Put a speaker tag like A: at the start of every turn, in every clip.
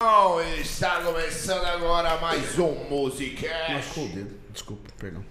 A: Bom, está começando agora mais um Musicast.
B: Machucou o dedo. Desculpa, perdão.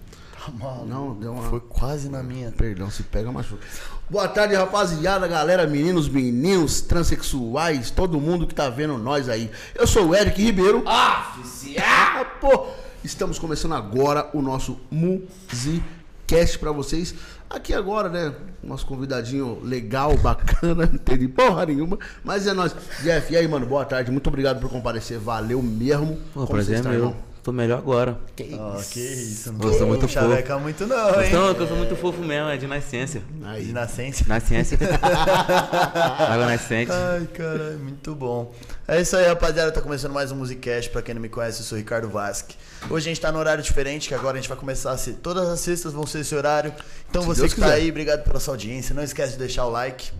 C: Ah, Mano,
B: Não, deu uma.
C: foi quase na minha.
B: Perdão, se pega, machuca.
C: Boa tarde, rapaziada, galera, meninos, meninos, transexuais, todo mundo que tá vendo nós aí. Eu sou o Eric Ribeiro.
A: Oficial!
C: Ah, pô! Estamos começando agora o nosso Musicast pra vocês. Aqui agora, né? Nosso convidadinho legal, bacana, não teve porra nenhuma. Mas é nóis. Jeff, e aí, mano? Boa tarde. Muito obrigado por comparecer. Valeu mesmo. Como
D: Pô,
C: você
D: prazer é
C: está,
D: meu.
C: irmão?
D: Tô melhor agora.
C: Que-
E: que isso,
D: Eu sou muito fofo.
E: chaveca muito não, hein?
D: Então, eu sou muito fofo mesmo, é de nascença.
E: De
C: Aí.
E: nascença.
D: Nascença. Água nascente.
E: Ai, cara, muito bom. É isso aí, rapaziada. Tá começando mais um Musicast. Pra quem não me conhece, eu sou o Ricardo Vasque. Hoje a gente tá no horário diferente, que agora a gente vai começar a ser. Todas as sextas vão ser esse horário. Então você
C: Deus
E: que tá
C: quiser.
E: aí, obrigado pela sua audiência. Não esquece de deixar o like.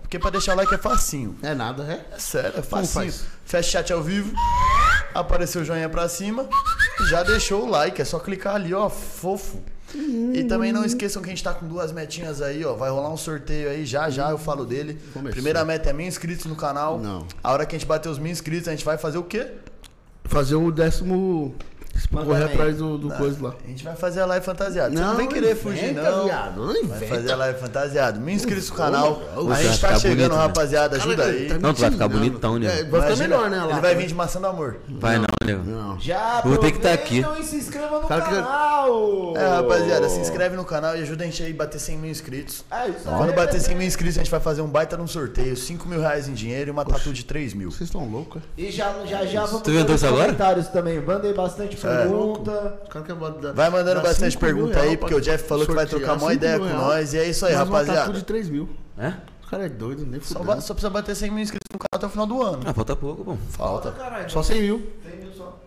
E: Porque pra deixar o like é facinho.
C: É nada, é?
E: É sério, é
C: Como
E: facinho.
C: faz?
E: Fecha o chat ao vivo. Apareceu o joinha pra cima. Já deixou o like. É só clicar ali, ó. Fofo. E também não esqueçam que a gente tá com duas metinhas aí, ó. Vai rolar um sorteio aí, já já eu falo dele.
C: Começou.
E: Primeira meta é mil inscritos no canal.
C: Não.
E: A hora que a gente bater os mil inscritos, a gente vai fazer o quê?
C: Fazer o décimo. Correr
B: Mandamento.
C: atrás do, do coisa lá.
E: A gente vai fazer a live fantasiada. Você não vem querer fugir,
C: inventa,
E: não.
C: Viado, não
E: Vai
C: inventa.
E: fazer a live fantasiada. Mil inscritos no canal.
C: Ô,
D: vai
E: A gente tá
D: ficar
E: chegando,
D: bonito, né?
E: rapaziada.
C: Cara,
E: Ajuda aí.
C: tá me
D: Não, tu vai ficar
C: ensinando.
D: bonitão, né?
C: É, vai ficar
E: Imagina,
C: melhor, né? lá.
E: Ele vai vir de maçã do amor.
D: Vai não, nego.
C: Não.
A: Já
D: Vou ter que tá
A: aproveitam e se inscreva no
C: Cara, que-
A: canal!
E: É, rapaziada,
D: assim,
E: se inscreve no canal e ajuda a gente aí a bater 100 mil inscritos.
C: Ah,
A: É isso aí.
E: Quando
C: né?
E: bater 100 mil inscritos, a gente vai fazer um baita num sorteio, 5 mil reais em dinheiro e uma tatu de 3 mil.
C: Vocês estão loucos, é?
A: E já, já, já vamos
D: Tu inventou isso
A: os
D: agora? É
A: comentários também. Mandei bastante pergunta.
C: Os caras querem mandar-
E: Vai mandando
C: dar
E: bastante
C: cinco mil
E: pergunta
C: real
E: aí, porque
C: pra
E: o Jeff falou que vai
C: sortear
E: trocar mó
C: cinco
E: ideia
C: mil
E: com
C: real.
E: nós, e é isso aí,
C: Mais uma
E: rapaziada.
C: tatu de 3 mil.
D: É?
C: O cara é doido, nem
E: Só,
C: fudeu.
E: ba- só precisa bater 100 mil inscritos no canal até o final do ano.
D: Ah, falta pouco, pô.
E: Falta.
A: Caralho,
C: Só 100 mil.
A: tem mil só.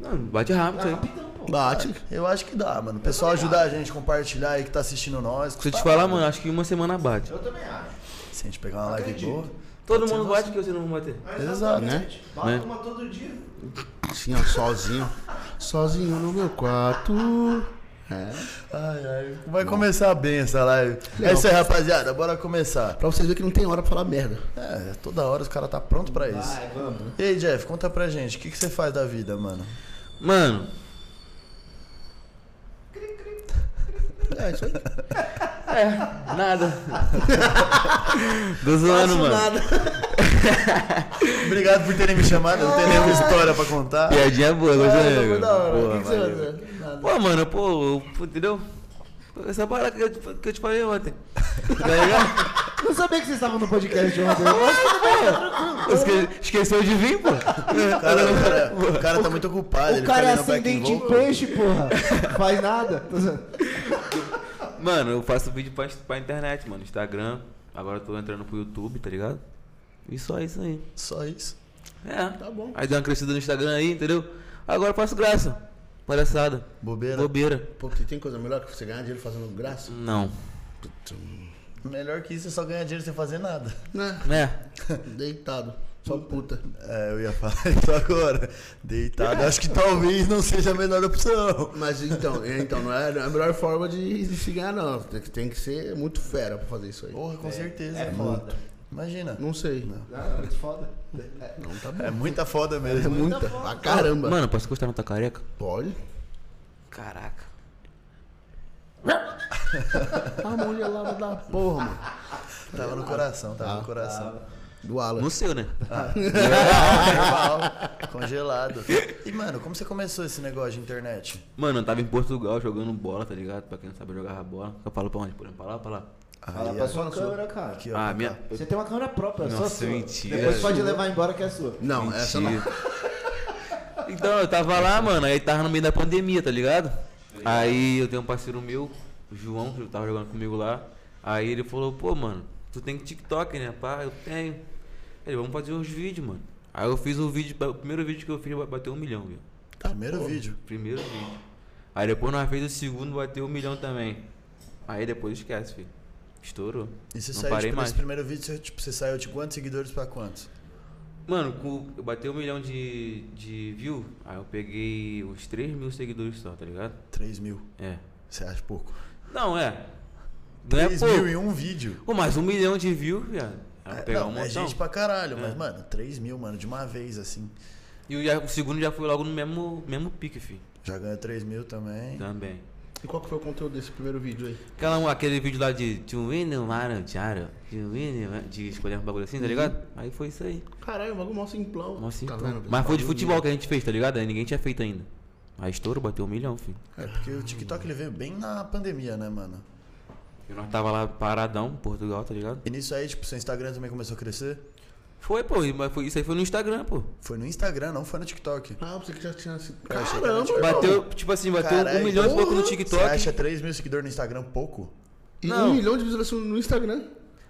D: Não, bate rápido
C: é
D: isso aí.
A: Rapidão, pô.
C: Bate.
E: Eu acho que dá, mano. O pessoal ajudar a gente, compartilhar aí que tá assistindo nós.
D: Se eu te falar, mano, acho que uma semana bate.
A: Eu também acho.
E: Se a gente pegar uma live
A: Acredito.
E: boa.
D: Todo mundo bate que você não vai bater.
E: Exato.
C: Né?
A: Bate
D: Né?
A: uma todo dia.
C: Assim, ó, sozinho. sozinho no meu quarto. É.
E: Ai, ai. Vai começar bem essa live. É isso aí, rapaziada. Bora começar.
C: Pra vocês verem que não tem hora pra falar merda.
E: É, toda hora os caras tá pronto pra isso.
A: Vai, vamos.
E: E aí, Jeff, conta pra gente, o que, que você faz da vida, mano?
D: Mano,
C: É, isso aí.
D: É, nada. Tô zoando, mano.
E: Obrigado por terem me chamado, eu não tenho nenhuma história pra contar.
D: Piadinha boa, gostou,
C: Ah, foi da hora.
D: nego?
C: O que que você vai
D: valeu.
C: fazer? Nada.
D: Pô, mano, pô, eu- entendeu? Essa parada que eu te- que eu te falei ontem. Tá ligado?
A: Eu sabia que vocês estavam no podcast ontem. Eu
D: Esque- esqueceu de vir, pô.
E: O cara, o cara- o cara tá muito ocupado,
A: O
E: ele
A: cara é
E: fica ali no
A: ascendente
E: back and
A: em
E: vocal.
A: peixe, porra. Faz nada.
D: Tá Mano, eu faço vídeo pra, pra internet, mano. Instagram. Agora eu tô entrando pro YouTube, tá ligado? E só isso aí.
E: Só isso.
D: É.
C: Tá bom.
D: Aí deu uma crescida no Instagram aí, entendeu? Agora eu faço graça. Palhaçada.
E: Bobeira.
D: Bobeira.
C: Pô, porque tem coisa melhor que você ganhar dinheiro fazendo graça?
D: Não.
E: Melhor que isso é só ganhar dinheiro sem fazer nada.
C: Né?
D: É.
C: Deitado. Só puta.
E: É, eu ia falar isso agora. Deitado, acho que talvez não seja a melhor opção.
C: Mas então, é, então não, é, não é a melhor forma de, de se ganhar, não. Tem que, tem que ser muito fera pra fazer isso aí.
E: Porra, com certeza.
A: É foda.
E: Imagina.
C: Não sei.
A: Ah, muito foda.
C: Não, tá bom.
E: É muita foda
C: É
E: mesmo.
C: muita. Pra caramba.
D: Mano, posso encostar na tua careca?
C: Pode.
D: Caraca.
C: Tá a mão gelada da porra, mano.
E: Tava no coração, tava
A: Ah,
E: no coração.
C: Do Alan.
D: No seu, né?
E: Normal, congelado. E, mano, como você começou esse negócio de internet?
D: Mano, eu tava em Portugal jogando bola, tá ligado? Pra quem não sabe, eu jogava bola. Eu falo pra onde? Por exemplo, pra lá, pra lá.
A: Fala
E: Aí,
A: pra
E: ó.
A: sua câmera, cara.
E: Aqui, ó.
D: Ah,
E: pra
D: minha.
E: cá.
A: Você tem uma câmera própria, só
D: Nossa,
A: sua.
D: mentira.
A: Depois pode
F: Uhum.
A: levar embora que é sua.
C: Não, essa não.
D: Mentira. Então, eu tava lá, mano, aí tava no meio da pandemia, tá ligado? Aí eu tenho um parceiro meu, o João, que tava jogando comigo lá. Aí ele falou, pô, mano, tu tem TikTok, né? Pá, eu tenho. Ele, vamos fazer uns vídeos, mano. Aí eu fiz o vídeo, o primeiro vídeo que eu fiz bateu um milhão, viu?
E: Tá, Primeiro vídeo.
D: Primeiro vídeo. Aí depois nós fez o segundo, bateu um milhão também. Aí depois esquece, filho. Estourou.
E: E você
D: Não
E: saiu,
D: parei
E: tipo,
D: mais.
E: nesse primeiro vídeo, você, tipo, você saiu de quantos seguidores pra quantos?
D: Mano, com- eu bati um milhão de, de view, aí eu peguei uns 3 mil seguidores só, tá ligado?
E: 3 mil.
D: É.
E: Você acha pouco?
D: Não, é. Não é
E: 3 mil
D: pouco.
E: em um vídio.
D: Pô, mas um milhão de view, viado. Aí eu
E: É,
D: pegar
E: não,
D: um
E: é
D: montão.
E: gente pra caralho, mas, mano, 3 mil, mano, de uma vez, assim.
D: E o, já- o segundo já foi logo no mesmo, mesmo pique, filho.
E: Já ganha 3 mil também.
D: Também.
C: E qual que foi o conteúdo desse primeiro vídeo aí?
D: Aquela, aquele vídeo lá de To Win the Mario Charo, to win the- de escolher um bagulho
E: Uhum.
D: assim, tá ligado? Aí foi isso aí.
C: Caralho, o bagulho mó simplão.
D: Mó assim,
C: Tá
D: então.
C: vendo, pessoal?
D: Mas foi de futebol que a gente fez, tá ligado? Aí ninguém tinha feito ainda. Aí estouro, bateu um milhão, filho.
E: É, porque o TikTok ele veio bem na pandemia, né, mano?
D: E nós tava lá paradão, em Portugal, tá ligado?
E: E nisso aí, tipo, seu Instagram também começou a crescer?
D: Foi, pô, e- mas foi, isso aí foi no Instagram, pô.
E: Foi no Instagram, não foi no TikTok.
C: Ah, você que já tinha se...
E: achei
C: Caramba,
E: que era, tipo,
C: irmão.
D: Bateu, tipo assim, bateu um
E: Caralho,
D: milhão e pouco no
E: porra! Você
D: TikTok.
E: acha 3 mil seguidores no Instagram pouco?
C: E
D: Não.
C: um milhão de visualizações no Instagram.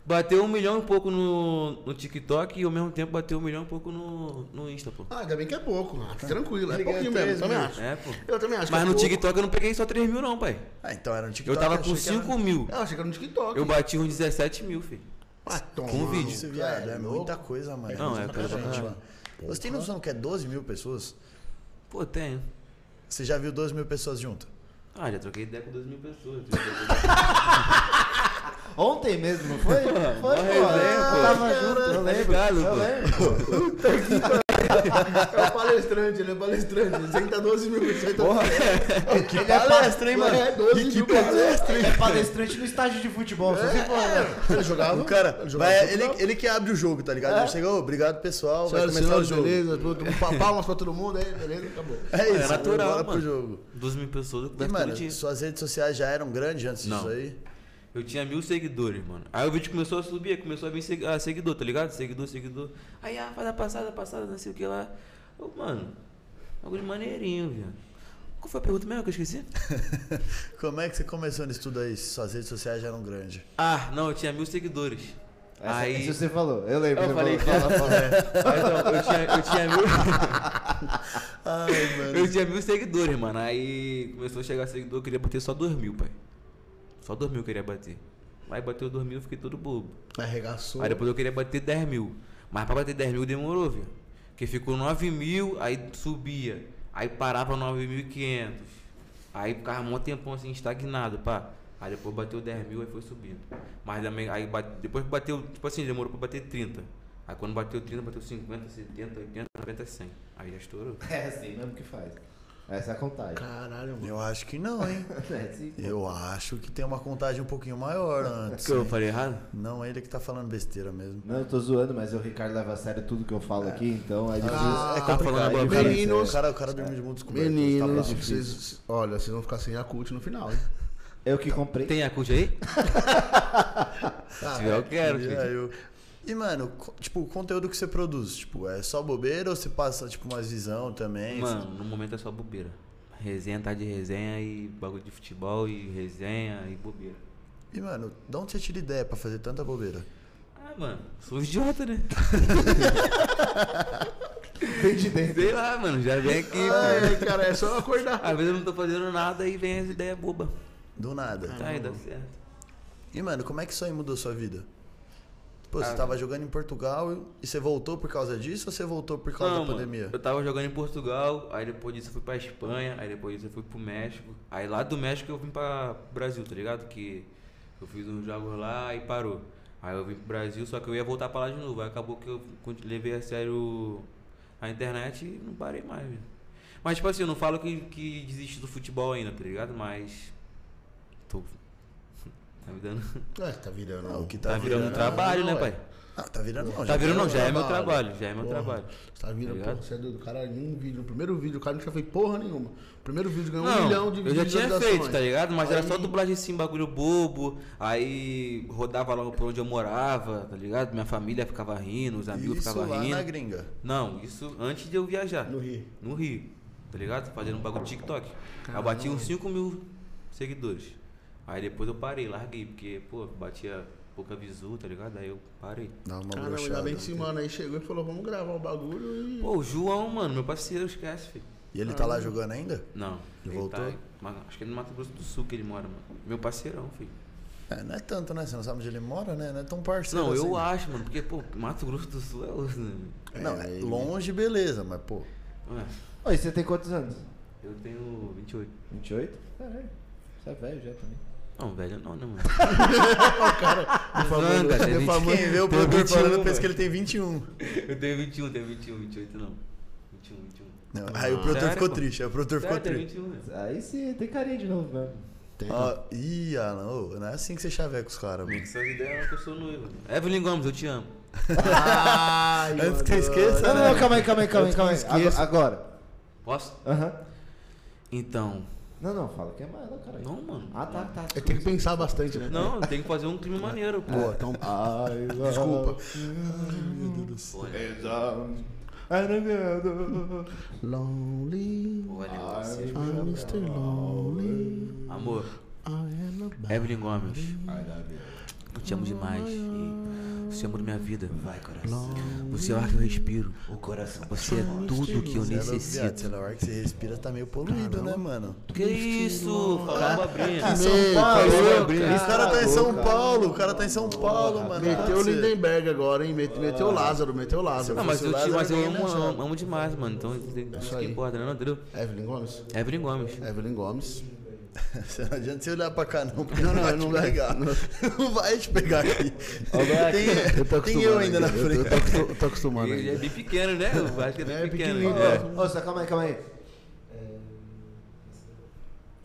D: Bateu um milhão e pouco no, no TikTok e ao mesmo tempo bateu um milhão e pouco no, no Insta, pô.
C: Ah, ainda bem que é pouco. Ah, tranquilo, é
E: Ele ganha
C: pouquinho
E: três
C: mesmo, também
E: mil.
C: acho.
D: É, pô.
C: Eu também acho
D: Mas
C: que é
D: no
C: pouco.
D: TikTok eu não peguei só 3 mil, não, pai.
E: Ah, então era no
D: Eu
E: TikTok.
D: tava
E: achei
D: com
E: que era-
D: 5 mil.
C: Eu achei que era É no TikTok.
D: Eu bati uns 17 mil, filho.
C: Ah, toma,
D: com um vídeo.
E: Isso,
C: cara,
E: viado, é
C: louco.
E: muita coisa, mano.
D: Não, é
E: muita
D: coisa pra
E: gente,
D: caralho.
E: mano. Você tem noção que é 12 mil pessoas?
D: Pô, tenho.
E: Você já viu 12 mil pessoas junto?
D: Ah, já troquei ideia com 2 mil pessoas.
F: Ontem mesmo, não foi? Foi, pô.
C: Ah,
D: resenha,
F: Eu
D: pô.
F: tava junto, eu
D: Tá
F: lembro.
D: ligado,
F: Eu
D: pô.
F: lembro.
C: É o palestrante, ele é palestrante. Ele senta 12 mil, ele senta
F: Porra.
E: Que
F: é
E: palestra, hein, mano?
C: É, 12 mil. É, pessoas.
F: Ele é palestrante no estágio de futebol,
D: É.
F: só se for, né?
C: Ele jogava?
E: O cara,
C: ele jogava
E: vai,
C: no
E: ele,
C: futebol.
E: ele que abre o jogo, tá ligado? Ele chega, ô, obrigado pessoal, vai
C: Senhoras e
E: começar
C: senhores,
E: o jogo.
C: beleza, tudo, pa- palmas pra todo mundo, aí, beleza, acabou.
E: É isso,
D: É natural,
E: bora pro
D: mano.
E: jogo.
D: 2 mil pessoas eu
E: E,
D: converso todo dia.
E: mano, suas redes sociais já eram grandes antes
D: Não.
E: disso aí?
D: Eu tinha mil seguidores, mano. Aí o vídeo começou a subir, aí começou a vir segu- ah, seguidor, tá ligado? Seguidor, seguidor. Aí, ah, faz a passada, passada, não sei o que lá. Eu, mano, algo de maneirinho, viado. Qual foi a pergunta mesmo que eu esqueci?
E: Como é que você começou nisso tudo aí, se suas redes sociais já eram grandes?
D: Ah, não, eu tinha mil seguidores.
F: Essa-
D: aí.
F: Isso você é. falou, eu lembro.
D: Eu
F: você
D: falei,
F: falou.
D: fala, fala. Aí, então, eu tinha, eu tinha mil.
E: Ai, mano.
D: Eu tinha mil seguidores, mano. Aí começou a chegar seguidor, eu queria bater só dois mil, pai. Só dois mil eu queria bater. Aí bateu dois mil, eu fiquei todo bobo.
C: Arregaçou.
D: Aí depois eu queria bater 10 mil. Mas pra bater 10 mil demorou, viu? Porque ficou 9 mil, aí subia. Aí parava 9.500. Aí ficava um tempão assim, estagnado, pá. Aí depois bateu 10 mil, aí foi subindo. Mas também, aí bate- depois que bateu, tipo assim, demorou pra bater 30. Aí quando bateu 30, bateu 50, 70, 80, 90, 100. Aí já estourou.
F: É assim mesmo que faz. Essa é a contagem.
C: Caralho, mano.
E: Eu acho que não, hein?
F: É assim.
E: Eu acho que tem uma contagem um pouquinho maior antes.
D: que eu falei errado?
E: Não, ele que tá falando besteira mesmo.
F: Não, eu tô zoando, mas o Ricardo leva a sério tudo que eu falo aqui, então é difícil.
E: Ah,
D: tá
E: é complicado.
D: falando
F: é
D: agora,
F: difícil,
E: O
C: meninos.
F: é.
E: cara, o cara dormiu de mundo descoberto.
C: Meninos,
E: tá bravo.
C: vocês, olha, vocês vão ficar sem a cult no final, hein?
F: Eu que comprei.
D: Tem a cuja aí? Se tiver, eu quero,
E: Ah, E,
D: filho.
E: aí, eu- e, mano, co- tipo, o conteúdo que você produz, tipo, é só bobeira ou você passa, tipo, umas visão também?
D: Mano, no momento é só bobeira. Resenha, tá de resenha e bagulho de futebol e resenha e bobeira.
E: E, mano, de onde você tira ideia pra fazer tanta bobeira?
D: Ah, mano, sou idiota, né?
F: Vem de dentro. Ah,
D: Sei lá, mano, já vem aqui, mano.
C: Ai, cara, é só acordar.
D: Às vezes eu não tô fazendo nada e vem as ideias boba.
E: Do nada.
D: Tá, aí dá certo.
E: E, mano, como é que isso aí mudou sua vida? Pô, você tava jogando em Portugal e- e você voltou por causa disso ou você voltou por causa
D: Não,
E: da
D: mano,
E: pandemia?
D: eu tava jogando em Portugal, aí depois disso eu fui pra Espanha, aí depois disso eu fui pro México. Aí lá do México eu vim pra Brasil, tá ligado? Que eu fiz uns jogos lá e parou. Aí eu vim pro Brasil, só que eu ia voltar pra lá de novo. Aí acabou que eu con- levei a sério a internet e não parei mais, velho. Mas tipo assim, eu não falo que, que desisti do futebol ainda, tá ligado? Mas. Tô. Tá me dando.
C: É, tá virando.
E: Não, o que tá,
D: Tá virando um
E: virando.
D: trabalho, né,
C: não,
D: pai?
E: Ah, tá virando não,
D: Tá
E: já
D: virando não, já é meu
C: trabalho.
D: trabalho, já é meu
C: Porra.
D: trabalho.
C: Você tá vindo,
D: Tá ligado?
C: porra, você é doido. Cara, nenhum vídeo. No primeiro vídeo, o cara nunca fez porra nenhuma. O primeiro vídeo ganhou um milhão de
D: Eu já tinha
C: visualizações.
D: feito, tá ligado? Mas era só
C: Aí-
D: dublagem assim, bagulho bobo. Aí rodava logo por onde eu morava, tá ligado? Minha família ficava rindo, os amigos
E: Isso
D: ficavam
E: lá
D: rindo.
E: na gringa.
D: Não, isso antes de eu viajar.
C: No Rio.
D: No Rio, tá ligado? Fazendo um bagulho de TikTok. Eu bati uns 5 mil seguidores. Aí depois eu parei, larguei, porque, pô, batia pouca visu, tá ligado? Aí eu parei.
E: Dá uma
C: Caramba, ainda
E: broxada.
C: bem que esse mano aí chegou e falou, vamos gravar o bagulho e...
D: né? Pô, o João, mano, meu parceiro, esquece, filho.
E: E ele tá lá jogando ainda?
D: Não.
E: Ele
D: ele
E: voltou?
D: tá aí, mas acho que é no Mato Grosso do Sul que ele mora, mano. Meu parceirão, filho.
E: É, não é tanto, né? Você não sabe onde ele mora, né? Não é tão parceiro
D: Não,
E: assim.
D: eu acho, mano, porque, pô, Mato Grosso do Sul é outro, né?
E: Não, é longe, beleza, mas pô.
D: Ué,
F: Oi, você tem quantos anos?
D: Eu tenho 28.
F: 28? Caralho. Você é velho já também.
D: Não, velho, não, né, mano?
C: Defamando,
D: cara, tem um,
C: defamando.
E: Quem vê o
D: Tem
E: produtor
D: 21,
E: falando pensa
D: velho.
E: que ele tem 21.
D: Eu tenho 21, tenho 21, 28 não. 21, 21.
E: Não, aí o produtor
D: Ah, Sério,
E: ficou
D: pô?
E: triste, aí o produtor ficou
D: Sério, tem
E: triste.
D: 21, né?
F: Aí sim, tem carinha de novo mesmo.
E: Ó, Ih, Alan, ô, não é assim que você chaveca os caras, mano.
D: Essas ideias não que eu sou noivo. Evelyn Gomes, eu te amo.
F: Ai,
E: Antes que eu esqueça,
F: Não, não,
E: né?
F: calma aí, calma aí, calma aí, calma aí. Ago- Agora.
D: Posso?
F: Aham.
D: Então.
F: Não, não, fala que é mais, não, caralho.
D: Não, mano.
F: Ah, tá, tá.
C: É, tem que pensar bastante, né?
D: Não, tem que fazer um crime maneiro, pô.
C: Boa, então.
F: Ai,
C: Desculpa. Lonely.
D: Olha, você-
C: I'm Mr. Lonely.
D: amor,
C: I am a
D: Evelyn Gomes. Eu te amo demais. E você é o amor da minha vida. Vai, coração. Você é o ar que eu respiro. O coração. Você é tudo que eu
E: Você é louco, viado,
D: necessito.
E: Você, na hora que você respira, tá meio poluído, né, mano?
D: Que isso? Falar abobrinha.
E: São
C: Ah, Paulo, né?
E: Paulo,
C: cara.
E: Esse cara tá em São
F: Cara.
E: Paulo, o cara tá em São Paulo, mano. Tá
C: Meteu o
E: Você-
C: Lindenberg agora, hein? Mete- Meteu o Lázaro, meteu o Lázaro.
D: Ah. Não, tá, mas eu, te,
E: Lázaro
D: mas eu
E: ganha,
D: amo,
E: né,
D: amo, amo demais, mano. Então, isso que
C: aí.
D: importa, né, não, entendeu?
C: Evelyn Gomes?
D: Evelyn Gomes.
C: Evelyn Gomes.
E: Você não adianta você olhar pra cá, não, porque
C: Não,
E: não,
C: não,
E: vai
C: eu
E: te
C: não vai-
E: pegar. Não vai te pegar aqui.
C: Eu
E: Tem
C: tô
E: eu, tem
C: acostumado
E: eu ainda na
C: aqui, Eu tô, eu
E: frente.
C: tô, eu tô acostumado
D: Ele é
C: ainda.
D: bem pequeno, né? Eu acho que é bem
C: É
D: pequeno.
C: pequenininho,
D: É.
C: né?
F: Ô, só calma aí, calma aí. É.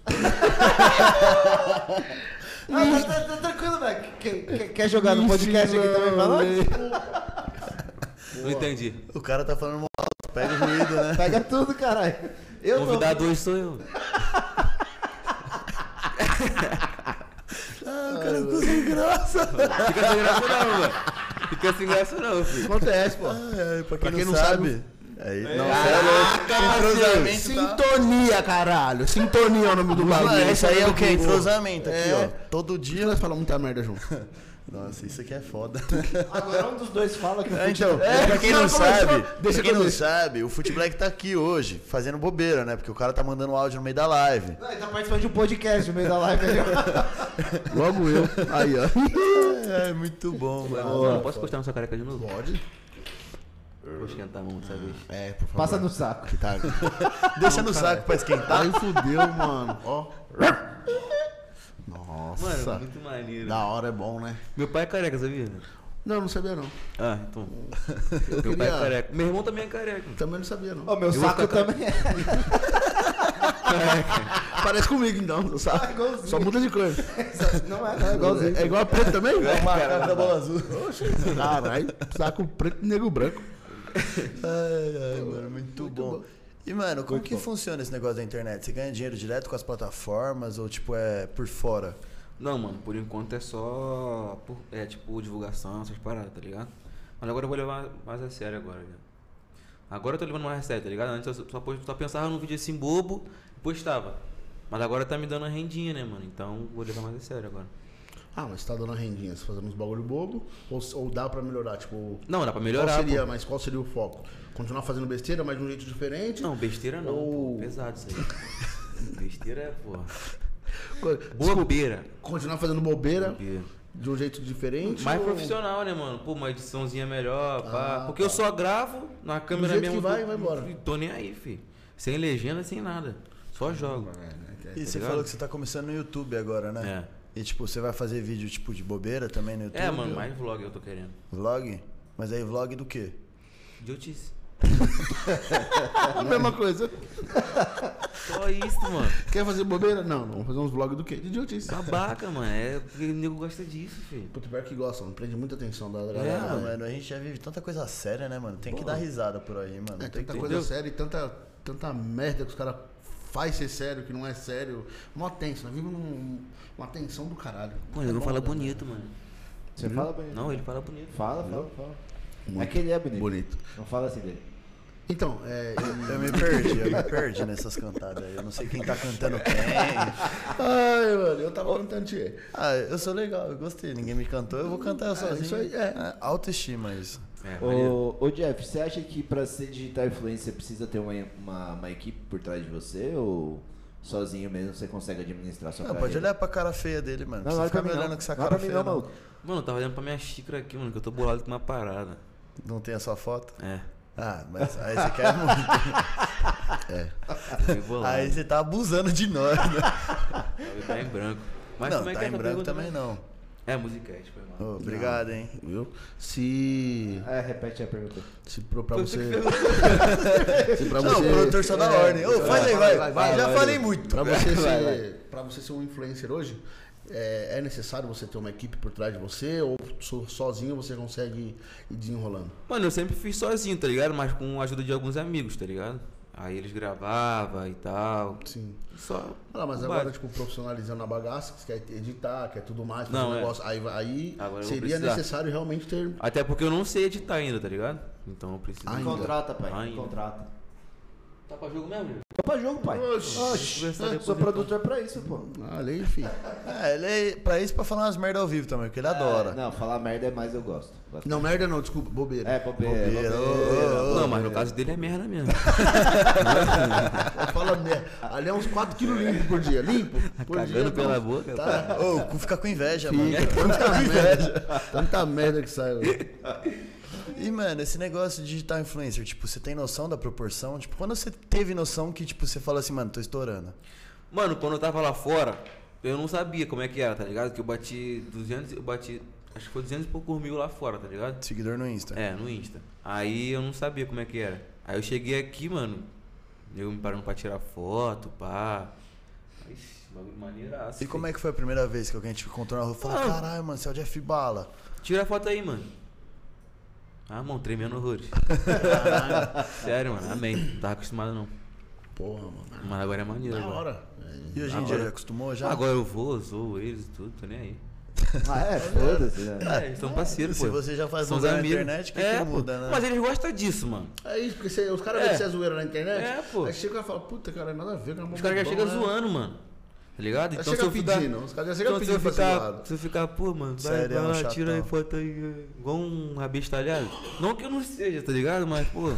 F: Ah, tá, tá, tá tranquilo, velho. Quer, quer- quer jogar no podcast aqui também pra nós?
D: Não entendi.
E: O cara tá falando mal alto, pega o ruído, né?
F: Pega tudo, caralho. Eu tô...
D: Convidado hoje sou eu.
E: Ah, o cara ficou sem graça.
D: Fica sem graça não, mano. Fica sem graça não, filho.
C: Acontece, pô.
E: Ah, é, pra quem,
C: Pra quem
E: não,
C: não
E: sabe. Aí, não, você é
D: Caraca,
E: louco. Entrosamento tá-
C: Sintonia, caralho. Sintonia é o nome do bagulho.
E: Mano, isso aí é o quê? É.
C: Pô,
E: Entrosamento aqui, ó. Todo
C: E
E: dia.
C: nós falamos muita merda junto.
E: Nossa, isso aqui é foda.
F: Agora um dos dois fala que o
E: É,
F: futebol-
E: então, pra quem não
C: Não, começou.
E: sabe,
C: Deixa
E: pra quem
C: eu
E: não
C: ver.
E: sabe, o Foot Black tá aqui hoje, fazendo bobeira, né? Porque o cara tá mandando áudio no meio da live.
F: Não, ele tá participando de um podcast no meio da live. ali, ó.
C: Logo eu. Aí, ó.
E: É, muito bom, mano.
D: Não, posso postar nessa careca de novo? Pode. Vou esquentar a mão dessa vez.
C: É, por favor.
F: Passa no saco.
C: Tá.
E: Deixa no saco pra esquentar.
C: Aí fudeu, mano. Ó. Nossa.
D: Mano, muito maneiro.
C: Da hora é bom, né?
D: Meu pai é careca, sabia?
C: Não, não sabia não.
D: Ah, então.
C: Eu
D: Meu pai é
C: queria...
D: careca. Meu irmão também é careca.
C: Também não sabia não.
F: Ô, meu
D: vou
F: saco
D: ficar-
F: também é.
C: Parece comigo então,
F: Ah,
C: sabe?
F: igualzinho.
C: Só muda de cor.
F: Não é, não é igualzinho.
C: É igual a preto também?
E: O macaco da bola azul.
C: Caralho, saco preto e nego branco.
E: Ai, ai, mano, muito, bom. E, mano, como que funciona esse negócio da internet? Você ganha dinheiro direto com as plataformas ou, tipo, é por fora?
D: Não, mano, por enquanto é só. por- é tipo divulgação, essas paradas, tá ligado? Mas agora eu vou levar mais a sério agora, né? Agora eu tô levando mais a sério, tá ligado? Antes eu só, só post- só pensava num vídeo assim bobo e postava. Mas agora tá me dando a rendinha, né, mano? Então vou levar mais a sério agora.
C: Ah, mas tá dando a rendinha, você fazendo uns bagulho bobo ou, ou dá pra melhorar, tipo...
D: Não, dá pra melhorar.
C: Qual seria,
D: pô.
C: mas qual seria o foco? Continuar fazendo besteira, mas de um jeito diferente?
D: Não, besteira não,
C: Ou-
D: pô. Pesado isso aí. besteira é, pô.
C: Co-
D: Bobeira.
C: Continuar fazendo bobeira
D: Bobeira.
C: de um jeito diferente?
D: Mais
C: ou-
D: profissional, né, mano? Pô, uma ediçãozinha melhor, pá.
C: Ah,
D: Porque eu só gravo na câmera
C: jeito
D: mesmo.
C: que vai,
D: tô-
C: vai embora.
D: Tô nem aí, fi. Sem legenda, sem nada. Só jogo.
E: E você
D: ligado?
E: falou que você tá começando no YouTube agora, né? E, tipo, você vai fazer vídeo, tipo, de bobeira também no YouTube?
D: É, mano, mais vlog eu tô querendo.
E: Vlog? Mas aí, vlog do quê?
D: Idiotice.
C: A mesma coisa.
D: Só isso, mano.
C: Quer fazer bobeira? Não, não. Vamos fazer uns vlogs do quê? De idiotice.
D: Babaca, mano. É porque o nego gosta disso, filho.
C: Puta, pior que gosta, não prende muita atenção da
E: É,
C: galera. né?
E: mano, a gente já vive tanta coisa séria, né, mano? Tem que dar risada por aí, mano.
C: É,
E: Tem
C: tanta
E: que-
C: coisa
D: entendeu?
C: séria e tanta, tanta merda que os caras fazem ser sério, que não é sério. Mó tenso, nós vivemos num- uma tensão do caralho.
D: Pô, ele não fala bonito, mano.
F: Você fala bonito.
D: Não, ele fala bonito.
F: Fala, fala, fala. É que ele é bonito.
C: Bonito.
F: Não fala assim dele.
C: Então, é. e-
E: Eu me perdi, eu me perdi nessas cantadas aí. Eu não sei quem tá cantando quem.
C: Ai, mano, eu tava cantando Tietê.
E: Ah, eu sou legal, eu gostei. Ninguém me cantou, eu vou cantar eu sozinho.
C: isso aí, é.
E: Autoestima isso.
D: É, maneiro.
F: Ô, ô, Jeff, você acha que pra ser digital influencer precisa ter uma, uma, uma equipe por trás de você ou sozinho mesmo você consegue administrar sua
E: Não,
F: carreira?
E: Ah, pode olhar pra cara feia dele, mano. Não,
F: Não, não
E: não
F: olha pra
E: ficar
F: mim
E: me olhando
F: não.
E: com essa
F: Não olha
E: cara
F: pra mim
E: feia,
F: não,
E: não.
F: maluco.
D: Mano, eu tava olhando pra minha xícara aqui, mano, que eu tô bolado com uma parada.
E: Não tem a sua foto?
D: É.
E: Ah, mas aí você quer muito.
D: Tô meio bolado.
E: aí você tá abusando de nós, né?
D: Tá em branco. Mas
E: não,
D: como é
E: tá
D: que é
E: em
D: essa
E: branco
C: tá
D: pergunta
E: também
D: mesmo?
E: não.
D: É, musicast, foi mal.
E: Ô, obrigado, hein?
C: Viu? Se.
F: É, repete a pergunta.
C: Se pro- pra
D: Foi você
C: você.
D: que
C: Se pra
E: Não, o produtor
C: você. É,
E: só dá ordem. Ô, faz aí, vai. Já falei muito.
C: Pra você,
F: Vai,
C: ser,
F: vai.
C: pra você ser um influencer hoje, é, é necessário você ter uma equipe por trás de você ou so- sozinho você consegue ir desenrolando?
D: Mano, eu sempre fiz sozinho, tá ligado? Mas com a ajuda de alguns amigos, tá ligado? Aí eles gravavam e tal.
C: Sim.
D: Só.
C: Ah, mas
D: o
C: agora,
D: básico.
C: tipo, profissionalizando a bagaça, que você quer editar, quer tudo mais, fazer
D: Não,
C: um
D: é.
C: negócio. Aí, vai- aí
D: Agora eu vou
C: seria
D: precisar.
C: necessário realmente ter.
D: Até porque eu não sei editar ainda, tá ligado? Então eu preciso.
C: Ainda.
F: Contrata, pai.
D: Ainda.
F: Contrata.
D: Tá pra jogo mesmo, gente?
F: Tô pra jogo, pai.
D: Oxi. Deixa eu conversar
F: sou
D: depois,
F: É, produtor pra isso, pô.
C: Ah, lei, filho.
E: É, ele é pra isso pra falar umas merda ao vivo também, porque ele adora.
F: É, não, falar merda é mais eu gosto.
C: Não, merda não, desculpa, bobeira.
F: É, bobeira.
E: Bobeira, ô,
F: bobeira,
D: Não, mas no
F: bobeira.
D: caso dele é merda mesmo.
C: Fala merda. Ali é uns 4 quilos limpo por dia. Limpo? Por
D: Tá Cagando
E: é
C: dia,
D: pela
C: não.
D: boca.
C: Tá.
E: Ô, o cu fica com inveja, mano.
C: Fica, tanta merda. Tanta merda que saiu.
E: E, mano, esse negócio de digital influencer, tipo, você tem noção da proporção? Tipo, quando você teve noção que, tipo, você fala assim, mano, tô estourando.
D: Mano, quando eu tava lá fora, eu não sabia como é que era, tá ligado? Que eu bati 200, eu bati, acho que foi 200 e poucos mil lá fora, tá ligado?
E: Seguidor no Insta.
D: É, no Insta. Aí eu não sabia como é que era. Aí eu cheguei aqui, mano, eu me parando pra tirar foto, pá. Ixi, bagulho maneiraço.
E: E como é que foi a primeira vez que alguém te encontrou na rua e falou,
D: Mano.
E: caralho, mano, você é o Jeff Bala?
D: Tira a foto aí, mano. Ah, mão, tremendo horrores. Sério, mano, amém. Não tava acostumado não.
C: Porra, mano.
D: Mas agora é maneiro.
C: Na
D: agora.
C: hora.
E: E hoje em
D: Agora-
E: dia, já acostumou já?
D: Agora eu vou, zoo eles e tudo, tô nem aí.
F: Ah, é, foda-se, né?
D: É, eles são parceiros, pô.
E: Se você já faz
D: São
E: lugar na
D: amigos.
E: internet, o que,
D: É,
E: que
D: pô.
E: muda, né?
D: Mas eles gostam disso, mano.
C: É isso, porque você- os caras
D: É.
C: veem que você é zoeira na internet.
D: É, pô.
C: Aí chega e fala, puta, cara, né?" nada a ver com a
D: Os caras já
E: né?
D: chegam zoando, mano. Tá ligado?
C: Já chega pedindo, os caras já chegam
D: então, se
C: pedindo
D: eu
C: pra ser
D: ficar,
C: zoado.
D: se eu ficar, pô, mano, vai,
E: Sério, é um
D: vai lá,
E: chatão.
D: tira aí foto aí, é, igual um rabestalhado. Não que eu não seja, tá ligado? Mas, pô,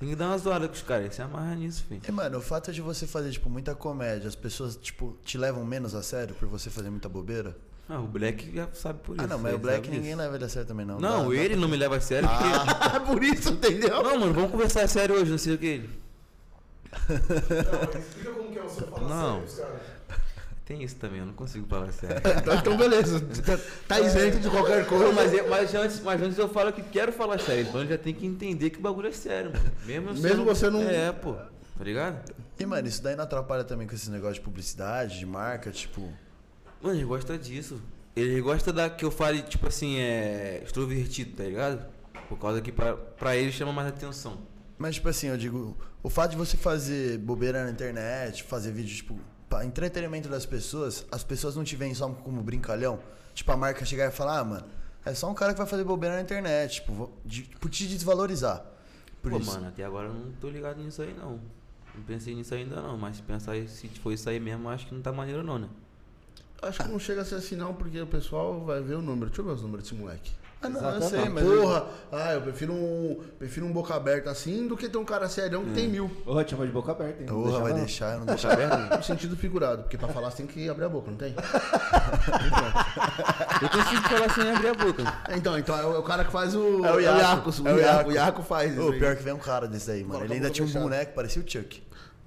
D: tem que dar uma zoada com os caras, se amarra nisso, filho.
E: E, mano, o fato de você fazer, tipo, muita comédia, as pessoas, tipo, te levam menos a sério por você fazer muita bobeira?
D: Ah, o Black já sabe por isso.
E: ah, não, mas
D: ele
E: o Black
D: sabe
E: ninguém
D: disso.
E: leva ele a sério também, não.
D: Não,
E: Dá-
D: ele não me leva a sério, porque...
C: Ah, por isso, entendeu?
D: Não, mano, vamos conversar sério hoje, não sei o que ele...
A: Explica como que é o seu falar
D: Não.
A: sério, cara.
D: Tem isso também, eu não consigo falar sério.
C: Então, beleza. Tá isento de qualquer
D: Não,
C: coisa.
D: mas, eu- mas antes, mas antes eu falo que quero falar sério, então já tem que entender que o bagulho é sério, mano. Mesmo, eu
C: Mesmo
D: sendo-
C: você não-
D: É, pô. Tá ligado?
E: E, mano, isso daí não atrapalha também com esses negócios de publicidade, de marca, tipo.
D: Mano, ele gosta disso. Ele gosta da que eu fale, tipo assim, é. extrovertido, tá ligado? Por causa que pra, pra ele chama mais atenção.
E: Mas, tipo assim, eu digo, o fato de você fazer bobeira na internet, fazer vídeo, tipo, pra entretenimento das pessoas, as pessoas não te veem só como brincalhão. Tipo, a marca chegar e falar, ah, mano, é só um cara que vai fazer bobeira na internet, tipo, vou- de- tipo te desvalorizar. Por
D: pô,
E: isso.
D: mano, até agora eu não tô ligado nisso aí não. Não pensei nisso ainda não, mas se pensar aí- se for isso aí mesmo, eu acho que não tá maneiro não, né?
C: Acho que não chega a ser assim, não, porque o pessoal vai ver o número. Deixa eu ver os números desse moleque.
E: Ah, não, eu
F: Exatamente.
E: sei,
C: Ah,
E: mas.
C: porra, ah, eu prefiro um, prefiro um boca aberta assim do que ter um cara serião que tem mil.
F: Ô, te chamou de boca aberta, hein? Não
E: Porra, vai
F: não.
E: deixar, eu não deixo.
C: No sentido figurado, porque pra falar você tem que abrir a boca, não tem?
D: Eu consigo falar sem abrir a boca.
C: Então, então é o, é o cara que faz o.
E: É o Iaco.
C: É o Iaco, o Iaco faz isso.
E: Ô,
C: aí.
E: pior que vem um cara desse daí, mano.
C: Coloca
E: Ele
C: a
E: ainda
C: boca
E: tinha um
C: fechada.
E: boneco, parecia o Chuck.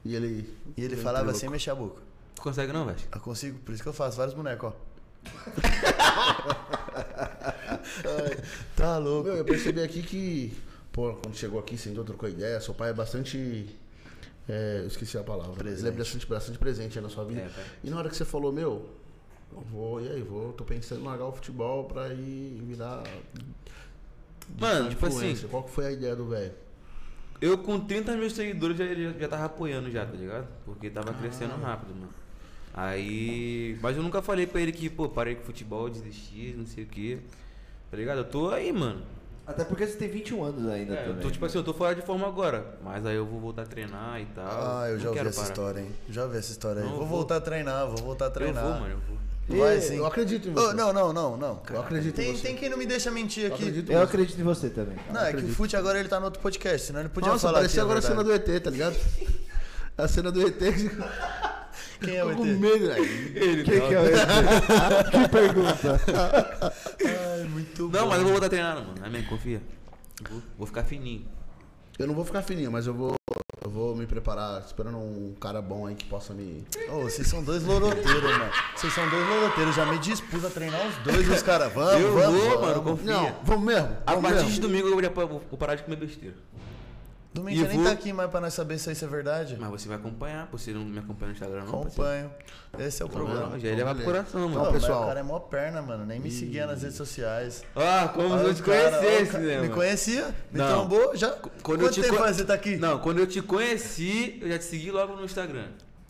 C: E ele.
E: E ele falava sem mexer a boca.
D: Tu consegue não, Vasco?
E: Eu consigo, por isso que eu faço vários bonecos, ó. tá louco.
C: Meu, eu percebi aqui que, pô, quando chegou aqui, sentou, trocou ideia, seu pai é bastante. é, eu esqueci a palavra.
E: Presente.
C: Ele é bastante, bastante presente aí na sua vida.
D: É, pai.
C: e na hora que você falou, meu, eu vou, e aí, vou, tô pensando em largar o futebol pra ir virar.
D: Mano, tipo
C: influencer.
D: assim,
C: Qual que foi a ideia do velho?
D: Eu com 30 mil seguidores já, ele já, já tava apoiando já, tá ligado? Porque tava crescendo rápido, mano. Aí. Mas eu nunca falei pra ele que, pô, parei com futebol, desisti, não sei o quê. Tá ligado? Eu tô aí, mano.
F: Até porque você tem 21 anos ainda
D: É, eu
F: também.
D: tô tipo assim, eu tô fora de forma agora. Mas aí eu vou voltar a treinar e tal.
E: Ah, eu
D: Não
E: já ouvi
D: quero
E: essa
D: parar.
E: história, hein? Já ouvi essa história aí.
D: Não, eu
E: Vou
D: vou.
E: voltar a treinar, vou voltar a
D: Eu
E: treinar.
D: vou, mano, eu vou.
E: Vai
C: E-
E: sim.
C: Eu acredito em você.
E: Ô, não, não, não, não.
C: Eu acredito em
E: Tem,
C: você.
E: tem quem não me deixa mentir
C: Eu
E: aqui.
C: acredito em
F: Eu
C: você.
F: acredito em você também. cara.
E: Não, é que o Fute agora ele tá no outro podcast, senão ele podia
C: Nossa,
E: falar aqui.
C: parecia
E: a
C: agora a cena
E: verdade.
C: do ET, tá ligado? A cena do ET.
E: Quem é o
C: Tô com
E: ET?
C: medo, velho.
D: Ele
E: tá
F: Quem que é o que pergunta.
E: Ai, muito
D: Não, mas eu vou voltar a treinar, mano. Amém, confia. Vou, vou ficar fininho.
C: Eu não vou ficar fininho, mas eu vou. Eu Eu vou me preparar, esperando um cara bom aí que possa me.
E: Ô, vocês são dois loroteiros, mano. Vocês são dois loroteiros. Já me dispus a treinar os dois e os caras. Vamos,
D: Eu
E: vamos.
D: vou, mano,
E: vamos.
D: confia.
C: Não, vamos mesmo?
D: A
C: Vamos
D: partir
C: mesmo.
D: de domingo eu já pa- vou parar de comer besteira.
E: Domingo
D: E
E: você nem
D: vou-
E: tá aqui mais pra nós saber se isso é verdade.
D: Mas você vai acompanhar, você não me acompanha no Instagram não? parceiro?
E: Acompanho. Esse é o problema.
D: Não, já ia levar pro coração,
E: Não,
D: mano.
C: Então,
E: mas
C: pessoal.
E: O cara é mó perna, mano. Nem me seguia nas redes sociais.
D: Ah, como
E: Aí
D: se eu
E: o
D: te
E: cara-
D: conhecesse,
E: ó, o
D: né?
E: cara- Me
D: mano?
E: conhecia, me
D: Não.
E: trombou, já.
D: Quando
E: Quando
D: eu
E: Quanto
D: te
E: tempo
D: co-
E: faz você tá aqui?
D: Não, quando eu te conheci, eu já te segui logo no Instagram.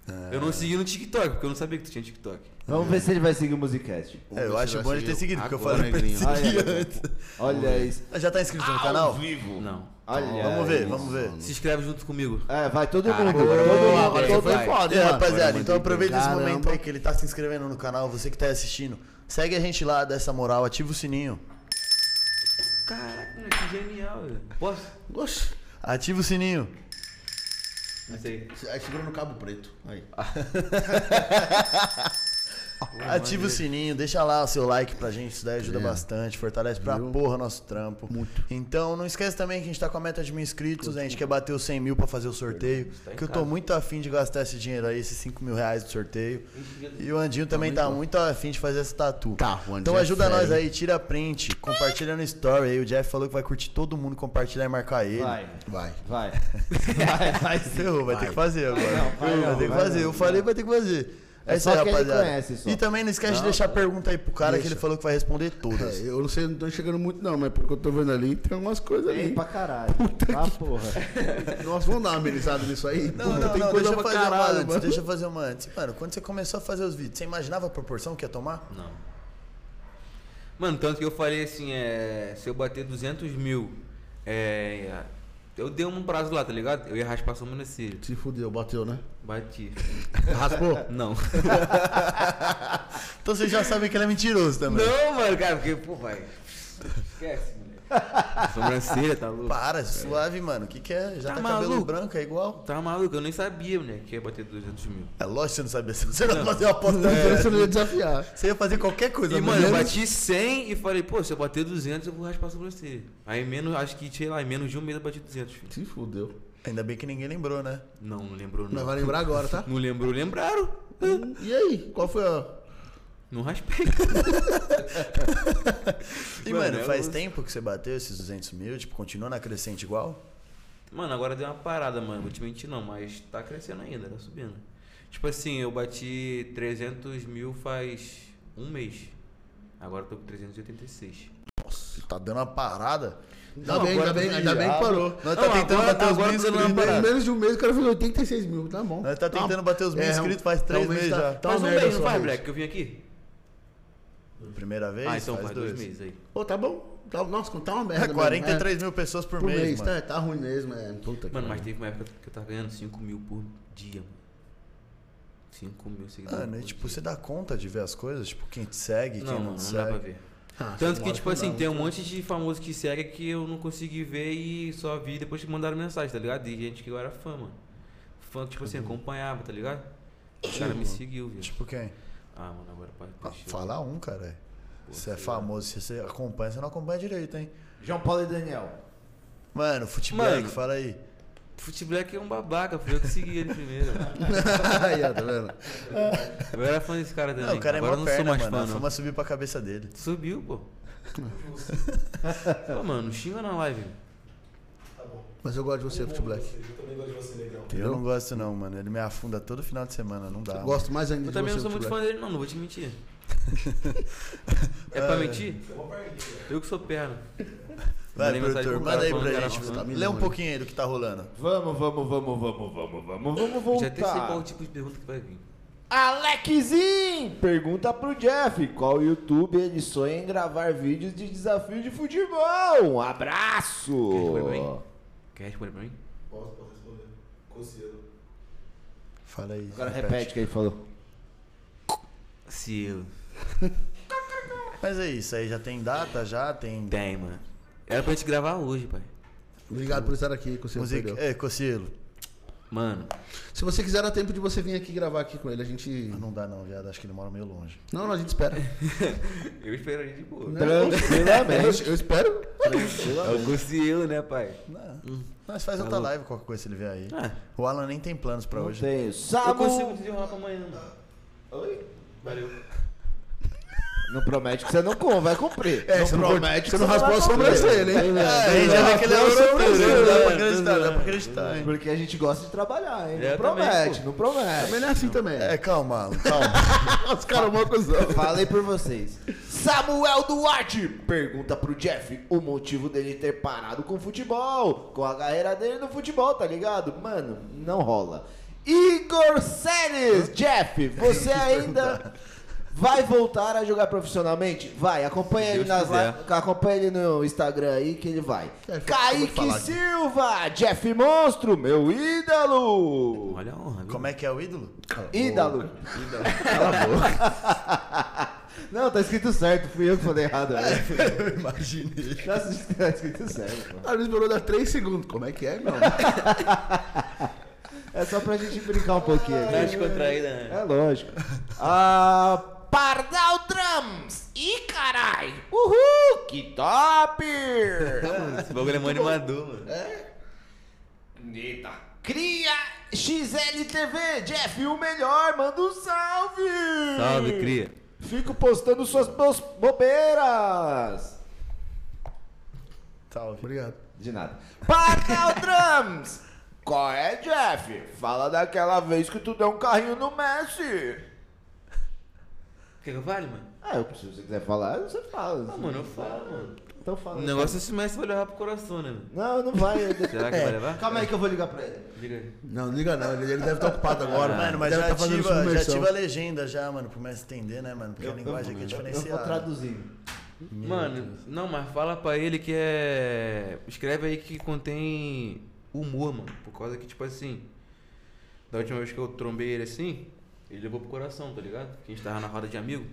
E: É.
D: Eu não segui no TikTok, porque eu não sabia que tu tinha TikTok.
F: Vamos ver se ele vai seguir o Musicast.
E: É, eu
C: Você
E: acho
C: vai
E: bom ele ter
C: seguir
E: seguido, porque eu
C: agora,
E: falei pra ele
C: negrinho.
E: seguir antes.
F: Olha isso.
E: Já tá inscrito no
A: Ao
E: canal?
A: vivo.
D: Não.
F: Olha
E: Vamos ver,
F: isso.
E: vamos ver.
D: Se inscreve junto comigo.
F: É, vai todo
D: Ah,
F: mundo.
D: boa,
F: todo mundo.
D: agora você foi
E: É, rapaziada, então aproveita esse
C: Caramba.
E: momento aí que ele tá se inscrevendo no canal, você que tá assistindo. Segue a gente lá, dá essa moral, ativa o sininho.
D: Caraca, mano, que genial, velho. Posso?
C: Oxe,
E: Ativa o sininho.
D: Não sei.
C: aí segura no Cabo Preto. Aí.
E: É Ativa o sininho, deixa lá o seu like pra gente, isso daí ajuda bastante, fortalece pra porra nosso trampo. Muito. Então não esquece também que a gente tá com a meta de mil inscritos, a gente quer bater os 100 mil pra fazer o sorteio,
D: tá em
E: que eu tô
D: casa.
E: muito afim de gastar esse dinheiro aí, esses 5 mil reais do sorteio. E o Andinho também tá muito afim de fazer essa tatu.
C: Tá, o Andinho
E: Então
C: é
E: ajuda nós
C: fera,
E: aí, tira print, compartilha no story aí, o Jeff falou que vai curtir todo mundo, compartilhar e marcar ele.
F: Vai,
C: Vai.
F: vai. Vai, vai. sim.
E: Ferrou, vai, ter que fazer agora.
F: Não, vai não,
E: vai ter que
F: vai
E: fazer.
F: não,
E: eu falei, vai ter que fazer.
F: É
E: É isso
F: só
E: aí,
F: que ele
E: rapaziada.
F: conhece só.
E: E também não esquece de deixar a pergunta aí pro cara que
C: Deixa.
E: ele falou que vai responder todas.
C: É, eu não sei, não tô enxergando muito não, mas porque eu tô vendo ali, tem algumas coisas
F: Ei,
C: ali.
F: pra caralho. ah, porra.
C: Nós vamos dar uma amenizada nisso aí? Pô,
E: Não, não,
C: tem
E: não,
C: coisa
E: deixa eu
C: pra
E: fazer
C: caralho,
E: uma antes,
C: mano.
E: deixa eu fazer uma antes. Mano, quando você começou a fazer os vídeos, você imaginava a proporção que ia tomar?
D: Não. Mano, tanto que eu falei assim, é, se eu bater 200 mil, é, eu dei um prazo lá, tá ligado? Eu ia raspar sobrancelha.
C: Se fudeu, bateu, né?
D: Bati.
C: Raspou?
D: Não.
E: Então você já sabe que ele é mentiroso também.
D: Não, mano, cara, porque, pô, vai. Esquece, moleque. Sobrancelha, tá louco.
E: Para, suave, mano. O que, que é?
D: Tá
E: Já tá, cabelo
D: maluco?
E: branco, é igual?
D: Tá maluco, eu nem sabia, moleque, que ia bater 200 mil.
E: É lógico que você não sabia. Você não É. ia fazer uma aposta
C: Então
E: dessa.
C: você não ia desafiar.
E: Você ia fazer qualquer coisa. né?
D: E,
E: mas
D: mano, eu
E: menos-
D: bati 100 e falei, pô, se eu bater 200, eu vou raspar a sobrancelha. Aí, menos, acho que, sei lá, em menos de um mês eu bati 200, filho.
C: Se fudeu.
E: Ainda bem que ninguém lembrou, né?
D: Não, não lembrou,
C: Mas vai
D: não.
C: lembrar agora, tá?
D: Não lembrou, lembraram.
C: E aí, qual foi a...
D: Não raspei.
E: E,
D: Mano,
E: mano, é
D: eu-
E: faz tempo que você bateu esses 200 mil? Tipo, continua na crescente igual?
D: Mano, agora deu uma parada, mano. Vou te mentir, não, mas tá crescendo ainda, tá subindo. Tipo assim, eu bati 300 mil faz um mês. Agora eu tô com 386.
E: Nossa, tá dando uma parada.
C: Ainda
D: Não,
C: bem, ainda
D: agora
C: bem,
D: que
C: ainda bem que parou.
E: tá Nós tá
D: Não,
E: tentando
D: agora-
E: bater os
D: agora
E: mil
D: tá dando uma
E: inscritos.
D: parada.
C: Em menos de um mês o cara fez 86 mil, tá bom.
E: Nós tá
C: uma-
E: tentando bater os mil
C: É,
E: inscritos faz três
C: realmente
E: meses
C: tá-
E: já.
C: tá
D: Faz
C: uma
D: um
C: merda
D: mês,
C: só
D: não faz,
C: isso.
D: Black, que eu vim aqui?
E: Primeira vez?
D: ah, então faz,
E: É faz
D: dois. meses aí.
C: Pô, tá bom. Tá, nossa, tá uma merda
E: É,
C: mesmo,
E: 43 mil pessoas por,
C: por mês,
E: mês,
D: né?
E: mano.
C: tá, tá ruim mesmo, é. Puta que
D: Mano, mas
C: pariu.
D: teve uma época que eu tava ganhando 5 mil por dia, mano. 5 mil seguidores.
E: Mano, e,
D: por
E: tipo,
D: dia.
E: você dá conta de ver as coisas? Tipo, quem te segue,
D: Não,
E: quem
D: mano,
E: não te
D: não dá pra
E: segue.
D: ver.
C: Ah,
D: Tanto que,
C: bora,
D: tipo
C: não dá,
D: assim,
C: não
D: tem um monte de famoso que segue que eu não consegui ver e só vi depois que mandaram mensagem, tá ligado? E gente que eu era fã, mano. Fã, tipo assim, acompanhava, tá ligado? O cara me seguiu, viu?
E: Tipo, quem?
D: Ah, mano, agora pode
E: Ah,
D: puxar.
E: fala um, cara. Você é famoso, se você acompanha, você não acompanha direito, hein?
F: João Paulo e Daniel.
E: Mano, futebol,
D: Mano.
E: fala aí.
D: Futeblack é um babaca, fui eu que segui ele primeiro.
C: Aí, ó, tá vendo?
D: Eu era fã desse cara também.
E: Não, o cara é
D: agora eu
E: mó
D: não sou
E: perna,
D: mais
E: mano. A
D: fã, não.
E: fama subiu pra cabeça dele.
D: Subiu, pô. pô, mano, não xinga na live.
C: Mas eu gosto de você, Fute Black.
E: Eu não gosto não, mano. Ele me afunda todo final de semana, não dá. mano.
C: Gosto mais ainda
D: Então, Eu
C: de você,
D: também não sou
C: Fute
D: muito
C: Black.
D: fã dele, não, não vou te mentir. é pra mentir? Eu que sou perna.
E: Vai,
D: Mandei mensagem
E: produtor,
D: pro
E: manda
D: cara
E: aí
D: falando que
E: pra
D: era
E: gente.
D: fã. né?
C: tá me
E: Lê um
C: doido.
E: pouquinho aí do que tá rolando.
F: Vamos, vamos, vamos, vamos, vamos, vamos, vamos
D: Já até sei qual
F: voltar.
D: tipo de pergunta que vai vir.
F: Alexin pergunta pro Jeff qual YouTube ele sonha em gravar vídeos de desafio de futebol. Um
D: Quer responder pra mim?
F: abraço.
D: Quer responder pra mim?
E: Fala aí.
F: Agora repete o que ele falou.
D: Se eu.
E: Mas é isso aí, já tem data, já tem.
D: Tem, mano. Era pra gente gravar hoje, pai.
C: Obrigado por estar aqui, Conselho
E: Música.
C: Perdeu.
E: É, Cocilo.
D: Mano,
C: Se você quiser, dá tempo de você vir aqui gravar aqui com ele. A gente.
E: Não dá não, viado. Acho que ele mora meio longe.
C: Não, não, a gente espera.
D: eu esperaria de boa.
F: Tranquilamente.
C: Eu espero.
E: É
D: Eu
E: Tranquilamente.
D: custo eu, né, pai?
E: Não, Nós faz outra live qualquer coisa se ele vier aí.
D: Ah.
E: O Alan nem tem planos pra
F: Não
E: hoje.
F: tenho.
D: Eu
F: Sábado.
D: consigo te derrubar pra amanhã, mano.
F: Oi?
D: Valeu.
F: Não promete que você não com, vai cumprir.
C: É, você não, promete, você não raspou a
F: né?
C: sobrancelha, hein?
E: É, aí já vê que ele é o
D: né?
E: sobrancelho. Dá pra
D: Tá
E: acreditar, dá pra
D: zoando.
E: acreditar, hein?
F: é, Porque a gente gosta de trabalhar, hein?
D: É,
F: Não
D: eu
F: promete,
D: também,
F: não promete.
C: Melhor assim também.
E: É, calma, Alan, calma.
C: Os caras mó cuzão.
F: Falei por vocês. Samuel Duarte pergunta pro Jeff o motivo dele ter parado com o futebol, com a carreira dele no futebol, tá ligado? Mano, não rola. Igor Senes, Jeff, você ainda vai voltar a jogar profissionalmente? Vai, acompanha ele
D: Deus
F: nas
D: quiser.
F: lives, acompanha ele no Instagram aí que ele vai.
C: Jeff, acabou de
F: Kaique
C: falar aqui.
F: Silva, Jeff Monstro, meu ídolo.
D: Olha a honra, viu?
E: Como é que é o ídolo?
F: Ídalo. Não, tá escrito certo, fui eu que falei errado. Né?
E: Eu imaginei.
F: Tá escrito certo, pô.
C: Ah, ele esperou dar 3 segundos. Como é que é, meu?
F: É só pra gente brincar um pouquinho
D: Dá uma
F: aqui.
D: descontraída, né?
F: É lógico. Ah, Pardal Drums! Ih, carai! Uhul! Que top!
D: Esse bagulho é mó animador, mano.
A: Eita.
F: Cria XLTV! Jeff, o melhor! Manda um salve!
D: Salve, cria.
F: Fico postando suas bos- bobeiras!
E: Salve.
C: Obrigado.
F: De nada. Pardal Drums! Qual é, Jeff? Fala daquela vez que tu deu um carrinho no Messi!
D: Quer que eu fale, mano?
F: Ah, eu- se você quiser falar, você fala.
D: Ah, mano, eu falo, mano.
F: Então fala.
D: O negócio é se o Messi vai levar pro coração, né, mano?
F: Não, não vai. É,
D: Será que vai levar?
F: Calma aí que eu vou ligar pra ele.
D: Liga aí.
C: Não, não liga não. Ele ele deve estar ocupado agora.
E: Ah, Mano, mas
C: Deve
E: já
C: tá fazendo
E: ativa, já
C: submersão.
E: ativa a legenda já, mano, pro mestre entender, né, mano? Porque a linguagem aqui é
F: Eu vou
E: diferenciada.
F: traduzir.
D: Mano, não, mas fala pra ele que é. Escreve aí que contém humor, mano. Por causa que, tipo assim. Da última vez que eu trombei ele assim, ele levou pro coração, tá ligado? Que a gente tava na roda de amigo.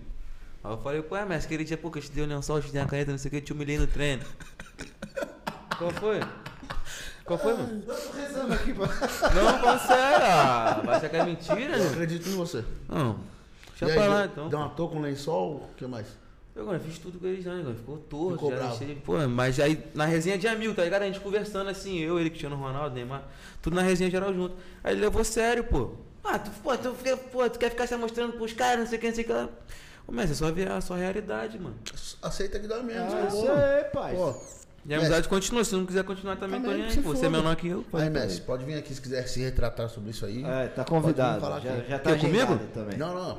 D: Aí eu falei, ué, mas aquele dia, pô, que eu te dei um lençol, eu te dei uma caneta, não sei o que, eu te humilhei no treino. Qual foi? Qual foi, mano?
F: Tô rezando aqui, mano.
D: Não, fala sério, ah, vai achar que é mentira,
C: Eu
D: né?
C: acredito em você.
D: Não.
C: E
D: Deixa
C: aí,
D: pra lá,
C: deu-
D: então.
C: Deu uma touca, um lençol, o que mais?
D: Eu, mano, fiz tudo com eles, né, mano? Ficou torto,
C: Ficou
D: já era
C: bravo.
D: cheio de- Pô, mas aí na resenha de amigo, tá ligado? A gente conversando assim, eu, ele, Cristiano Ronaldo, Neymar, tudo na resenha geral junto. Aí ele levou sério, pô. Ah, tu, pô, tu, fica- pô, tu quer ficar se mostrando pros caras, não sei o que, não sei o que. lá. Ô, mas é só ver a sua realidade, mano.
C: Aceita que dói mesmo.
F: Ah,
C: tá
F: isso
C: bom.
F: aí, pai.
C: Pô,
D: E a amizade continua, se não quiser continuar também, tô
C: Também
D: nem
C: que
D: aí,
C: se
D: pô. Você é
C: foda.
D: menor que eu.
C: aí, Messi, pode vir aqui se quiser se retratar sobre isso aí.
F: É, tá
C: Pode vir falar
F: convidado. Já,
C: aqui.
F: já tá
D: Quer comigo?
F: agendado também.
C: Não, não.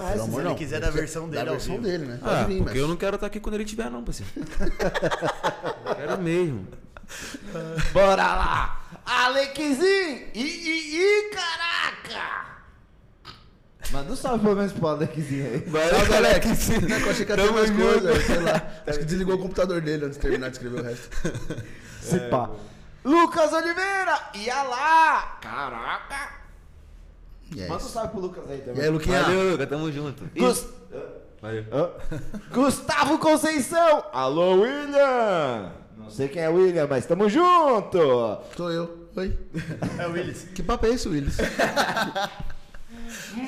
E: Ah,
C: Pelo
E: se
C: amor,
E: ele
C: não.
E: quiser da versão
C: Da
E: dele ao
C: versão
E: vivo.
C: dele, né? Pode
D: Ah,
C: vir,
D: porque
C: Messi.
D: eu não quero estar aqui quando ele tiver, não, parceiro. Eu quero mesmo.
F: Bora lá! Alequezinho! Ih, ih, ih, caraca! Manda um salve pelo menos pro Alequezinho aí.
C: Salve, Alex. Não, eu achei que ia ter mais coisa, sei lá. Acho que
F: junto.
C: desligou o computador dele antes de terminar de escrever o resto.
F: Se pá. Lucas Oliveira! Ia lá! Caraca!
C: E é
F: Manda um
C: isso.
F: salve pro Lucas aí
C: E
F: também.
C: aí, Luquinha?
D: Valeu, Luca, tamo junto. Ih,
F: Gus-
D: Valeu.
F: Hã? Gustavo Conceição! Alô, William! Não sei quem é William, mas tamo junto!
C: Sou eu. Oi.
E: É o Willis.
C: Que papo é esse, Willis?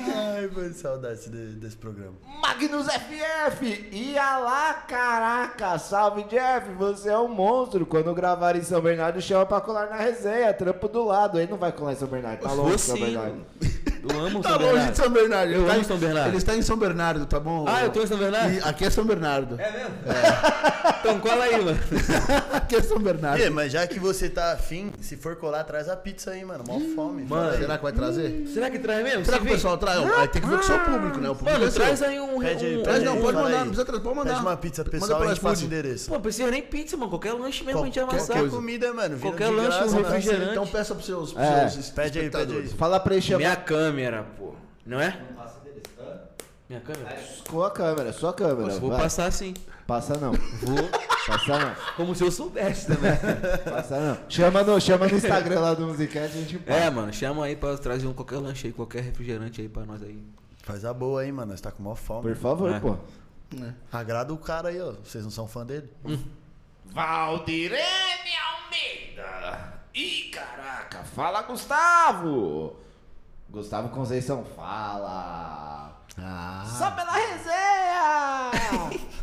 E: Ai, mano, saudade de- desse programa.
F: Magnus FF! Ia lá, caraca! Salve, Jeff! Você é um monstro! Quando gravar em São Bernardo, chama pra colar na resenha. Trampo do lado. Ele não vai colar em São Bernardo. Tá
D: Vou
F: longe de São
D: sim.
F: Bernardo.
D: Eu amo
C: Tá
D: São
C: longe
D: Bernardo.
C: de São Bernardo.
D: Eu
C: Ele tá
D: amo
C: em-
D: São Bernardo.
C: Ele está em São Bernardo, tá bom?
D: Ah, eu tô em São Bernardo?
C: E aqui é São Bernardo.
D: É mesmo? Então cola aí, mano.
C: Aqui é São Bernardo.
E: Ê, mas já que você tá afim, se for colar, traz a pizza aí, mano. Mó fome.
D: mano,
E: fala aí.
C: Será que vai trazer?
D: Será que traz mesmo?
C: Será
D: Se
C: que o
D: vem.
C: pessoal traz? Aí tem que ver com o seu público, né? O público é
D: Mano,
C: seu.
D: traz aí um.
E: Pede aí,
D: um-
E: pede
C: Traz
E: aí.
C: não, pode
E: Fala
C: mandar,
E: aí.
C: não precisa trazer, pode mandar.
E: Pede uma pizza pro
C: Manda
E: pessoal e
C: pelo
E: a gente passa o
C: iFood.
E: endereço.
D: Pô, não precisa nem pizza, mano. Qualquer lanche
C: é
D: mesmo a gente
E: Qualquer
D: vai amassar.
E: comida, mano. vindo
D: Qualquer
E: de
D: lanche,
E: graça,
D: um
E: né?
D: refrigerante.
C: Então peça pros seus, pros
F: É,
C: seus
E: pede aí,
C: espectadores.
E: pede aí.
F: Fala pra ele chamar.
D: Minha câmera, pô. Não é? Minha câmera?
F: Com a câmera, sua câmera.
D: Nossa, vou
F: vai.
D: passar sim.
F: Passa não.
D: Vou.
F: Passa não.
D: Como se eu soubesse também.
F: Passa não. Chama no, chama no Instagram lá do Musicast, a gente
D: É, mano, chama aí pra trazer um qualquer lanche aí, qualquer refrigerante aí pra nós aí.
E: Faz a boa aí, mano. Nós tá com mó fome.
F: Por favor,
D: É.
F: pô.
E: Agrada o cara aí, ó. Vocês não são fã dele?
A: Valdirene Almeida.
F: Ih, caraca, fala Gustavo! Gustavo Conceição, Ah. fala! Só pela resenha!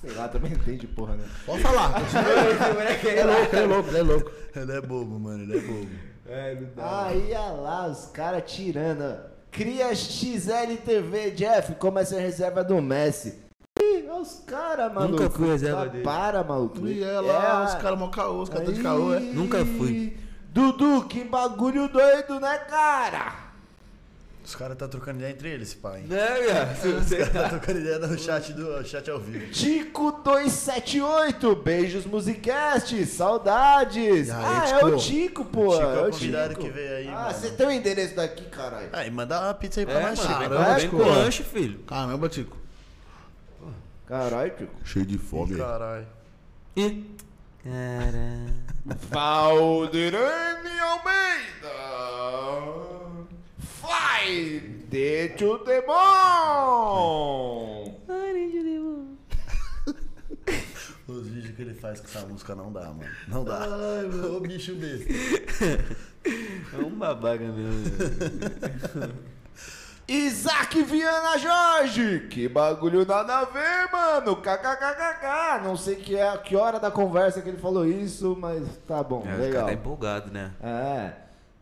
F: Sei lá, também não entende porra, né?
B: Pode falar.
G: Esse moleque aí,
C: É louco, ele é louco, ele é louco.
E: Ele é bobo, mano, ele é bobo.
G: É, não dá.
F: Aí, ah, lá, os caras tirando. ó. Cria XLTV, Jeff, como essa reserva do Messi. Ih, olha os caras, maluco.
D: Nunca fui reserva
F: Ah,
D: dele.
F: Para, maluco.
C: E é lá,
F: É,
C: os caras mó caô, os caras tão de
F: aí.
C: caô, é.
D: Nunca fui.
F: Dudu, que bagulho doido, né, cara?
E: Os caras tá trocando ideia entre eles, pai.
D: Né,
C: É.
D: viado? Se
E: Os
D: você
E: caras tá trocando ideia no chat do chat ao vivo.
F: Tico278, beijos musicast, saudades.
C: E aí,
F: ah, é o Tico, pô.
E: Tico é o
F: é o
E: convidado
F: Tico.
E: que veio aí,
F: Ah,
E: mano.
F: você tem o endereço daqui, caralho.
E: Aí, manda uma pizza aí pra
D: É,
E: nós,
D: mano,
E: Chico.
D: vem- vem
C: Caralho,
D: com
C: pô.
D: lanche, filho.
C: Caramba, Tico.
F: Caralho, Tico.
B: Cheio de fome.
E: Caralho.
D: Ih. Caralho.
A: Valdirene Almeida. Fight the to the bone.
E: Os vídeos que ele faz com essa música não dá, mano. Não dá. Ô bicho besta.
D: É um babaca mesmo. velho.
F: Isaac Viana Jorge, que bagulho nada a ver, mano. KKKKK. Não sei que, é, que hora da conversa que ele falou isso, mas tá bom,
D: É, o cara
F: legal.
D: tá empolgado, né?
F: É.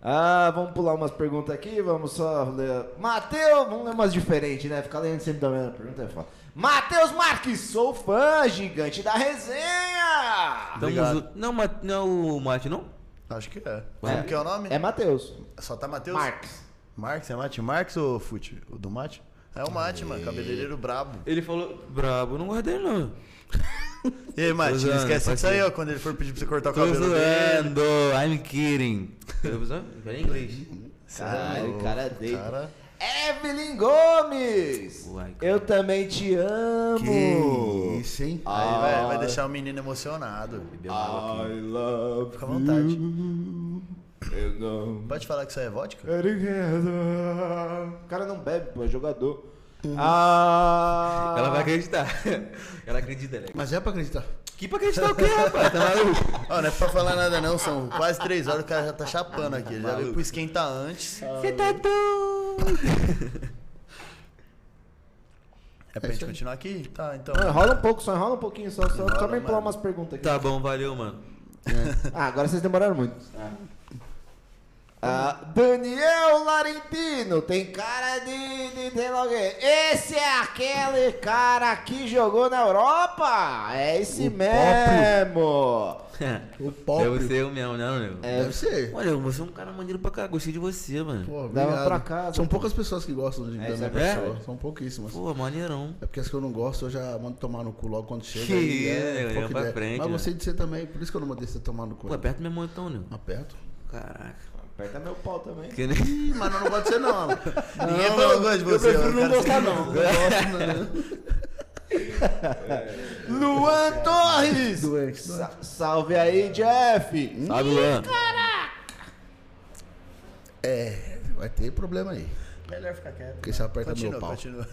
F: Ah, vamos pular umas perguntas aqui, vamos só ler. Matheus, vamos ler umas diferentes, né? Ficar lendo sempre da mesma pergunta é foda. Matheus Marques, sou fã, gigante da resenha!
D: Tamo
E: Obrigado.
D: junto. Não, Ma- não é o Mate, não?
E: Acho que é. Como que é o nome?
F: É Matheus.
E: Só tá Matheus?
F: Marques.
E: Marques, é Mate Marques ou Fute? O do Mate? É o Mate, mano. Cabeleireiro brabo.
D: Ele falou, brabo, não guardei não.
E: E aí, Mate,
D: Tô
E: não
D: zoando,
E: esquece disso aí, ó.
D: parceiro.
E: Quando ele for pedir pra você cortar o
D: Tô
E: cabelo dele.
D: zoando, I'm kidding. Pera em inglês.
F: Caralho, o cara é dele.
E: Cara,
F: Evelyn Gomes!
D: Uai, cara.
F: Eu também te amo!
C: Isso, hein?
E: aí vai, vai deixar o menino emocionado.
D: Bebeu Ah. uma água aqui.
F: I love
E: Fica à vontade.
F: you now.
E: Pode falar que isso aí é vodka?
F: O cara não bebe, pô, é jogador. Ah,
D: Ela vai acreditar. Ela acredita, né?
C: Mas é pra acreditar.
D: Que pra acreditar o quê, rapaz? Tá maluco?
E: Ó, não é pra falar nada não, são quase três horas, o cara já tá chapando aqui. Ele já veio pro esquentar antes.
D: Você tá doido.
E: É pra gente continuar aqui? Tá, então.
F: Ah, Enrola um pouco, só enrola um pouquinho, só, só, só
E: Enrola,
F: pra empurrar
E: mano.
F: umas perguntas aqui.
D: Tá bom, valeu, mano.
F: Ah, agora vocês demoraram muito. Ah, Daniel Larentino, tem cara de, de sei lá o quê. Esse é aquele cara que jogou na Europa! É esse mesmo!
C: O
D: Deve
C: pobre.
D: ser eu mesmo, né, nego?
C: Deve ser.
D: Olha, você é um cara maneiro pra cá, gostei de você, mano.
C: Pô,
F: Dava
C: obrigado.
F: pra casa,
C: São
F: pô.
C: poucas pessoas que gostam de, da minha
D: é
C: pessoa. São pouquíssimas.
D: Pô, maneirão.
C: É porque as que eu não gosto, eu já mando tomar no cu logo quando chega.
D: Que
C: e
D: é,
C: qual
D: olhando
C: que
D: pra
C: der.
D: frente,
C: Mas
D: né?
C: gostei de você também, por isso que eu não mandei você tomar no cu.
D: Pô, aperta minha mão então, nego.
C: Aperto.
D: Caraca.
F: Aperta meu pau também.
D: Que nem...
C: Ih, mas não, não gosto de você não, mano.
E: Ninguém falou gosto de você.
C: Eu prefiro
E: ó,
C: não gostar
E: cara,
C: não. Eu gosto, né?
F: Luan Torres!
C: Doente, doente.
F: Sa- salve aí, Jeff!
D: Sabe, Luan?
C: É, vai ter problema aí.
E: Melhor ficar quieto. né?
C: Porque se aperta
E: Continua,
C: meu pau.
E: continua.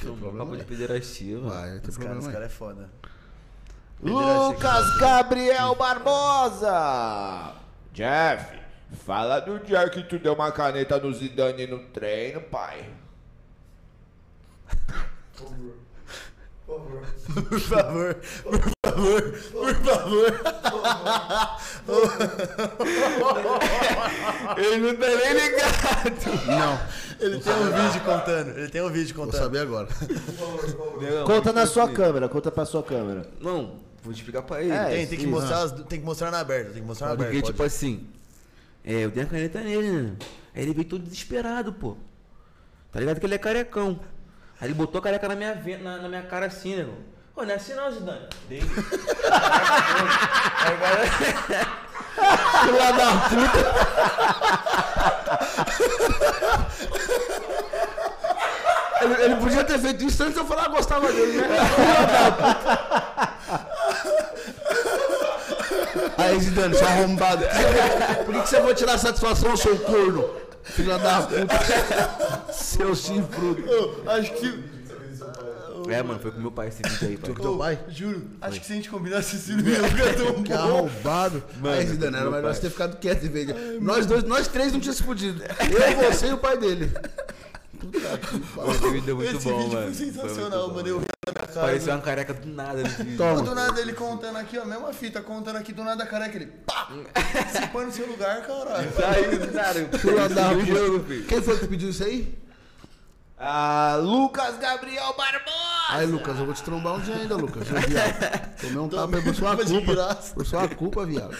D: Sou um
C: problema,
D: papo de
C: é.
D: pederastia, mano.
C: Vai, vai ter
E: Os caras
C: problema aí.
E: cara é foda.
F: Lucas Gabriel Barbosa!
A: Jeff, fala do dia que tu deu uma caneta no Zidane no treino, pai.
E: Por favor, por favor, por favor.
D: Ele não tá nem ligado.
E: Ele tem um vídeo contando. Ele tem um vídeo
C: Vou
E: contando.
C: saber agora.
F: Conta na sua câmera, conta pra sua câmera.
D: Não, vou explicar pra ele.
F: É,
E: Tem, tem que
F: Isso.
E: mostrar, as- tem que mostrar na aberta, tem que mostrar na aberta.
D: Porque, tipo assim, é, eu dei a caneta nele, né? Aí ele veio todo desesperado, pô. Tá ligado que ele é carecão. Aí ele botou a careca na minha, ve- na, na minha cara assim, né, irmão? Pô, não é assim não, Zidane. Dei. Aí o cara-
C: Filha da puta. Ele, ele podia ter feito isso antes de eu falar que eu gostava dele, né? Filha da puta. Aí, Zidane, seu arrombado. Por que, que você vai tirar satisfação, seu corno? Filha da puta. Seu chifrudo.
E: Ô, acho que.
D: É, mano, foi com meu pai esse vídeo aí, pai.
C: Teu pai?
E: Juro, acho que se a gente combinasse esse vídeo, fica tão
C: Que
E: bom.
C: arrombado. aí, Zidane, era melhor você ter ficado quieto em vez de... Nós dois, nós três não tínhamos se fudido. Eu, você e o pai dele.
D: Esse vídeo é muito
E: Esse
D: bom,
E: vídeo
D: mano.
E: foi sensacional, mano. Eu vi na minha cara.
D: Pareceu uma careca do nada. no vídeo.
E: Não, do nada ele contando aqui, ó, mesma fita, contando aqui, do nada a careca, ele pá! Se põe no seu lugar, caralho.
D: Saiu do nada.
C: Filha da
D: Viu o
C: puta.
D: jogo, filho.
C: Quem foi que pediu isso aí?
F: Ah, Lucas Gabriel Barbosa!
C: Aí, Lucas, eu vou te trombar um dia ainda, Lucas. seu viado. Tomei um tapa aí por sua
E: Tapa de
C: culpa.
E: graça.
C: Por sua culpa, viado.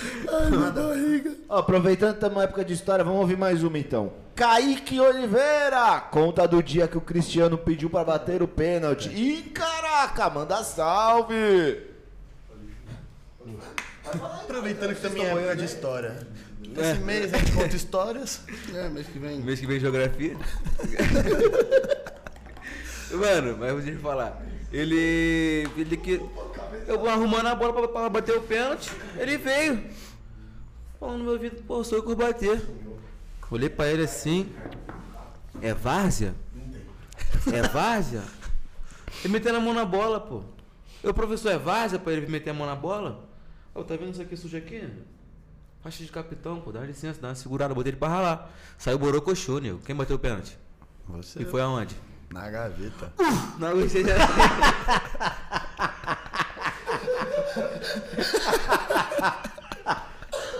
F: Ó, aproveitando que estamos época de história, vamos ouvir mais uma então. Kaique Oliveira, conta do dia que o Cristiano pediu pra bater o pênalti. Ih, caraca, manda salve!
E: Aproveitando que também é época de história. Esse mês a gente conta histórias.
C: É, mês que vem.
D: Mês que vem geografia. Mano, mas vou te falar. Ele. Ele que. Eu vou arrumando a bola pra, pra bater o pênalti. Ele veio. Falando no meu ouvido, pô, sou eu que vou bater. Olhei pra ele assim. É várzea? É várzea? Ele metendo a mão na bola, pô. Eu, professor, é várzea pra ele meter a mão na bola? Ô, tá vendo isso aqui sujo aqui? Faixa de capitão, pô, dá licença, dá uma segurada, botei ele pra ralar. Saiu Borocochô, nego. Quem bateu o pênalti?
E: Você.
D: E foi aonde?
E: Na gaveta.
D: Não gostei já.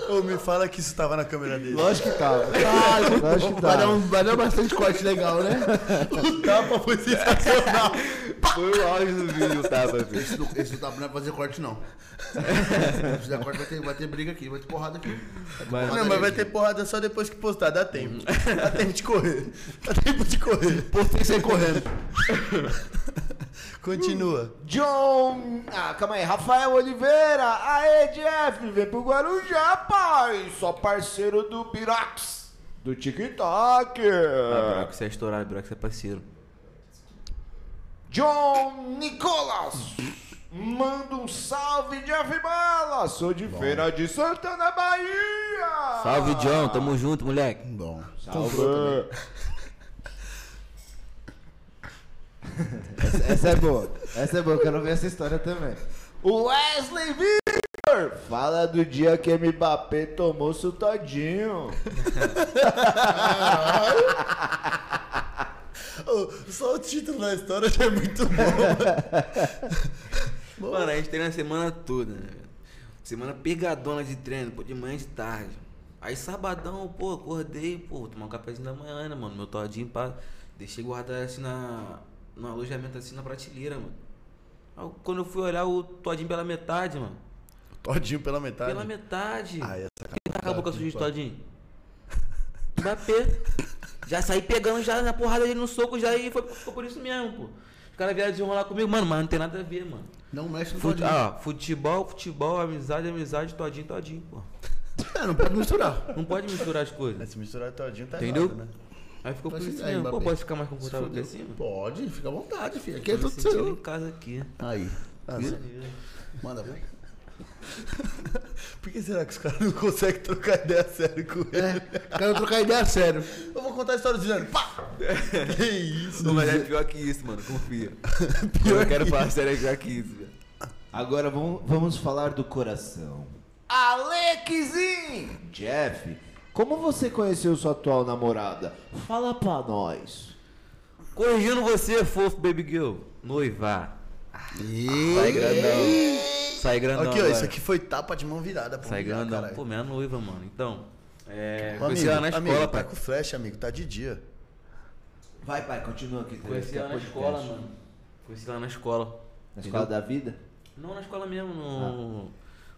E: Ô, me fala que isso tava na câmera dele.
F: Lógico que tava. Lógico que tá.
C: Vai dar,
F: tava.
C: um, vai dar bastante corte legal, né?
E: O tapa foi sensacional.
D: Foi o auge do vídeo, tava, filho.
C: Esse do, esse do W não é pra fazer corte, não. Se der corte, vai ter, vai ter briga aqui, vai ter porrada aqui.
E: Não, mas vai ter porrada só depois que postar, dá tempo. Dá tempo de correr. Dá tempo de correr.
C: Postei sem correndo.
E: Continua.
F: John. Ah, calma aí, Rafael Oliveira. Aê, Jeff, vem pro Guarujá, pai. Só parceiro do Birox. Do TikTok.
D: Ah, Brock, você é estourado, Brock, você é parceiro.
F: John Nicolas. Manda um salve, Jeff Bala. Sou de Feira de Santana, Bahia.
D: Salve, John, tamo junto, moleque.
C: Bom.
F: Salve. essa, essa é boa. Essa é boa, quero ver essa história também. O Wesley Victor fala do dia que Mbappé tomou sutadinho.
E: Ô, só o título da história já é muito bom.
D: Mano, a gente treina a semana toda, né? velho? Semana pegadona de treino, pô, de manhã e de tarde. Aí sabadão, pô, acordei, pô, vou tomar um cafezinho da manhã, né, mano? Meu todinho, pá. Deixei guardar assim na. No alojamento, assim, na prateleira, mano. Aí, quando eu fui olhar o todinho pela metade, mano.
E: Todinho pela metade.
D: Pela metade.
E: Ai, essa
D: Quem tá com a boca suja de todinho? Mbappé. Já saí pegando já na porrada dele no soco já e foi, ficou por isso mesmo, pô. Os caras vieram desenrolar comigo, mano, mas não tem nada a ver, mano.
C: Não mexe no
D: Fute,
C: todinho.
D: ah, futebol, futebol, amizade, amizade, todinho, todinho, pô.
C: É, não pode misturar.
D: Não pode misturar as coisas.
E: Mas se misturar todinho tá
D: Entendeu?
E: errado, né?
D: Aí ficou por
C: Mas
D: isso
C: aí,
D: mesmo. Pô,
C: Mbappé,
D: pode ficar mais confortável aqui assim, mano?
C: Pode, fica à vontade, filho. Aqui é
D: Tô me
C: tudo
D: sentindo em
C: seu.
D: casa aqui.
C: Aí. Vira. Manda, velho.
E: Por que será que os caras não conseguem trocar ideia sério com ele?
C: Quero trocar ideia sério.
E: É. Eu vou contar a história do Zidane. Pá! que isso?
D: Não, mas é pior que isso, mano, confia. eu quero falar sério, é pior que isso, velho.
F: Agora vamos, vamos falar do coração. Alexin! Jeff, como você conheceu sua atual namorada? Fala pra nós.
D: Corrigindo você, fofo, baby girl. Noivar. Sai grandão. Sai grandão.
E: Aqui, ó,
D: agora.
E: isso aqui foi tapa de mão virada pra
D: Sai
E: humilhar,
D: grandão.
E: caralho.
D: Pô, minha noiva, mano. Então, é.
E: Ô,
D: Conheci ela na
E: amigo,
D: escola,
E: tá
D: pai.
E: com flash, amigo, tá de dia.
F: Vai, pai, continua aqui.
D: Conheci ela na
E: Tá
D: escola, mano. Conheci ela na escola.
F: Na escola da vida?
D: Não, na escola mesmo, no.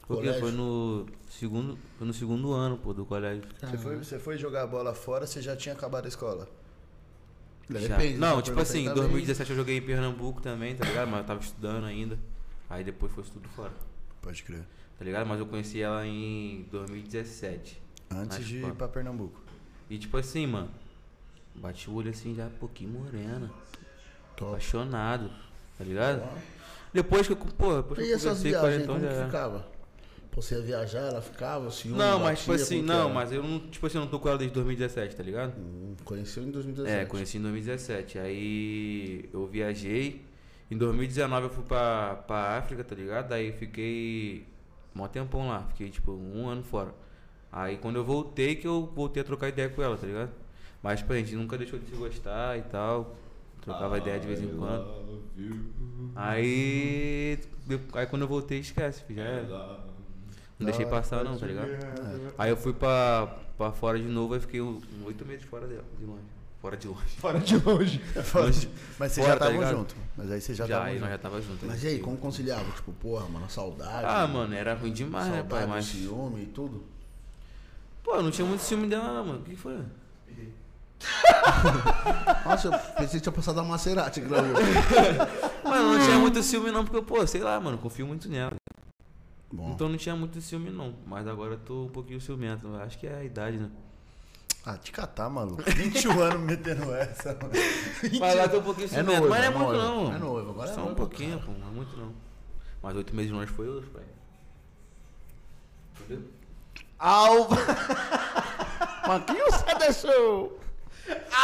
D: Foi, o quê?
E: Ah. Colégio?
D: foi no segundo. Foi no segundo ano, pô, do colégio.
E: Você foi, você foi jogar a bola fora, você já tinha acabado a escola.
D: Já.
E: né?
C: Depende.
D: Não,
C: se
D: tipo
C: for
D: assim, em
C: perguntar bem.
D: 2017 eu joguei em Pernambuco também, tá ligado? Mas eu tava estudando ainda. Aí depois foi tudo fora.
E: Pode crer.
D: Tá ligado? Mas eu conheci ela em 2017.
E: Antes
D: na
E: de
D: escola.
E: ir pra Pernambuco.
D: E tipo assim, mano, bati o olho assim já, pô, que morena. Apaixonado, tá ligado? Depois que eu, pô, depois que
C: E
D: eu
C: essas
D: conversei com
C: viagens,
D: ela, então
C: como
D: já
C: que
D: era.
C: ficava? Pô, Você ia viajar, ela ficava, o ciúme,
D: Não,
C: batia,
D: mas tipo assim,
C: como que é?
D: não,
C: era?
D: mas eu não, tipo assim, eu não tô com ela desde 2017, tá ligado?
C: Hum, Conheceu em 2017.
D: É, conheci em 2017. Aí eu viajei. Em 2019 eu fui pra, pra África, tá ligado? Aí eu fiquei mó tempão lá. Fiquei tipo um ano fora. Aí quando eu voltei que eu voltei a trocar ideia com ela, tá ligado? Mas, tipo, a gente nunca deixou de se gostar e tal.
A: Ah,
D: Trocava ideia de vez em quando. Aí. de- Aí quando eu voltei, esquece, filho, já
A: É,
D: era. Não deixei passar não, tá ligado? Aí eu fui pra, pra fora de novo, aí fiquei um- oito meses fora de, de longe. Fora de longe.
F: Fora de longe.
E: Mas vocês
D: Fora,
E: já
D: tá
E: estavam
D: ligado?
E: junto. Mas aí vocês já
D: Já,
E: estavam
D: aí
E: junto.
D: nós já tava junto. né?
C: Mas e aí, como é conciliava? Tipo, porra, mano, saudade.
D: Ah, mano, era ruim demais, né, pai?
C: saudade,
D: Mas.
C: ciúme e tudo.
D: Pô, eu não tinha muito ciúme dela, não, mano. O que foi?
C: Ah, Nossa, eu pensei que tinha passado a Maserati, Glauber.
D: Mano, eu não tinha muito ciúme não, porque, pô, sei lá, mano, confio muito nela.
C: Bom,
D: Então não tinha muito ciúme não. Mas agora eu tô um pouquinho ciumento. Eu Acho que é a idade, né?
E: Ah, te catar, maluco. 21 anos metendo essa, mano.
D: Mas lá tô um pouquinho ciumento.
C: noivo,
D: mas não é
C: é
D: muito
C: noivo.
D: não.
C: É noivo, agora é
D: Só um
C: noivo,
D: pouquinho, pô. Não é muito não. Mas oito meses longe foi outro, pai. Entendeu?
F: Alva.
C: Marquinhos, você deixou.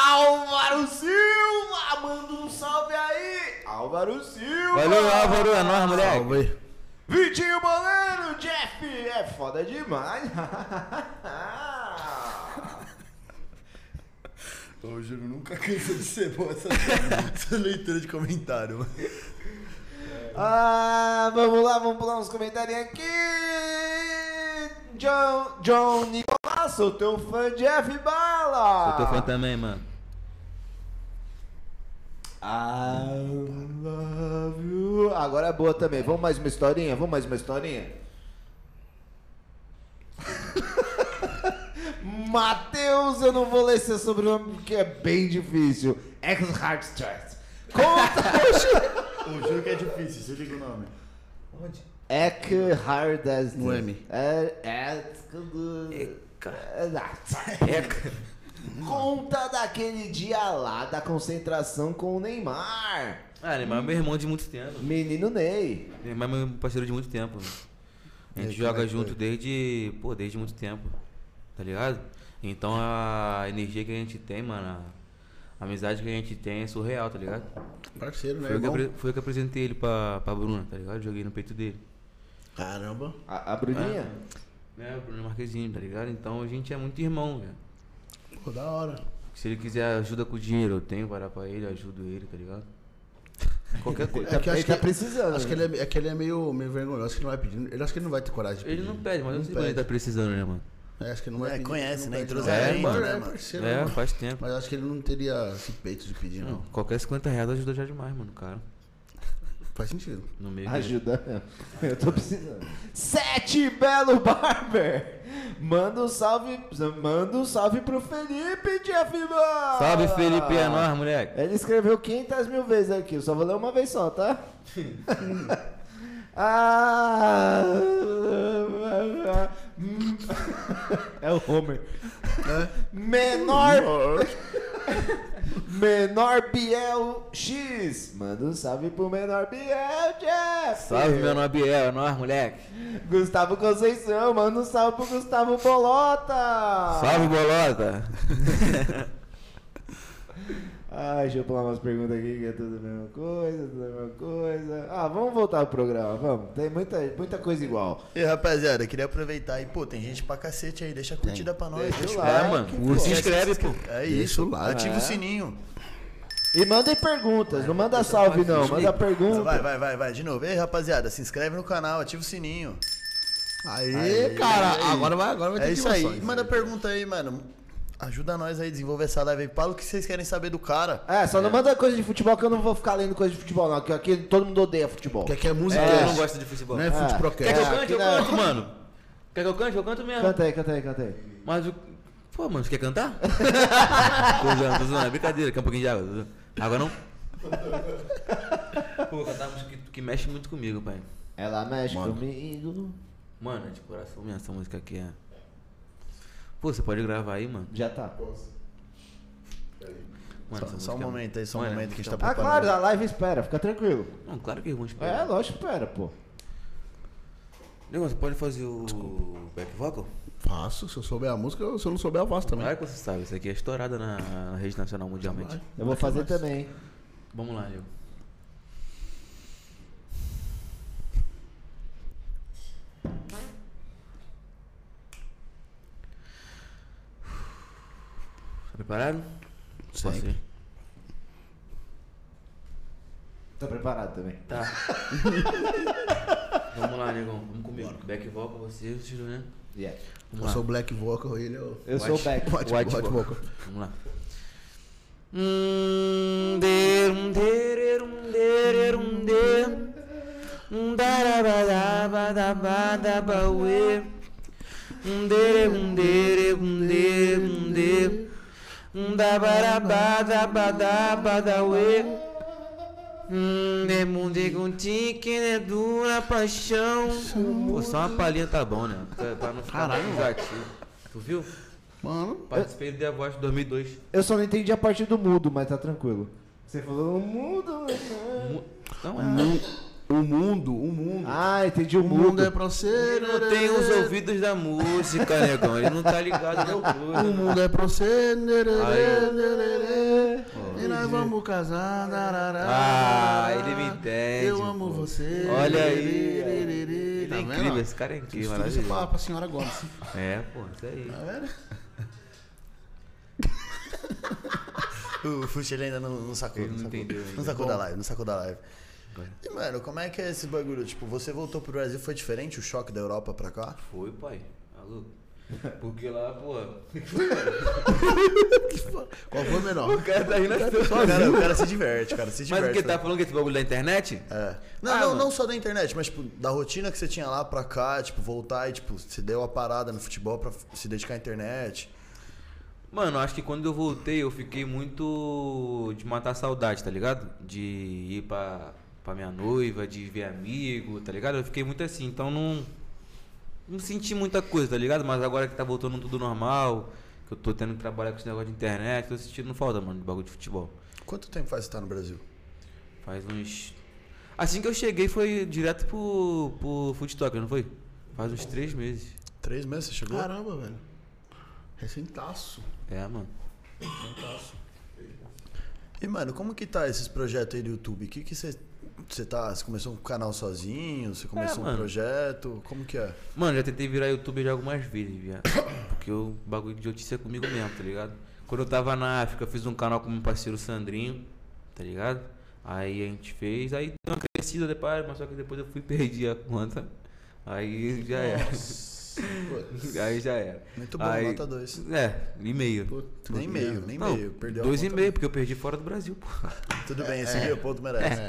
F: Álvaro Silva! Manda um salve aí! Álvaro Silva!
D: Valeu, Álvaro. É nóis, moleque.
C: Salve.
F: Vitinho Boleiro, Jeff! É foda demais!
E: Eu juro, nunca cansa de ser boa essa, essa leitura de comentário, mano.
F: ah, vamos lá, vamos pular uns comentários aqui! John, John Nicolás, sou teu fã Jeff
C: Ah.
F: Bala!
D: Eu tô fã também, mano.
F: I love you. Agora é boa também. Vamos mais uma historinha? Vamos mais uma historinha? Matheus, eu não vou ler seu sobrenome porque é bem difícil. Ex Hard Stress. Conta
E: Eu juro que é difícil, você liga o nome.
F: Ek Hard as
C: No M.
F: É, é. é- não. Conta daquele dia lá da concentração com o Neymar.
D: Ah, mas é
C: Hum.
D: meu irmão de muito tempo.
F: Menino Ney.
D: Meu irmão é meu parceiro de muito tempo. mano. A
C: É,
D: gente joga junto desde. Pô, desde muito tempo. Tá ligado? Então a energia que a gente tem, mano, a amizade que a gente tem é surreal, tá ligado?
C: Parceiro, né,
D: Foi eu que,
C: irmão?
D: apre- foi eu que apresentei ele pra, pra Bruna, tá ligado? Joguei no peito dele.
C: Caramba.
F: A, a Bruninha?
D: É, o Bruno Marquezinho, tá ligado? Então a gente é muito irmão, velho.
C: Pô, da hora.
D: Se ele quiser ajuda com dinheiro, eu tenho, parar pra ele, ajudo ele, tá ligado? Qualquer coisa.
C: É que eu acho
F: ele tá
C: que-
F: precisando.
C: Acho que ele é, é que ele é meio, meio vergonhoso, acho que ele não vai pedir. Ele acho que ele não vai ter coragem de pedir.
D: Ele não pede, mas
C: Hum,
D: eu
C: Não
D: sei quando ele
C: pede.
D: tá precisando, né, mano?
C: É, acho que ele não vai
E: É,
C: pedir,
E: conhece,
C: não
E: né,
C: pede, não.
E: entrosamento,
C: É,
D: né,
C: mano, é
E: mano?
C: parceiro, né,
D: É,
C: mano?
D: faz tempo.
C: Mas acho que ele não teria esse peito de pedir, não.
D: Não, qualquer 50 reais ajuda já demais, mano, cara.
C: Faz sentido.
D: No meio. dele.
F: Ajuda. Eu tô precisando. Sete Belo Barber. Manda um salve. Manda um salve pro Felipe, Jeff Mano.
D: Salve, Felipe, é nóis, moleque.
F: Ele escreveu 500 mil vezes aqui. Eu só vou ler uma vez só, tá? ah. É o Homer. Né? Menor. Menor Biel X. Manda um salve pro Menor Biel, Jeff.
D: Salve, meu nome é Biel, é nóis, moleque.
F: Gustavo Conceição. Manda um salve pro Gustavo Bolota.
D: Salve, bolota.
F: Ai, deixa eu pular umas perguntas aqui que é tudo a mesma coisa, tudo a mesma coisa. Ah, vamos voltar pro programa, vamos. Tem muita, muita coisa igual.
E: E rapaziada, eu queria aproveitar aí, pô, tem gente pra cacete aí, deixa a curtida pra nós.
F: Deixa o
E: deixa o
F: like,
D: É, mano,
F: pô.
D: se inscreve, pô.
E: É
C: Deixa
E: isso,
C: o like.
E: ativa
F: É.
E: o sininho.
F: E mandem perguntas, não manda salve não, manda pergunta.
E: Vai, vai, vai, vai, de novo. Ei, rapaziada, se inscreve no canal, ativa o sininho.
C: Aê, cara, agora vai, agora vai ter
E: É isso aí.
C: ativações.
E: Manda pergunta aí, mano. Ajuda nós aí a desenvolver essa live aí. Fala o que vocês querem saber do cara.
F: É, só não manda coisa de futebol que eu não vou ficar lendo coisa de futebol não, que aqui todo mundo odeia futebol.
C: Quer que é música?
D: É, eu não gosto de futebol.
C: Não é
F: É.
D: Quer que eu
C: futeprocast.
D: cante? Eu
F: aqui não.
D: canto, mano. Quer que eu cante? Eu canto mesmo.
F: Canta aí, canta aí, canta aí.
D: Mas o. Pô, mano, você quer cantar? tô zoando, tô zoando. É brincadeira, quer um pouquinho de água. tô zoando. Água não? Pô, cantar música que, que mexe muito comigo, pai.
F: Ela mexe comigo.
D: Mano, é de coração minha essa música aqui é. Pô, você pode gravar aí, mano?
F: Já tá.
D: Mano,
E: Só-
D: essa
E: Só um
D: música- é
E: momento aí, só um
D: Mano,
E: momento que a gente tá
F: Ah,
E: preparando.
F: claro, a live espera, fica tranquilo.
D: Não, claro que irmão
F: É,
D: espera.
F: lógico, espera, pô.
D: Negócio, você pode fazer o back vocal?
C: Faço, se eu souber a música, eu- se eu não souber, eu faço também.
D: Claro que você sabe, isso aqui é estourada na, na rede nacional mundialmente.
F: Eu vou fazer também, hein.
D: Vamos lá, Diego. Tá preparado? Posso ir?
F: Tá preparado também.
D: Tá. Vamos lá, negão. Vamos comigo. Back vocal, você, o Ciro, né?
F: Yeah.
D: Vamos
C: Eu
D: lá.
C: sou o Black Vocal, ele é o.
F: Eu sou o Beck.
C: White,
D: White
C: White
D: Vocal.
C: Vocal.
D: Vamos lá. Hum, de, hum, de, re, hum, de, re, hum, de. Hum, da, da, ba, da, ba, da, ba, da, ba, uê. Hum, de, re, hum, de, re, hum, de, hum, de. Hum, da, ba, da, ba, da, ba, da, ba, da, uê. Hum, de, hum, de, hum, ti, que né, dura paixão. Pô, só uma palhinha tá bom, né? Pra, pra não ficar mais negativo. Tu viu?
C: Mano,
D: Participei do The Voice de 2002.
F: Eu só não entendi a parte do mudo, mas tá tranquilo. Você falou o mudo. né?
D: Mu- Não
C: o
D: é.
C: mu- o mundo, o mundo.
F: Ah, entendi o,
C: o
F: mudo.
C: mundo é pra você.
D: Ele não tem os ouvidos da música, negão. Ele não tá ligado no
C: O
D: clube.
C: mundo é pra você.
D: Aí.
C: nererê, E nós vamos casar. narará.
D: Ah, ele me entende.
C: Eu
D: pô.
C: amo você.
D: Olha aí.
C: nererê,
D: Ele
C: tá
D: é
C: vendo?
D: incrível, esse cara é incrível,
C: Isso tudo você fala
D: maravilhoso.
C: pra senhora agora. assim.
D: É, pô, isso aí.
E: O Fuxa ele ainda não, não sacou.
D: Ele não
E: sacou,
D: entendeu ainda.
E: não sacou da live, não sacou da live. E, mano, como é que é esse bagulho? Tipo, você voltou pro Brasil, foi diferente o choque da Europa pra cá?
D: Foi, pai. Maluco. Porque lá, pô.
C: Qual foi o
D: O
C: melhor?
D: cara tá rindo assim.
E: O cara, o cara se diverte, o cara se diverte. né?
D: Mas o que? Tá falando que esse bagulho da internet?
E: É. Não,
D: Ah,
E: não,
D: mano.
E: não só da internet, mas tipo, da rotina que você tinha lá pra cá, tipo, voltar e tipo, se deu a parada no futebol pra se dedicar à internet.
D: Mano, acho que quando eu voltei, eu fiquei muito de matar a saudade, tá ligado? De ir pra, pra minha noiva, de ver amigo, tá ligado? Eu fiquei muito assim, então não. Não senti muita coisa, tá ligado? Mas agora que tá voltando tudo normal, que eu tô tendo que trabalhar com esse negócio de internet, tô sentindo falta, mano, de bagulho de futebol.
E: Quanto tempo faz que você tá no Brasil?
D: Faz uns. Assim que eu cheguei foi direto pro, pro Food Talk, não foi? Faz uns três meses.
E: Três meses você chegou?
C: Caramba, velho. Recentaço.
D: É, mano.
E: E, mano, como que tá esses projetos aí do YouTube? O que que você. Você tá. Você começou um canal sozinho? Você começou um
D: É, mano.
E: projeto? Como que é?
D: Mano, já tentei virar youtuber já algumas vezes, viado. Porque o bagulho de notícia é comigo mesmo, tá ligado? Quando eu tava na África, eu fiz um canal com meu parceiro Sandrinho, tá ligado? Aí a gente fez, aí deu uma crescida depois, mas só que depois eu fui e perdi a conta. Aí já era. Aí já era.
E: Muito bom,
D: Aí-
E: nota 2.
D: É, e meio.
E: Nem meio, nem
D: Não,
E: meio. Perdeu
D: dois
E: a
D: e
E: conta.
D: meio, porque eu perdi fora do Brasil, pô.
E: Tudo bem, esse meio ponto merece.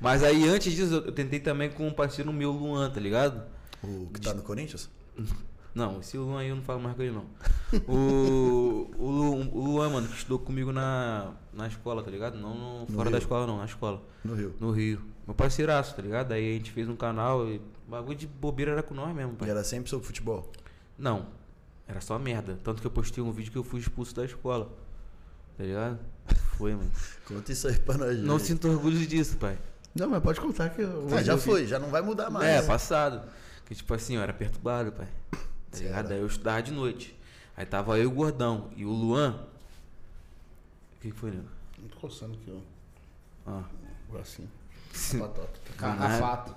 D: Mas aí antes disso, eu eu tentei também com um parceiro meu, Luan, tá ligado?
E: O que tá no Corinthians?
D: Não, esse Luan aí eu não falo mais com ele, não. O, o, Lu- o Luan, mano, que estudou comigo na, na escola, tá ligado? Não no- fora da
E: Rio.
D: escola, não, na escola.
E: No Rio.
D: No Rio. Meu parceiraço, tá ligado? Aí a gente fez um canal e o bagulho de bobeira era com nós mesmo,
E: E
D: pai.
E: era sempre sobre futebol.
D: Não, era só merda. Tanto que eu postei um vídeo que eu fui expulso da escola. Tá ligado? Foi, mano.
E: Conta isso aí pra nós.
D: Não
E: gente.
D: sinto orgulho disso, pai.
C: Não, mas pode contar que eu.
E: Ah, já foi, já não vai mudar mais.
D: É, passado. Que tipo assim, eu era perturbado, pai. Tá ligado? Aí eu estudava de noite. Aí tava eu, o gordão, e o Luan. O que que foi, nego?
C: Não tô coçando aqui, ó.
D: Ah.
C: O bracinho. Batota. tá?
D: Caralho.
F: Fato.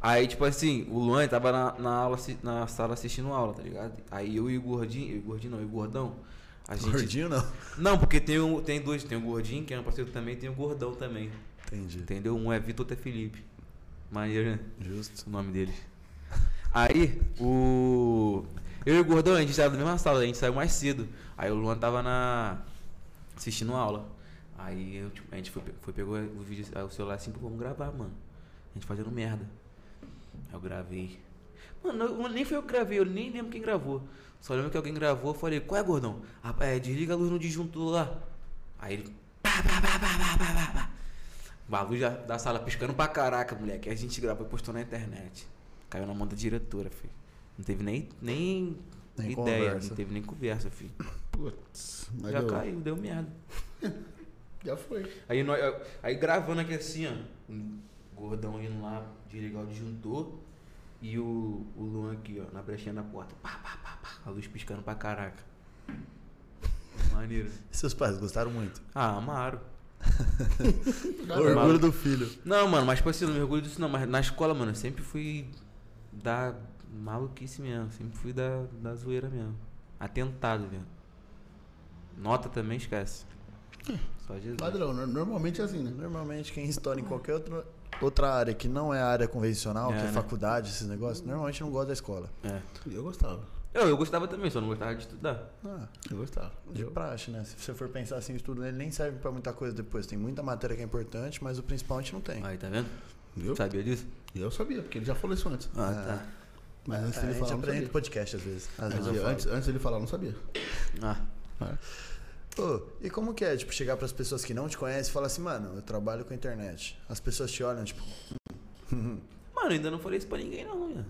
D: Aí, tipo assim, o Luan tava na, na aula, assi- na sala assistindo aula, tá ligado? Aí eu e o gordinho, eu e o gordinho não, eu e o gordão. A gente.
E: Gordinho não.
D: Não, porque tem, um, tem dois, tem o gordinho, que é um parceiro também, tem o gordão também.
E: Entendi.
D: Entendeu? Um é Vitor, outro é Felipe. Maneiro, né?
E: Justo.
D: o nome deles. Aí, o. Eu e o Gordão, a gente tava na mesma sala, a gente saiu mais cedo. Aí o Luan tava na. assistindo aula. Aí eu, tipo, a gente foi, pe- foi pegou o vídeo, aí o celular assim, pô, vamos gravar, mano. A gente fazendo merda. Aí eu gravei. Mano, eu- nem foi eu que gravei, eu nem lembro quem gravou. Só lembro que alguém gravou, eu falei, qual é, gordão? Ah, é, desliga a luz no disjuntor lá. Aí ele. Pá, pá, pá, pá, pá, pá, pá, pá. Bah, A luz da- da sala piscando pra caraca, moleque. A gente gravou e postou na internet. Caiu na mão da diretora, filho. Não teve nem, nem,
E: Nem
D: ideia,
E: conversa.
D: não teve nem conversa, filho.
C: Putz, mas
D: Já
C: deu-
D: caiu, deu merda.
C: Já foi.
D: Aí, nós, aí gravando aqui assim, ó. um Gordão indo lá, desligar o disjuntor. E o, o Luan aqui, ó, na brechinha da porta. Pá, pá, pá, pá. A luz piscando pra caraca. Maneiro.
E: Seus pais gostaram muito.
D: Ah, amaram.
E: Orgulho do filho.
D: Não, mano, mas tipo assim, eu não me orgulho disso não, mas na escola, mano, eu sempre fui da maluquice mesmo, sempre fui da, da zoeira mesmo. Atentado, velho. Hum. Nota também esquece. Só Jesus.
C: Padrão, né? normalmente é assim, né?
E: Normalmente quem estoura em qualquer outra, outra área que não é a área convencional,
D: É,
E: que é
D: né?
E: faculdade, esses negócios, normalmente não gosta da escola.
D: É.
C: Eu gostava.
D: Eu, eu gostava também, só não gostava de estudar.
E: Ah,
C: Eu gostava.
E: de praxe, né? Se você for pensar assim, o estudo dele nem serve pra muita coisa depois. Tem muita matéria que é importante, mas o principal a gente não tem.
D: Aí, tá vendo?
C: Viu?
D: Sabia disso?
C: Eu sabia, porque ele já falou isso antes.
D: Ah, É, tá.
C: Mas antes
E: a
C: dele
E: gente
C: falar, eu não
E: aprende
C: sabia.
E: podcast às vezes. Às vezes eu
C: Antes,
E: falo.
C: antes, antes dele falar, eu não sabia.
D: Ah.
E: Ô, e como que é, tipo, chegar pras pessoas que não te conhecem e falar assim, mano, eu trabalho com internet. As pessoas te olham, tipo,
D: Mano, ainda não falei isso pra ninguém, não, né?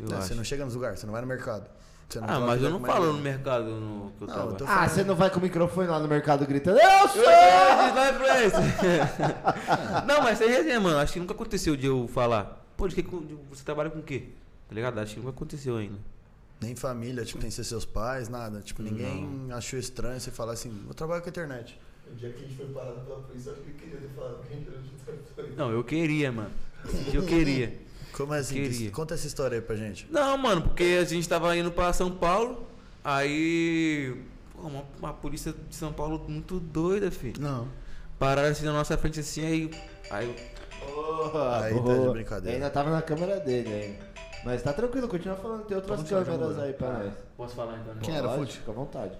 D: Eu
E: né,
D: acho.
E: você não chega nos lugares, você não vai no mercado. Você não
D: Ah,
E: vai
D: mas eu
E: lidar
D: não
E: com
D: falo
E: mais
D: no
E: ninguém.
D: mercado no que eu
E: é. Não,
D: trabalho.
E: eu tô
F: Ah,
E: falando.
F: você não vai com o microfone lá no mercado gritando, eu sou!
D: Não, mas isso aí é, mano. Acho que nunca aconteceu de eu falar. Pô, de que, de- você trabalha com o quê? Tá ligado? Acho que nunca aconteceu ainda.
E: Nem família, tipo, tem que ser seus pais, nada. Tipo, ninguém achou estranho você falar assim, eu trabalho com internet.
G: O dia que a gente foi parado pela polícia, eu acho que eu queria ter falado que a gente era de trabalho.
D: Não, eu queria, mano. Eu queria.
E: Como assim? que-
D: Queria.
E: Conta essa história aí pra gente.
D: Não, mano, porque a gente tava indo pra São Paulo, aí. Pô, uma, uma polícia de São Paulo muito doida, filho.
C: Não.
D: Pararam assim na nossa frente assim, aí. Aí.
F: Porra,
E: Aí tá de
F: porra.
E: brincadeira.
F: Ainda tava na câmera dele ainda. Mas tá tranquilo, continua falando, tem outras câmeras aí pra nós.
D: Posso falar então, né?
C: Quem era,
F: Pode,
C: Fute?
F: Fica à vontade.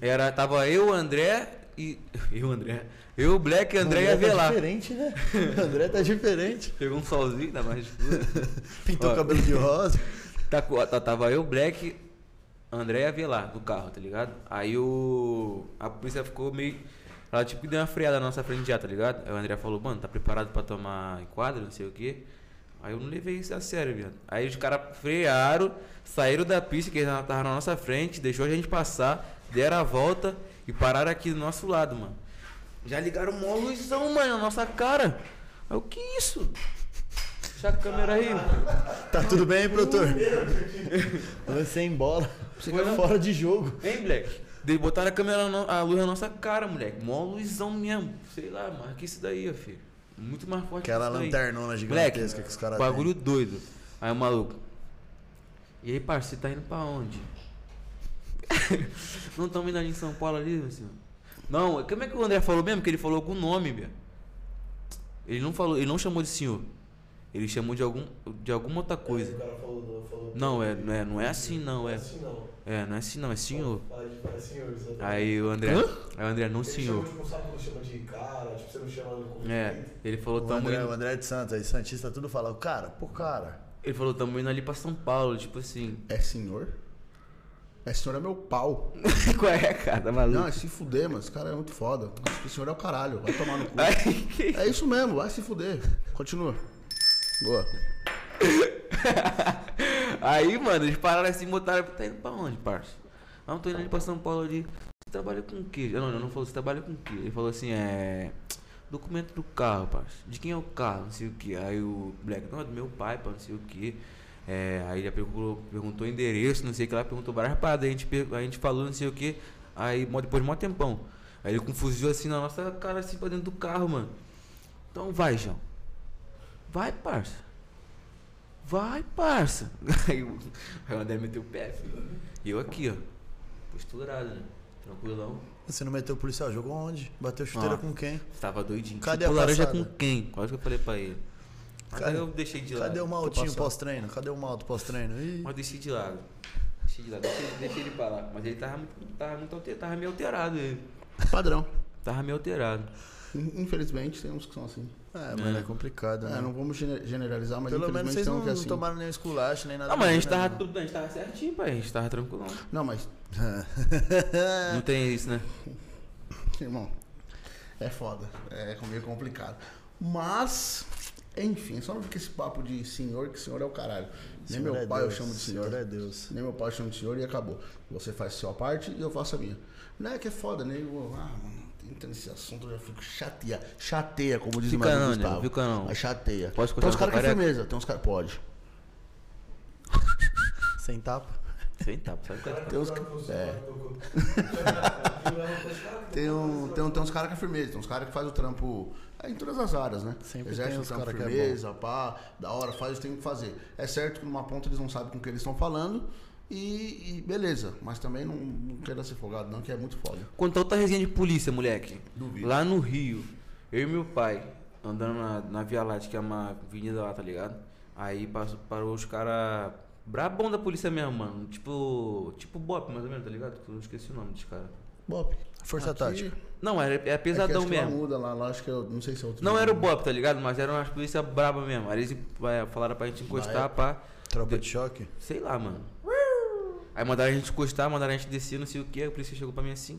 D: Era, tava eu, o André e. Eu, André. Eu, o Black, André e a
E: tá
D: Velar.
E: diferente, né? O André tá diferente.
D: Pegou um solzinho, tá mais escuro.
E: Pintou
D: Ó.
E: o cabelo de rosa.
D: Tá co- tá- tava eu, Black, André e a Velar no carro, tá ligado? Aí o. A polícia ficou meio. Ela tipo que deu uma freada na nossa frente já, tá ligado? Aí o André falou, mano, tá preparado pra tomar enquadro, não sei o quê. Aí eu não levei isso a sério, viado. Aí os caras frearam, saíram da pista, que já tava na nossa frente, deixou a gente passar, deram a volta e pararam aqui do nosso lado, mano. Já ligaram mó luzão, mano, na nossa cara. Aí o que isso? Deixa a câmera aí, mano.
E: Tá tudo bem, produtor? Lancei em bola.
D: não?
E: fora de jogo.
D: Hein, moleque? De botaram a câmera, no- a luz na nossa cara, moleque. Mó luzão mesmo. Sei lá, mas que isso daí, ó, filho. Muito mais forte
E: Aquela
D: que isso daí.
E: lanternona
D: Moleque,
E: gigantesca que os caras têm.
D: Bagulho doido. Aí o maluco. E aí, parceiro, você tá indo pra onde? Não tão indo ali em São Paulo ali, meu senhor? Não, como é que o André falou mesmo? Que ele falou algum nome, meu. Ele não falou, ele não chamou de senhor. Ele chamou de algum de alguma outra coisa.
G: O cara falou, não, falou.
D: Não, é, não é, não é assim não, é.
G: Assim não.
D: É, não é assim não, é senhor.
G: Fala de fala senhor.
C: Ah,
G: exatamente.
D: Aí o André. Aí o André, não
G: Ele chama,
D: senhor.
G: tipo, sabe quando chama de cara? Tipo, você não chama no convite.
D: É, ele falou,
E: O
D: tamo
E: André, o
D: indo.
E: André de Santos, aí Santista tudo fala, cara, pô, cara.
D: Ele falou, tamo indo ali pra São Paulo, tipo assim.
C: É senhor? É senhor é meu pau.
D: Qual é, cara?
E: Tá
C: Não, é se fuder, mano. Esse cara é muito foda. Acho que o senhor é o caralho. Vai tomar no cu.
D: Aí, que-
C: É isso mesmo, vai se fuder. Continua. Boa.
D: Aí, mano, eles pararam assim, botaram. Tá indo pra onde, parça? Ah, não tô indo ali pra São Paulo ali. Você trabalha com o quê? "Ah, Não, não, não falou, você trabalha com o quê? Ele falou assim, é. Documento do carro, parça. De quem é o carro? Não sei o que. Aí o Black, não, é do meu pai, pá, não sei o que. É, aí ele perguntou, perguntou endereço, não sei o que lá, perguntou várias paradas. Aí a gente, per- a gente falou, não sei o que. Aí mó- depois de mó tempão. Aí ele com um fuzil assim na nossa cara, assim pra dentro do carro, mano. Então vai, João. Vai, parça. Vai, parça. Aí o aí o André meteu o pé, filho. E eu aqui, ó. Posturado, né? Tranquilão.
E: Você não meteu o policial, jogou onde? Bateu chuteira
D: Ah.
E: com quem?
D: Tava doidinho.
E: Cadê
D: tipo,
E: a
D: laranja
E: passada?
D: com quem? Quase que eu falei pra ele. Mas
E: Cadê-
D: aí eu deixei de lado.
E: Cadê o maltinho
D: Tô tá passando.
E: pós-treino? Cadê o malto pós-treino? Ih,
D: Mas deixei de lado. Deixei de lado. Deixei, deixei ele pra lá. Mas ele tava muito, tava muito alterado. Tava meio alterado ele.
C: Padrão.
D: Tava meio alterado.
C: In- Infelizmente, tem uns que são assim.
E: é, mano, é complicado, né?
C: É, não vamos gene- generalizar, mas
E: Pelo menos
C: infelizmente
E: vocês
C: tem um
E: não
C: que é assim.
E: tomaram nenhum esculacho, nem nada.
D: Não, Ah, mas a gente
E: né,
D: tava
E: mano?
D: tudo bem. A gente tava certinho, pai. A gente tava tranquilão.
C: Não, mas,
E: É.
D: Não tem isso, né?
C: irmão, é foda. É meio complicado. Mas, enfim, é só não fica esse papo de senhor, que senhor é o caralho. Nem
E: Senhor
C: meu
E: é
C: pai
E: Deus,
C: eu chamo de senhor.
E: Senhor é Deus.
C: Nem meu pai chama de senhor e acabou. Você faz sua parte e eu faço a minha. Não é que é foda, né? Eu, ah, mano, entra nesse assunto, eu já fico chateado. Chateia, como diz
D: Fica
C: o meu amigo
D: não, nego,
C: Gustavo.
D: fica não.
C: Mas chateia.
D: Pode
C: tem uns
D: continuar
C: caras que é
D: careca?
C: firmeza, tem uns caras... Pode.
E: Sem tapa.
D: Sem tapa, sabe qual é?
C: Tem uns, é. tem, um, tem, um, tem uns caras que é firmeza, tem uns caras que faz o trampo é, em todas as áreas, né?
E: Sempre
C: Exerce
E: tem
C: o
E: uns
C: trampo
E: cara que é
C: firmeza, pá, da hora, faz o que tem que fazer. É certo que numa ponta eles não sabem com o que eles estão falando, E, e beleza, mas também não, não quero ser folgado, não, que é muito foda.
D: Contar outra resenha de polícia, moleque.
C: Duvido.
D: Lá no Rio, eu e meu pai, andando na, na Via Láctea, que é uma avenida lá, tá ligado? Aí passou, parou os caras brabão da polícia mesmo, mano. Tipo. Tipo Bop, mais ou menos, tá ligado? Que Eu não esqueci o nome dos caras.
C: Bop.
E: Força tática.
D: Não, era, era pesadão
C: é que acho que lá
D: mesmo.
C: muda lá, lá, acho que eu não sei se é outro.
D: Não
C: nome.
D: era o Bop, tá ligado? Mas eram as polícias brabas mesmo. Aí eles é, falaram pra gente encostar, pá.
E: Tropa de choque.
D: Sei lá, mano. Aí mandaram a gente encostar, mandaram a gente descer, não sei o que. A polícia chegou pra mim assim.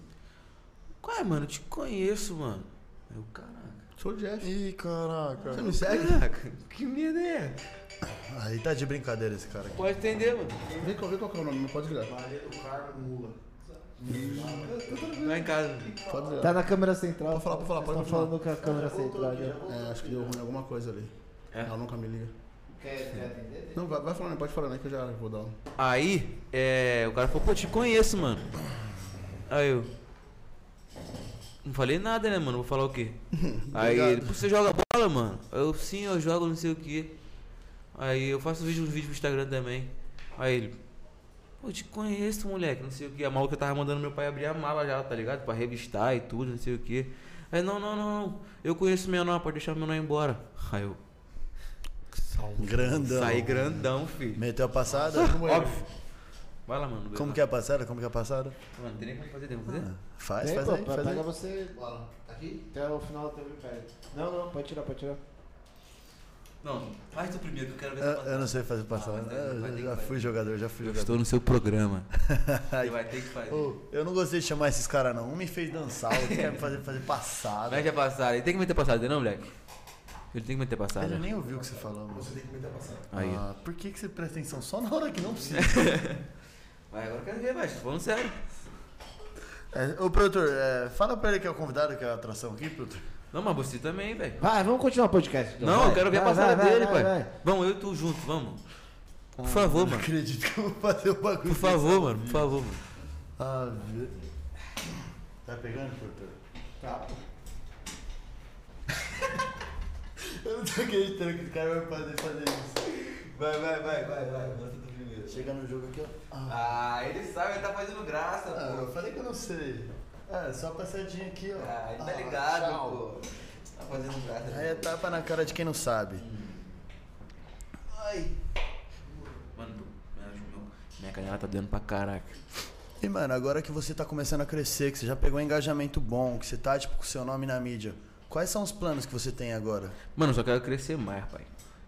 D: Qual é, mano? Eu te conheço, mano. Aí eu, caraca.
C: Sou o Jeff.
E: Ih, caraca.
C: Você me segue?
D: Caraca, que merda é essa?
E: Aí tá de brincadeira esse cara aqui.
D: Pode entender, mano.
C: Vê qual, vê qual que é o nome, não pode ligar.
D: Lá em casa.
C: Pode ligar.
F: Tá na câmera central.
C: Pode falar, pode falar, pode
F: Estão
C: continuar.
F: falando com a câmera central. né?
C: É, acho que deu ruim alguma coisa ali.
D: É?
C: Ela nunca me liga. Não, vai, vai falando, pode falar, né? Que eu já vou dar. um-
D: Aí, é, o cara falou, pô, te conheço, mano. Aí eu. Não falei nada, né, mano? Vou falar o quê? Aí ele, pô, você joga bola, mano? Eu, sim, eu jogo, não sei o quê. Aí eu faço vídeo, uns vídeos pro Instagram também. Aí ele, pô, te conheço, moleque, não sei o quê. A maluca tava mandando meu pai abrir a mala já, tá ligado? Pra revistar e tudo, não sei o quê. Aí, não, não, não, não. Eu conheço o menor, pode deixar o menor embora. Aí eu,
E: Grandão.
D: saí grandão, filho.
E: Meteu a passada? é?
D: Óbvio. Vai lá, mano.
E: Como que é a passada? Como que é a passada? Ah,
D: Mano, não tem nem como fazer, tem como fazer?
E: Faz,
F: Vem,
E: faz
F: pô,
E: aí, faz
F: pega
E: aí.
F: você. Bola. Aqui? Até o final do teu império. Não, não, pode tirar, pode tirar.
D: Não, faz do primeiro que eu quero ver
E: Eu, eu não sei fazer passada. né?
D: Ah, mas vai ter
E: Eu
D: que
E: já
D: fazer.
E: fui jogador, já fui jogador.
D: Estou no seu programa.
E: Ai.
D: Você vai ter que fazer.
E: Ô, eu não gostei de chamar esses caras, não. Um me fez dançar, outro quer me fazer, fazer passada.
D: Mete a passada. Ele tem é que meter passada, não, moleque? Ele tem que meter
E: Ele
D: passada.
E: nem ouviu o que você falou, mano.
D: Aí.
E: Ah, por que, que você presta atenção só na hora que não precisa?
D: Vai, agora eu quero ver, mas tô falando sério.
E: É, ô, produtor, é, fala pra ele que é o convidado, que é a atração aqui, produtor.
D: Não, mas você também, velho.
F: Vai, vamos continuar o podcast. então,
D: Não,
F: vai.
D: eu quero ver a
F: Vai,
D: passada
F: vai, vai,
D: dele,
F: vai,
D: pai.
F: vai.
D: Vamos, eu e tu junto, vamos. Por favor,
E: Não
D: mano.
E: acredito que eu vou fazer o bagulho.
D: Por favor, mano. Por favor, mano.
E: Ah, vi- Tá pegando, produtor? Tá. eu não tô acreditando que o cara vai fazer, fazer isso. Vai, vai, vai, vai, vai. Bota do primeiro. Chega no jogo aqui, ó. Ah,
D: Ah, ele sabe, ele tá fazendo graça,
E: ah, eu falei que eu não sei. Ah, só uma passadinha aqui, ó. Ah,
D: Ah,
E: tchau.
D: tá pô. Tá fazendo graça.
E: Aí é tapa na cara de quem não sabe. Ai. é-
D: Mano, meu- minha canela tá doendo pra caraca.
E: E, mano, agora que você tá começando a crescer, que você já pegou um engajamento bom, que você tá, tipo, com o seu nome na mídia, quais são os planos que você tem agora?
D: Mano, eu só quero crescer mais, pai.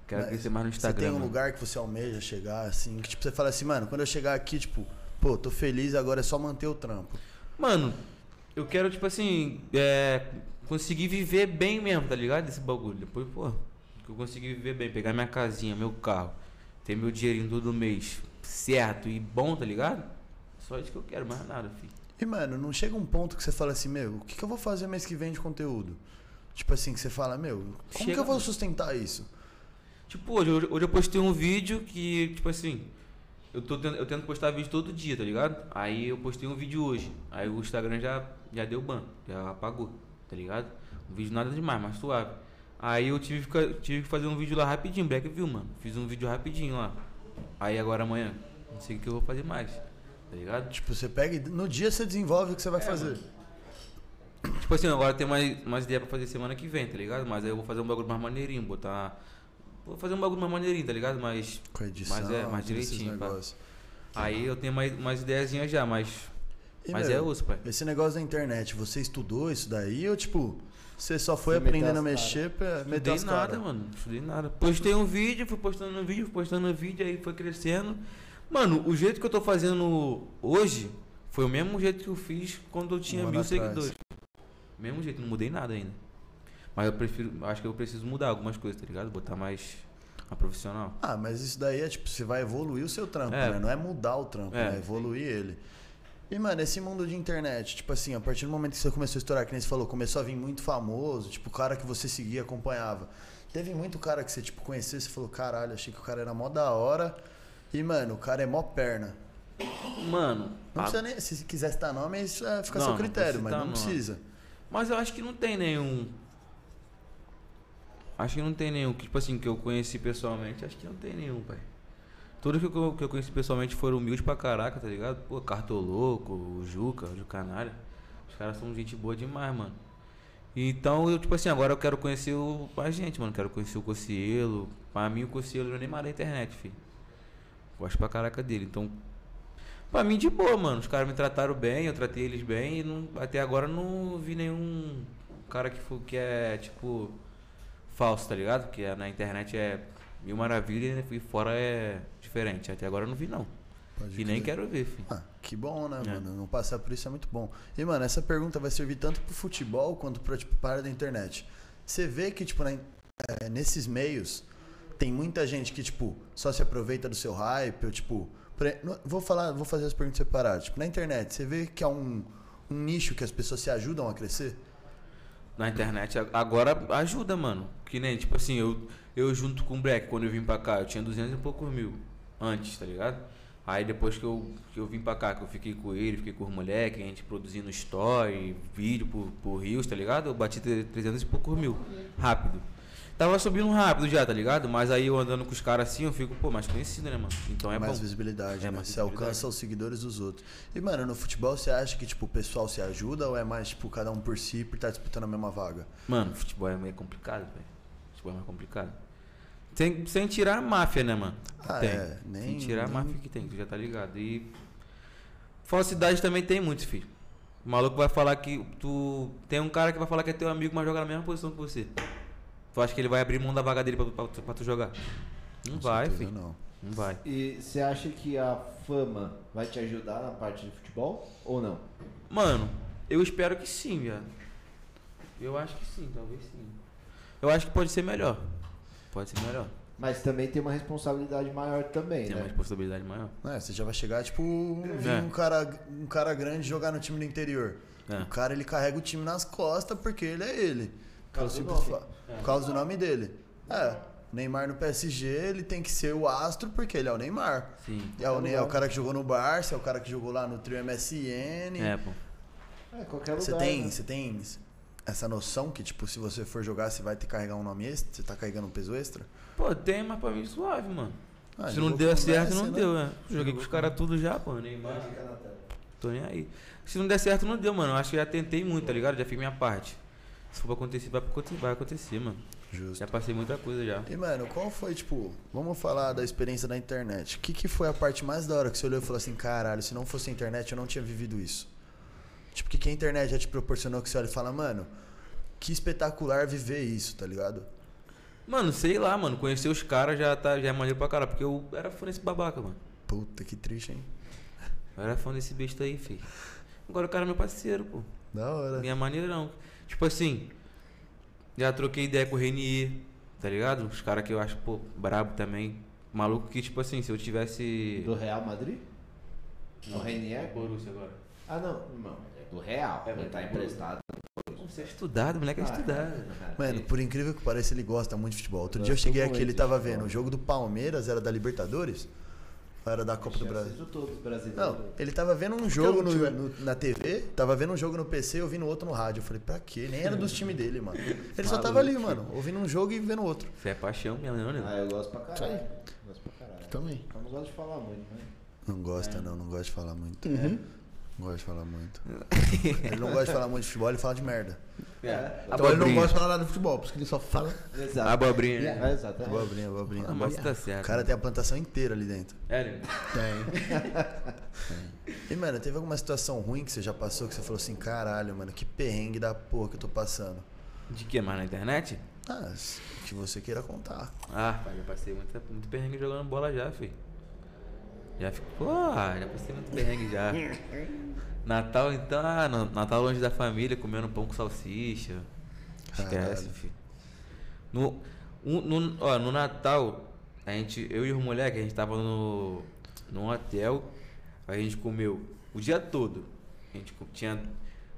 D: Quero
E: Mas
D: crescer mais no Instagram.
E: Você tem um
D: mano.
E: lugar que você almeja chegar, assim, que, tipo, você fala assim, mano, quando eu chegar aqui, tipo, pô, tô feliz, agora é só manter o trampo.
D: Mano, eu quero, tipo assim, é, conseguir viver bem mesmo, tá ligado? Esse bagulho. Depois, pô, que eu consegui viver bem, pegar minha casinha, meu carro, ter meu dinheirinho todo mês certo e bom, tá ligado? Só isso que eu quero, mais nada, filho.
E: E, mano, não chega um ponto que você fala assim, meu, o que, que eu vou fazer mês que vem de conteúdo? Tipo assim, que você fala, meu, como que
D: Chega,
E: eu vou
D: mano.
E: sustentar isso?
D: Tipo, hoje, hoje hoje eu postei um vídeo que, tipo assim, eu, tô tendo, eu tento postar vídeo todo dia, tá ligado? Aí eu postei um vídeo hoje. Aí o Instagram já, já deu ban, já apagou, tá ligado? Um vídeo nada demais, mas suave. Aí eu tive, que ficar- tive que fazer um vídeo lá rapidinho, Black View, mano. Fiz um vídeo rapidinho lá. Aí agora amanhã, não sei o que eu vou fazer mais, tá ligado?
E: Tipo, você pega e no dia você desenvolve o que você
D: É,
E: vai fazer.
D: Tipo assim, agora tem mais, mais ideia pra fazer semana que vem, tá ligado? Mas aí eu vou fazer um bagulho mais maneirinho, botar. Vou fazer um bagulho mais maneirinho, tá ligado? Mas.
E: Com a edição,
D: mas é, mais
E: com esses
D: direitinho, pá.
E: negócios.
D: Aí eu tenho mais, mais ideiazinhas já, mas.
E: E,
D: mas
E: meu,
D: é osso, pai.
E: Esse negócio da internet, você estudou isso daí ou, tipo, você só foi
F: meteu
E: aprendendo a
F: as
E: mexer pra
D: Não
E: meter
D: dei
E: as
D: nada,
E: caras?
D: mano. Não estudei nada. Postei um vídeo, fui postando um vídeo, fui postando um vídeo, aí foi crescendo. Mano, o jeito que eu tô fazendo hoje foi o mesmo jeito que eu fiz quando eu tinha
E: Um ano
D: mil
E: atrás.
D: seguidores. Mesmo jeito, não mudei nada ainda. Mas eu prefiro. Acho que eu preciso mudar algumas coisas, tá ligado? Botar mais a profissional.
E: Ah, mas isso daí é tipo, você vai evoluir o seu trampo,
D: É.
E: né? Não é mudar o trampo,
D: É.
E: né? Evoluir ele. E, mano, esse mundo de internet, tipo assim, a partir do momento que você começou a estourar, que nem você falou, começou a vir muito famoso, tipo, o cara que você seguia, acompanhava. Teve muito cara que você, tipo, conheceu, você falou, caralho, achei que o cara era mó da hora. E, mano, o cara é mó perna.
D: Mano,
E: Não
D: a-
E: precisa nem, se quiser citar nome, isso é,
D: Ah. Não,
E: fica a seu
D: não vou
E: critério, mas
D: citar
E: não
D: nome.
E: precisa.
D: Mas eu acho que não tem nenhum. Acho que não tem nenhum. que, Tipo assim, que eu conheci pessoalmente, acho que não tem nenhum, pai. Todos que eu, que eu conheci pessoalmente foram humildes pra caraca, tá ligado? Pô, Cartoloco, o Juca, o Jucanário. Os caras são gente boa demais, mano. Então, eu, tipo assim, agora eu quero conhecer o, a gente, mano. Quero conhecer o Cocielo. Pra mim, o Cocielo eu nem mais da internet, filho. Gosto pra caraca dele. Então, pra mim, de boa, mano. Os caras me trataram bem, eu tratei eles bem. E não- até agora eu não vi nenhum cara que, for, que é, tipo, falso, tá ligado? Que é- na internet é mil maravilhas e fora é diferente. Até agora eu não vi, não.
E: Pode
D: e nem
E: crer.
D: quero ver, filho.
E: Ah, que bom, né,
D: É.
E: mano? Não passar por isso é muito bom. E, mano, essa pergunta vai servir tanto pro futebol quanto pra, tipo, para da internet. Você vê que, tipo, na in- eh, nesses meios tem muita gente que, tipo, só se aproveita do seu hype, ou, tipo... por e- não- Vou falar, vou fazer as perguntas separadas. Tipo, na internet, você vê que é um, um nicho que as pessoas se ajudam a crescer?
D: Na internet a- agora ajuda, mano. Que nem, tipo assim, eu, eu junto com o Black, quando eu vim pra cá, eu tinha 200 e poucos mil antes, tá ligado? Aí depois que eu, que eu vim pra cá, que eu fiquei com ele, fiquei com os moleques, a gente produzindo story, vídeo por, por rios, tá ligado? Eu bati tre- 300 e poucos mil, rápido. Tava subindo rápido já, tá ligado? Mas aí eu andando com os caras assim, eu fico, pô, mais conhecido, né, mano? Então é
E: mais
D: bom.
E: visibilidade,
D: É,
E: né?
D: mais
E: Você
D: visibilidade.
E: alcança os seguidores dos outros. E, mano, no futebol você acha que, tipo, o pessoal se ajuda ou é mais, tipo, cada um por si por estar disputando a mesma vaga?
D: Mano, futebol é meio complicado, velho. Futebol é mais complicado. Sem, sem tirar a máfia, né, mano? Que
E: Ah,
D: tem.
E: é. Nem-
D: sem tirar
E: nem-
D: a máfia que tem, tu já tá ligado. E. Falsidade também tem muito, filho. O maluco vai falar que. Tu. Tem um cara que vai falar que é teu amigo, mas joga na mesma posição que você. Tu acha que ele vai abrir mão da vaga dele pra, pra, pra tu jogar? Não vai,
E: certeza
D: filho. Não.
E: Não.
D: vai.
F: E você acha que a fama vai te ajudar na parte de futebol ou não?
D: Mano, eu espero que sim, viado. Eu acho que sim, talvez sim. Eu acho que pode ser melhor. Pode ser melhor.
F: Mas também tem uma responsabilidade maior também,
D: Tem
F: né?
D: uma responsabilidade maior.
E: É, você já vai chegar, tipo, vir
D: É.
E: um, cara, um cara grande jogar no time do interior.
D: É.
E: O cara, ele carrega o time nas costas porque ele é ele. Pelo simples fa-
F: É.
E: Por causa do nome dele. É, Neymar no PSG, ele tem que ser o astro porque ele é o Neymar.
D: Sim.
E: É o, Ne- é o cara que jogou no Barça, é o cara que jogou lá no Trio MSN.
D: É, pô.
F: É, qualquer lugar.
E: Você tem,
F: né?
E: você tem essa noção que, tipo, se você for jogar, você vai ter que carregar um nome extra? Você tá carregando um peso extra?
D: Pô, tem, mas pra mim suave, mano.
E: Ah,
D: Se
E: jogou
D: não
E: com
D: der
E: o
D: certo,
E: Messi,
D: não
E: né?
D: deu, é. Joguei com os caras tudo já, pô. Neymar. Tô nem aí. Se não der certo, não deu, mano. Eu Acho que já tentei muito, tá ligado? Já fiz minha parte. Se for pra acontecer, vai acontecer, vai acontecer, mano.
E: Justo.
D: Já passei muita coisa já.
E: E, mano, qual foi, tipo, vamos falar da experiência da internet. O que, que foi a parte mais da hora que você olhou e falou assim, caralho, se não fosse a internet, eu não tinha vivido isso? Tipo, o que, que a internet já te proporcionou que você olha e fala, mano, que espetacular viver isso, tá ligado?
D: Mano, sei lá, mano. Conhecer os caras já, tá, já é maneiro pra caralho. Porque eu era fã desse babaca, mano.
E: Puta, que triste, hein?
D: Eu era fã desse besta aí, filho. Agora o cara é meu parceiro, pô.
E: Da hora.
D: Minha maneirão. Tipo assim, já troquei ideia com o Renier, tá ligado? Os caras que eu acho, pô, brabo também. Maluco que, tipo assim, se eu tivesse.
F: né? Do Real Madrid? Do Renier?
D: Borussia agora.
F: Ah, não, irmão. É do Real.
D: É,
F: ele
D: mas
F: tá
D: do-
F: emprestado.
D: Você é estudado, moleque é
F: Ah,
D: estudado.
E: né? Mano, por incrível que pareça, ele gosta muito de futebol. Outro dia eu
F: Gosto
E: cheguei
F: muito
E: aqui, ele
F: de
E: tava
F: futebol.
E: vendo o jogo do Palmeiras, era da Libertadores? Ou era da Copa do Brasil?
F: Preciso todo brasileiro.
E: Não, ele tava vendo um jogo no, no- na TV, tava vendo um jogo no PC e ouvindo outro no rádio. Eu falei, pra quê? Nem era dos times dele, mano. Ele só tava ali, mano, ouvindo um jogo e vendo outro.
D: Você é paixão mesmo, né,
F: Ah,
D: né?
F: eu gosto pra caralho. Gosto pra caralho.
C: Também.
F: Eu não gosto de falar muito, né?
E: Não gosta, não, não gosta de falar muito. É, Não gosta de falar muito. ele não gosta de falar muito de futebol, ele fala de merda.
F: É.
C: Então ele não gosta de falar nada de futebol, porque ele só fala.
F: Exato.
D: A abobrinha, né?
F: É, exatamente.
E: Abobrinha, abobrinha.
D: Ah, mas tá certo.
E: O cara tem a plantação inteira ali dentro.
D: É, né?
C: Tem.
E: E, mano, teve alguma situação ruim que você já passou que você falou assim, caralho, mano, que perrengue da porra que eu tô passando?
D: De que mais na internet?
E: Ah, que você queira contar.
D: Ah, rapaz, já passei muito, muito perrengue jogando bola já, filho. Já fico, pô, ah, já passei muito perrengue já. Natal então, ah, no- Natal longe da família, comendo pão com salsicha. Esquece,
E: Caralho.
D: filho. No, um- no, ó, no Natal, a gente, eu e os moleques, a gente tava no, num hotel, a gente comeu o dia todo. A gente co- tinha,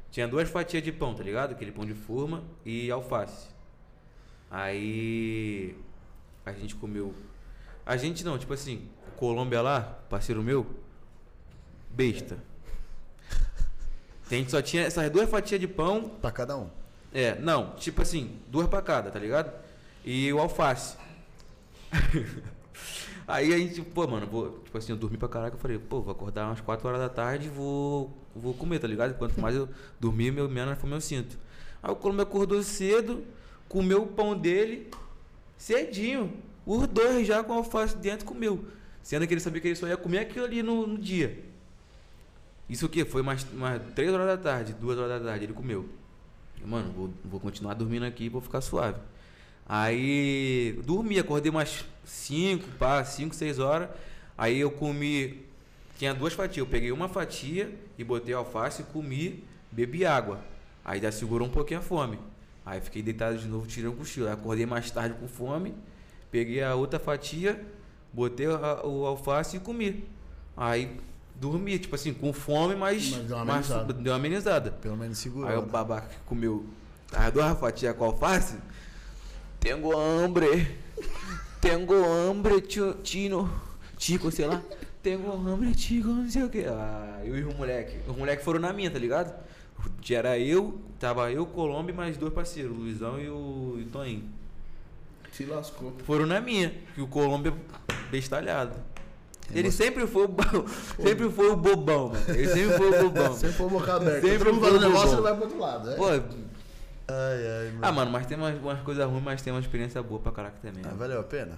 D: tinha duas fatias de pão, tá ligado? Aquele pão de forma e alface. Aí a gente comeu. A gente não, tipo assim, Colômbia lá, parceiro meu, besta. A gente só tinha essas duas fatias de pão
E: Pra cada um.
D: é, não, tipo assim, duas pra cada, tá ligado? E o alface. Aí a gente, pô, mano, vou, tipo assim, eu dormi pra caraca, eu falei, pô, vou acordar umas 4 horas da tarde e vou, vou comer, tá ligado? Quanto mais eu dormir, meu menos fome eu sinto. Aí o Colombo acordou cedo, comeu o pão dele, cedinho, os dois já com alface dentro comeu. Sendo que ele sabia que ele só ia comer aquilo ali no, no dia. Isso o quê? Foi mais, mais 3 horas da tarde, 2 horas da tarde, ele comeu. Eu, Mano, vou, vou continuar dormindo aqui, vou ficar suave. Aí dormi, acordei umas 5, pá, 5, 6 horas. Aí eu comi. Tinha duas fatias. Eu peguei uma fatia e botei alface, comi, bebi água. Aí já segurou um pouquinho a fome. Aí fiquei deitado de novo, tirando um cochilo. Aí acordei mais tarde com fome, peguei a outra fatia, botei a- o alface e comi. Aí dormi, tipo assim, com fome, mas,
E: Mas deu uma
D: mas
E: amenizada.
D: deu uma amenizada.
E: Pelo menos né? segurou.
D: Aí o babaca que comeu as duas fatias com alface. Tengo hambre. Tengo hambre, tio- tino. Tico, sei lá. Tengo hambre, tico, não sei o que. Ah, eu e o moleque. Os moleques foram na minha, tá ligado? Era eu, tava eu, Colombo e mais dois parceiros, o Luizão e o, e o Toninho.
B: Se lascou.
D: Foram na minha, que o Colombo é bestalhado. Ele sempre foi o, bo- sempre foi o bobão, mano. Ele sempre foi o bobão.
B: Sempre foi boca aberta.
D: Sempre
B: Sempre mundo
D: foi
B: faz um
D: bom.
B: negócio, ele vai pro outro lado. É.
D: Pô,
E: Ai, ai, mano.
D: Ah, mano, mas tem umas, umas coisas ruins, mas tem uma experiência boa pra caraca também.
E: Ah,
D: né?
E: valeu a pena?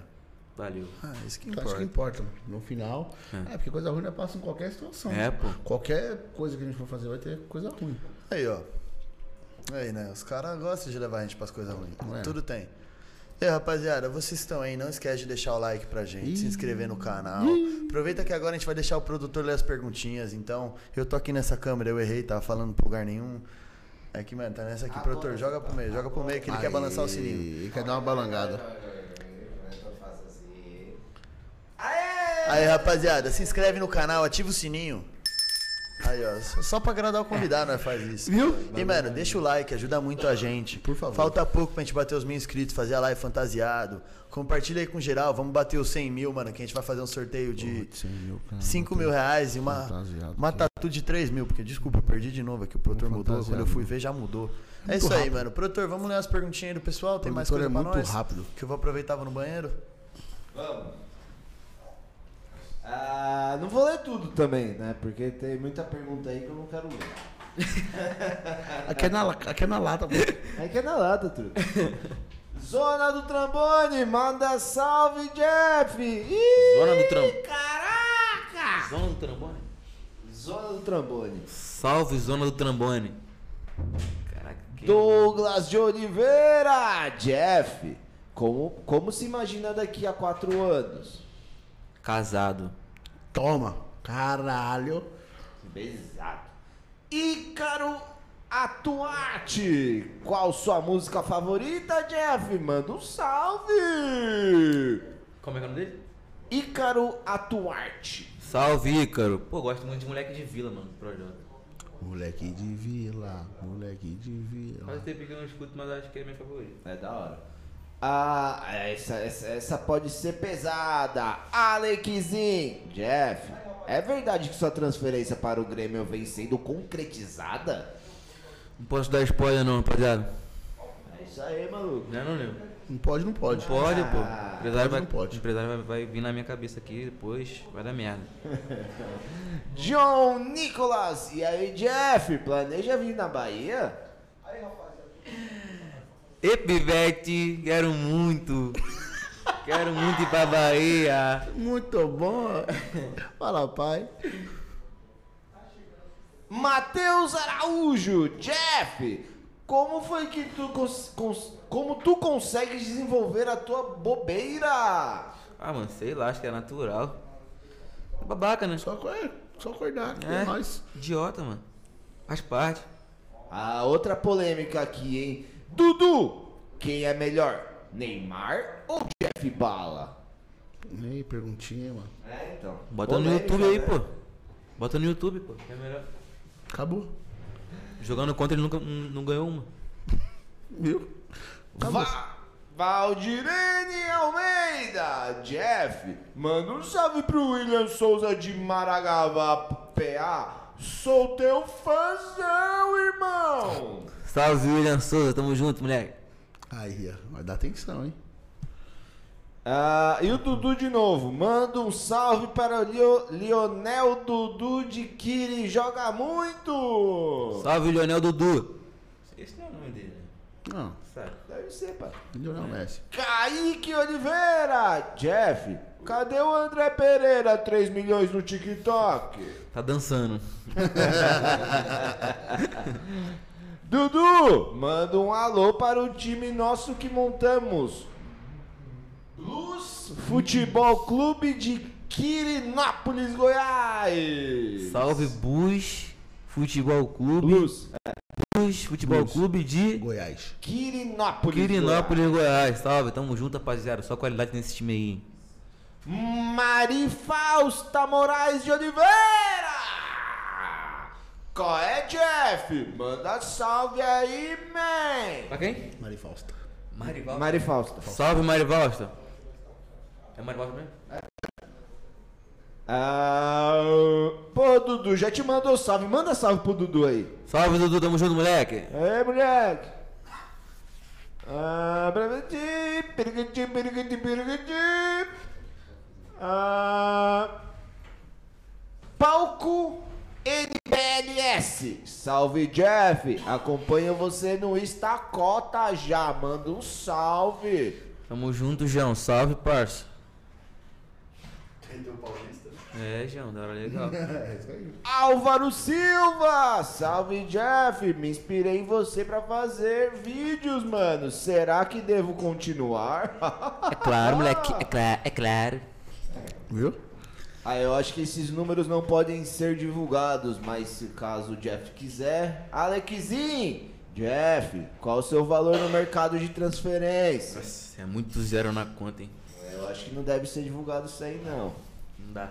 D: Valeu.
E: Ah, isso que
B: Então, Acho que
E: importa.
B: importa. mano. No final. É, porque coisa ruim não passa em qualquer situação.
D: É, pô.
B: Qualquer coisa que a gente for fazer vai ter coisa ruim.
E: Aí, ó. Aí, né? Os caras gostam de levar a gente pras coisas ruins.
B: Ué.
E: Tudo tem. E aí, rapaziada, vocês estão aí, não esquece de deixar o like pra gente, se inscrever no canal. Aproveita que agora a gente vai deixar o produtor ler as perguntinhas, então. Eu tô aqui nessa câmera, eu errei, tava falando pro lugar nenhum. É que, mano, tá nessa aqui, produtor. Joga pro meio, joga pro meio que ele quer
B: Aí,
E: balançar o sininho.
B: Ele quer dar uma balangada.
E: Aí, rapaziada, se inscreve no canal, ativa o sininho. Aí, ó, só- só pra agradar o convidado, nós faz isso. Viu? E, mano, deixa o like, ajuda muito a gente. Por favor. Falta pouco pra gente bater os mil inscritos, fazer a live fantasiado. Compartilha aí com geral, vamos bater os 100 mil, mano, que a gente vai fazer um sorteio de 5 mil reais e uma,
B: Fantasiado.
E: uma tatu de 3 mil, porque, desculpa, eu perdi de novo aqui, o produtor mudou, quando eu fui ver já mudou. É isso aí, mano. Produtor, vamos ler as perguntinhas aí do pessoal, tem mais coisa
B: Produtor é
E: pra
B: muito
E: nós?
B: rápido.
E: Que eu vou aproveitar, vou no banheiro.
F: Vamos. Ah, não vou ler tudo também, né? Porque tem muita pergunta aí que eu não quero ler.
B: Aqui é na, la- aqui é na lata, pô.
F: Aí que é na lata, truta. Zona do Trambone, manda salve, Jeff! Ih,
D: Zona do Tram-
F: Caraca!
D: Zona do Trambone?
F: Zona do Trambone.
D: Salve, Zona do Trambone. Caraca, que...
F: Douglas de Oliveira, Jeff, como, como se imagina daqui a quatro anos?
D: Casado.
B: Toma. Caralho.
F: Exato. Ícaro Atuarte, qual sua música favorita, Jeff? Manda um salve!
D: Como é que é o nome dele?
F: Ícaro Atuarte.
D: Salve, Ícaro. Hum. Pô, gosto muito de moleque de vila, mano, do projeto.
B: Moleque de vila, moleque de vila.
D: Faz um tempo que eu não escuto, mas acho que é minha favorita.
F: É da hora. Ah, essa, essa, essa pode ser pesada. Alexin, Jeff, é verdade que sua transferência para o Grêmio vem sendo concretizada?
D: Não posso dar spoiler não, rapaziada.
F: É isso aí, maluco.
D: Não é não, Leo?
B: Não pode, não pode.
D: Não pode, pô. O empresário, vai,
B: não Ah, pode.
D: o empresário vai, vai vir na minha cabeça aqui depois, vai dar merda.
F: John Nicolas, e aí, Jeff, planeja vir na Bahia?
D: E pivete, quero muito. quero muito ir pra Bahia.
B: Muito bom. Fala, pai.
F: Matheus Araújo, Jeff, como foi que tu cons- cons- como tu consegues desenvolver a tua bobeira?
D: Ah, mano, sei lá, acho que é natural. É Babaca, né?
B: Só, acor- só acordar, que é
D: É.
B: nóis.
D: Idiota, mano. Faz parte.
F: Ah, outra polêmica aqui, hein? Dudu, quem é melhor, Neymar ou Jeff Bala?
B: Nem perguntinha, mano.
F: É, então.
D: Bota no
F: Polêmica,
D: YouTube aí,
F: né?
D: pô. Bota no YouTube, pô. É melhor.
B: Acabou.
D: Jogando contra ele nunca n- não ganhou uma.
B: Viu? Acabou.
F: Va Valdirene Almeida, Jeff, manda um salve pro William Souza de Maragava, PA. Sou teu fãzão, irmão!
D: Salve, William Souza. Tamo junto, moleque.
B: Aí, ó. Vai dar atenção, hein?
F: Ah, e o Dudu de novo. Manda um salve para o Lio- Lionel Dudu de Kiri. Joga muito!
D: Salve, Leonel Dudu. Esse não é o nome dele, né?
C: Não,
D: Sabe?
F: Deve ser, pai.
C: Lionel Messi.
F: Kaique Oliveira! Jeff, cadê o André Pereira? 3 milhões no TikTok.
D: Tá dançando.
F: Dudu, manda um alô para o time nosso que montamos. Luz Futebol Clube de Quirinópolis, Goiás.
D: Salve, Bus Futebol Clube.
F: Luz.
D: Bus Futebol Clube de
C: Goiás.
F: Quirinópolis.
D: Quirinópolis, Goiás. Salve, tamo junto, rapaziada. Só qualidade nesse time aí. hein?
F: Mari Fausta Moraes de Oliveira! Qual é, Jeff? Manda salve aí, man!
D: Pra quem?
C: Mari Fausta.
D: Marival.
F: Mari Fausta.
D: Salve, Marivalsta. É Marivalsta mesmo?
F: Ah, pô, Dudu, já te mandou salve. Manda salve pro Dudu aí.
D: Salve, Dudu. Tamo junto, moleque.
F: Aê, moleque! Ah, brabati, pirigati, pirigati, pirigati. Ah, palco NBLS. Salve, Jeff. Acompanho você no Instacota já. Manda um salve.
D: Tamo junto, João. Salve, parça.
G: Entendeu paulista?
D: É, João, da hora legal.
C: É,
F: Álvaro Silva! Salve, Jeff! Me inspirei em você pra fazer vídeos, mano. Será que devo continuar?
D: É claro, moleque. É claro, é claro.
C: Viu?
F: Ah, eu acho que esses números não podem ser divulgados, mas se caso o Jeff quiser. Alexzinho! Jeff, qual o seu valor no mercado de transferência?
D: Nossa, é muito zero na conta, hein?
F: Eu acho que não deve ser divulgado isso aí, não.
D: Não dá.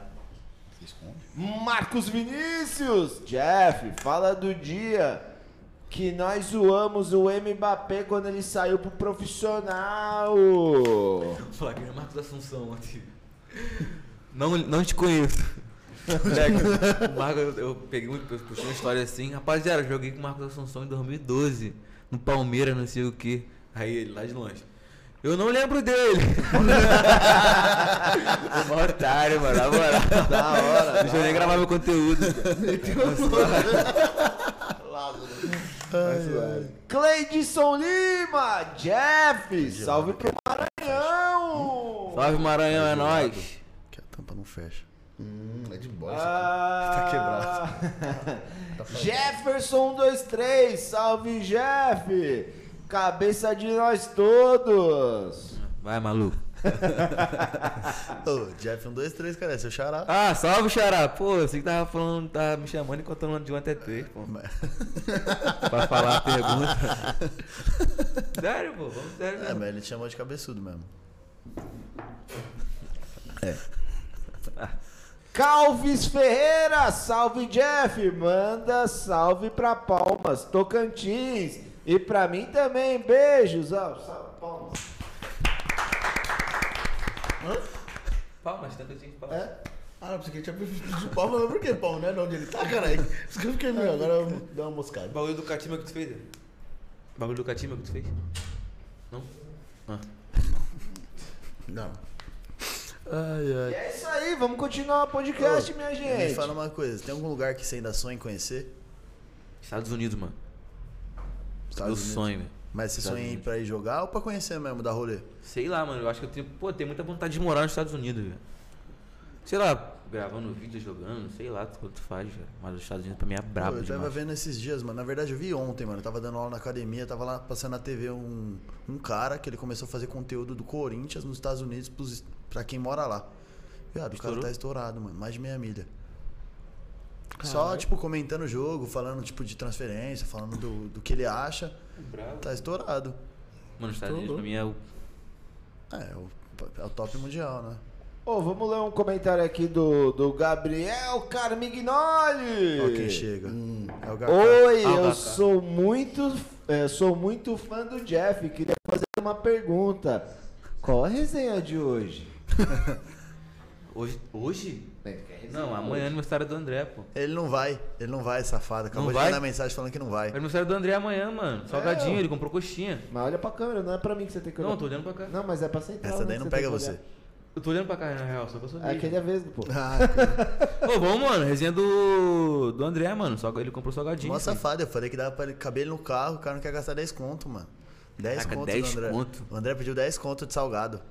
F: Marcos Vinícius! Jeff, fala do dia que nós zoamos o Mbappé quando ele saiu pro profissional.
D: Flagrante é Marcos Assunção ontem. Não, não te conheço. Moleque, o Marcos, eu- eu peguei um- eu puxei uma história assim, rapaziada, eu joguei com o Marcos Assunção em 2012, no Palmeiras, não sei o que. Aí ele lá de longe. Eu não lembro dele. Mó Otário, mano, na moral. Da hora. Deixa eu nem gravar meu conteúdo.
F: Cleidson Lima! Jeff, salve pro Maranhão!
D: Salve Maranhão, é nóis.
E: Que a tampa não fecha.
C: Hum, é de boy.
F: Tá quebrado. Tá Jefferson 23, salve Jeff! Cabeça de nós todos!
D: Vai, maluco.
E: Ô, Jeff, um, dois, três, cara, é seu xará.
D: Ah, salve, Xará. Pô, eu sei que tava falando, tava me chamando e contando de um até três, pô. pra falar a pergunta. sério, pô, vamos sério.
E: É, mas ele te chamou de cabeçudo mesmo.
F: Calves Ferreira, salve Jeff! Manda salve pra Palmas, Tocantins! E pra mim também, beijos! Ó, salve, Palmas!
D: Palmas, tanto gente É, palmas.
C: Ah, não, porque tinha o pau, mas por que pau, né? De onde ele tá, caralho? Por isso que eu fiquei meio, agora eu vou dar uma moscada.
D: Bagulho do Catima que tu fez? né? Bagulho do Catima que tu fez? Não? Ah.
C: Não.
E: Ai,
F: E é isso aí, vamos continuar o podcast, minha
E: ai. Me
F: gente!
E: fala uma coisa, tem algum lugar que você ainda sonha em conhecer?
D: Estados Unidos, mano. Meu
E: Unidos.
D: sonho, velho.
E: Mas você
D: Estados
E: sonha em ir
D: Unidos.
E: pra ir jogar ou pra conhecer mesmo, dar rolê?
D: Sei lá, mano. Eu acho que eu tenho. Pô, tenho muita vontade de morar nos Estados Unidos, velho. Sei lá, gravando vídeo, jogando, sei lá quanto faz, velho. Mas os Estados Unidos pra mim é brabo,
E: eu tava
D: demais.
E: vendo esses dias, mano. Na verdade, eu vi ontem, mano. Eu tava dando aula na academia, tava lá passando na TV um, um cara que ele começou a fazer conteúdo do Corinthians nos Estados Unidos pros, pra quem mora lá. Viado, o cara
D: Estourou?
E: tá estourado, mano. Mais de meia milha. Só, tipo, comentando o jogo, falando, tipo, de transferência, falando do, do que ele acha. Tá estourado.
D: Mano, os Estados Unidos pra mim é o.
E: É, é o, é o top mundial, né?
F: Ô, vamos ler um comentário aqui do, do Gabriel Carmignoli.
E: Ó, quem chega.
D: um
E: É o Gacá.
F: Oi,
D: Ah, o
F: eu
D: Kaká.
F: sou muito, é, sou muito fã do Jeff. Queria fazer uma pergunta. Qual a resenha de hoje?
D: Hoje? hoje?
F: Né, quer resenhar
D: Não, amanhã é aniversário do André, pô.
E: Ele não vai, ele não vai, safado. Acabou
D: Não
E: de
D: vai?
E: mandar mensagem falando que não vai.
D: É aniversário do André amanhã, mano.
E: É,
D: Salgadinho, ele comprou coxinha.
F: Mas olha pra câmera, não é pra mim que você tem que olhar.
D: Não, eu tô olhando pra cá.
F: Não, mas é pra central.
E: Essa daí
F: né,
E: não
F: que
E: pega
F: tem
E: você. Ah.
F: que
D: Eu tô olhando pra cá, na real, só pra subir.
F: olhar. É aquele avesgo, pô.
D: Ô, vamos, mano. Resenha do, do André, mano. Só, ele comprou salgadinho.
E: É Mó safado, eu falei que dava pra ele caber ele no carro, o cara não quer gastar 10 conto, mano. 10
D: Caraca,
E: conto
D: 10
E: do André.
D: conto.
E: O André pediu 10 conto de salgado.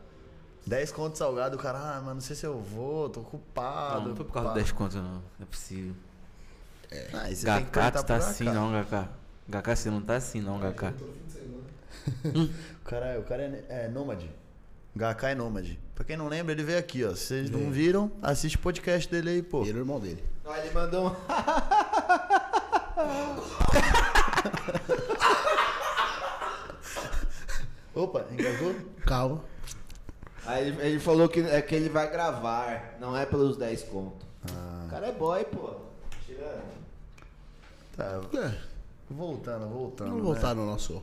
E: 10 conto de salgado, o cara, ah, mano, não sei se eu vou, tô ocupado.
D: Não, não foi por causa
E: pá.
D: do 10 conto, não. Não é possível.
E: Ah, e você tem que
D: Gacá,
E: perguntar
D: tu tá
E: pro
D: assim,
E: Gacá.
D: não, Gacá. Gacá, você não tá assim, não, Gacá.
E: O cara, é- o cara é, é nômade. HK é nômade. Pra quem não lembra, ele veio aqui, ó. Se vocês não viram, assiste o podcast dele aí, pô.
C: Ele é o irmão dele.
F: Ah, ele mandou um.
E: Opa, engasgou?
C: Calma.
F: Aí ele, ele falou que, é que ele vai gravar, não é pelos 10 conto.
E: Ah.
F: O cara é boy, pô. Tira.
E: Tá,
C: É,
E: voltando, voltando.
C: vamos
E: né?
C: voltar no nosso.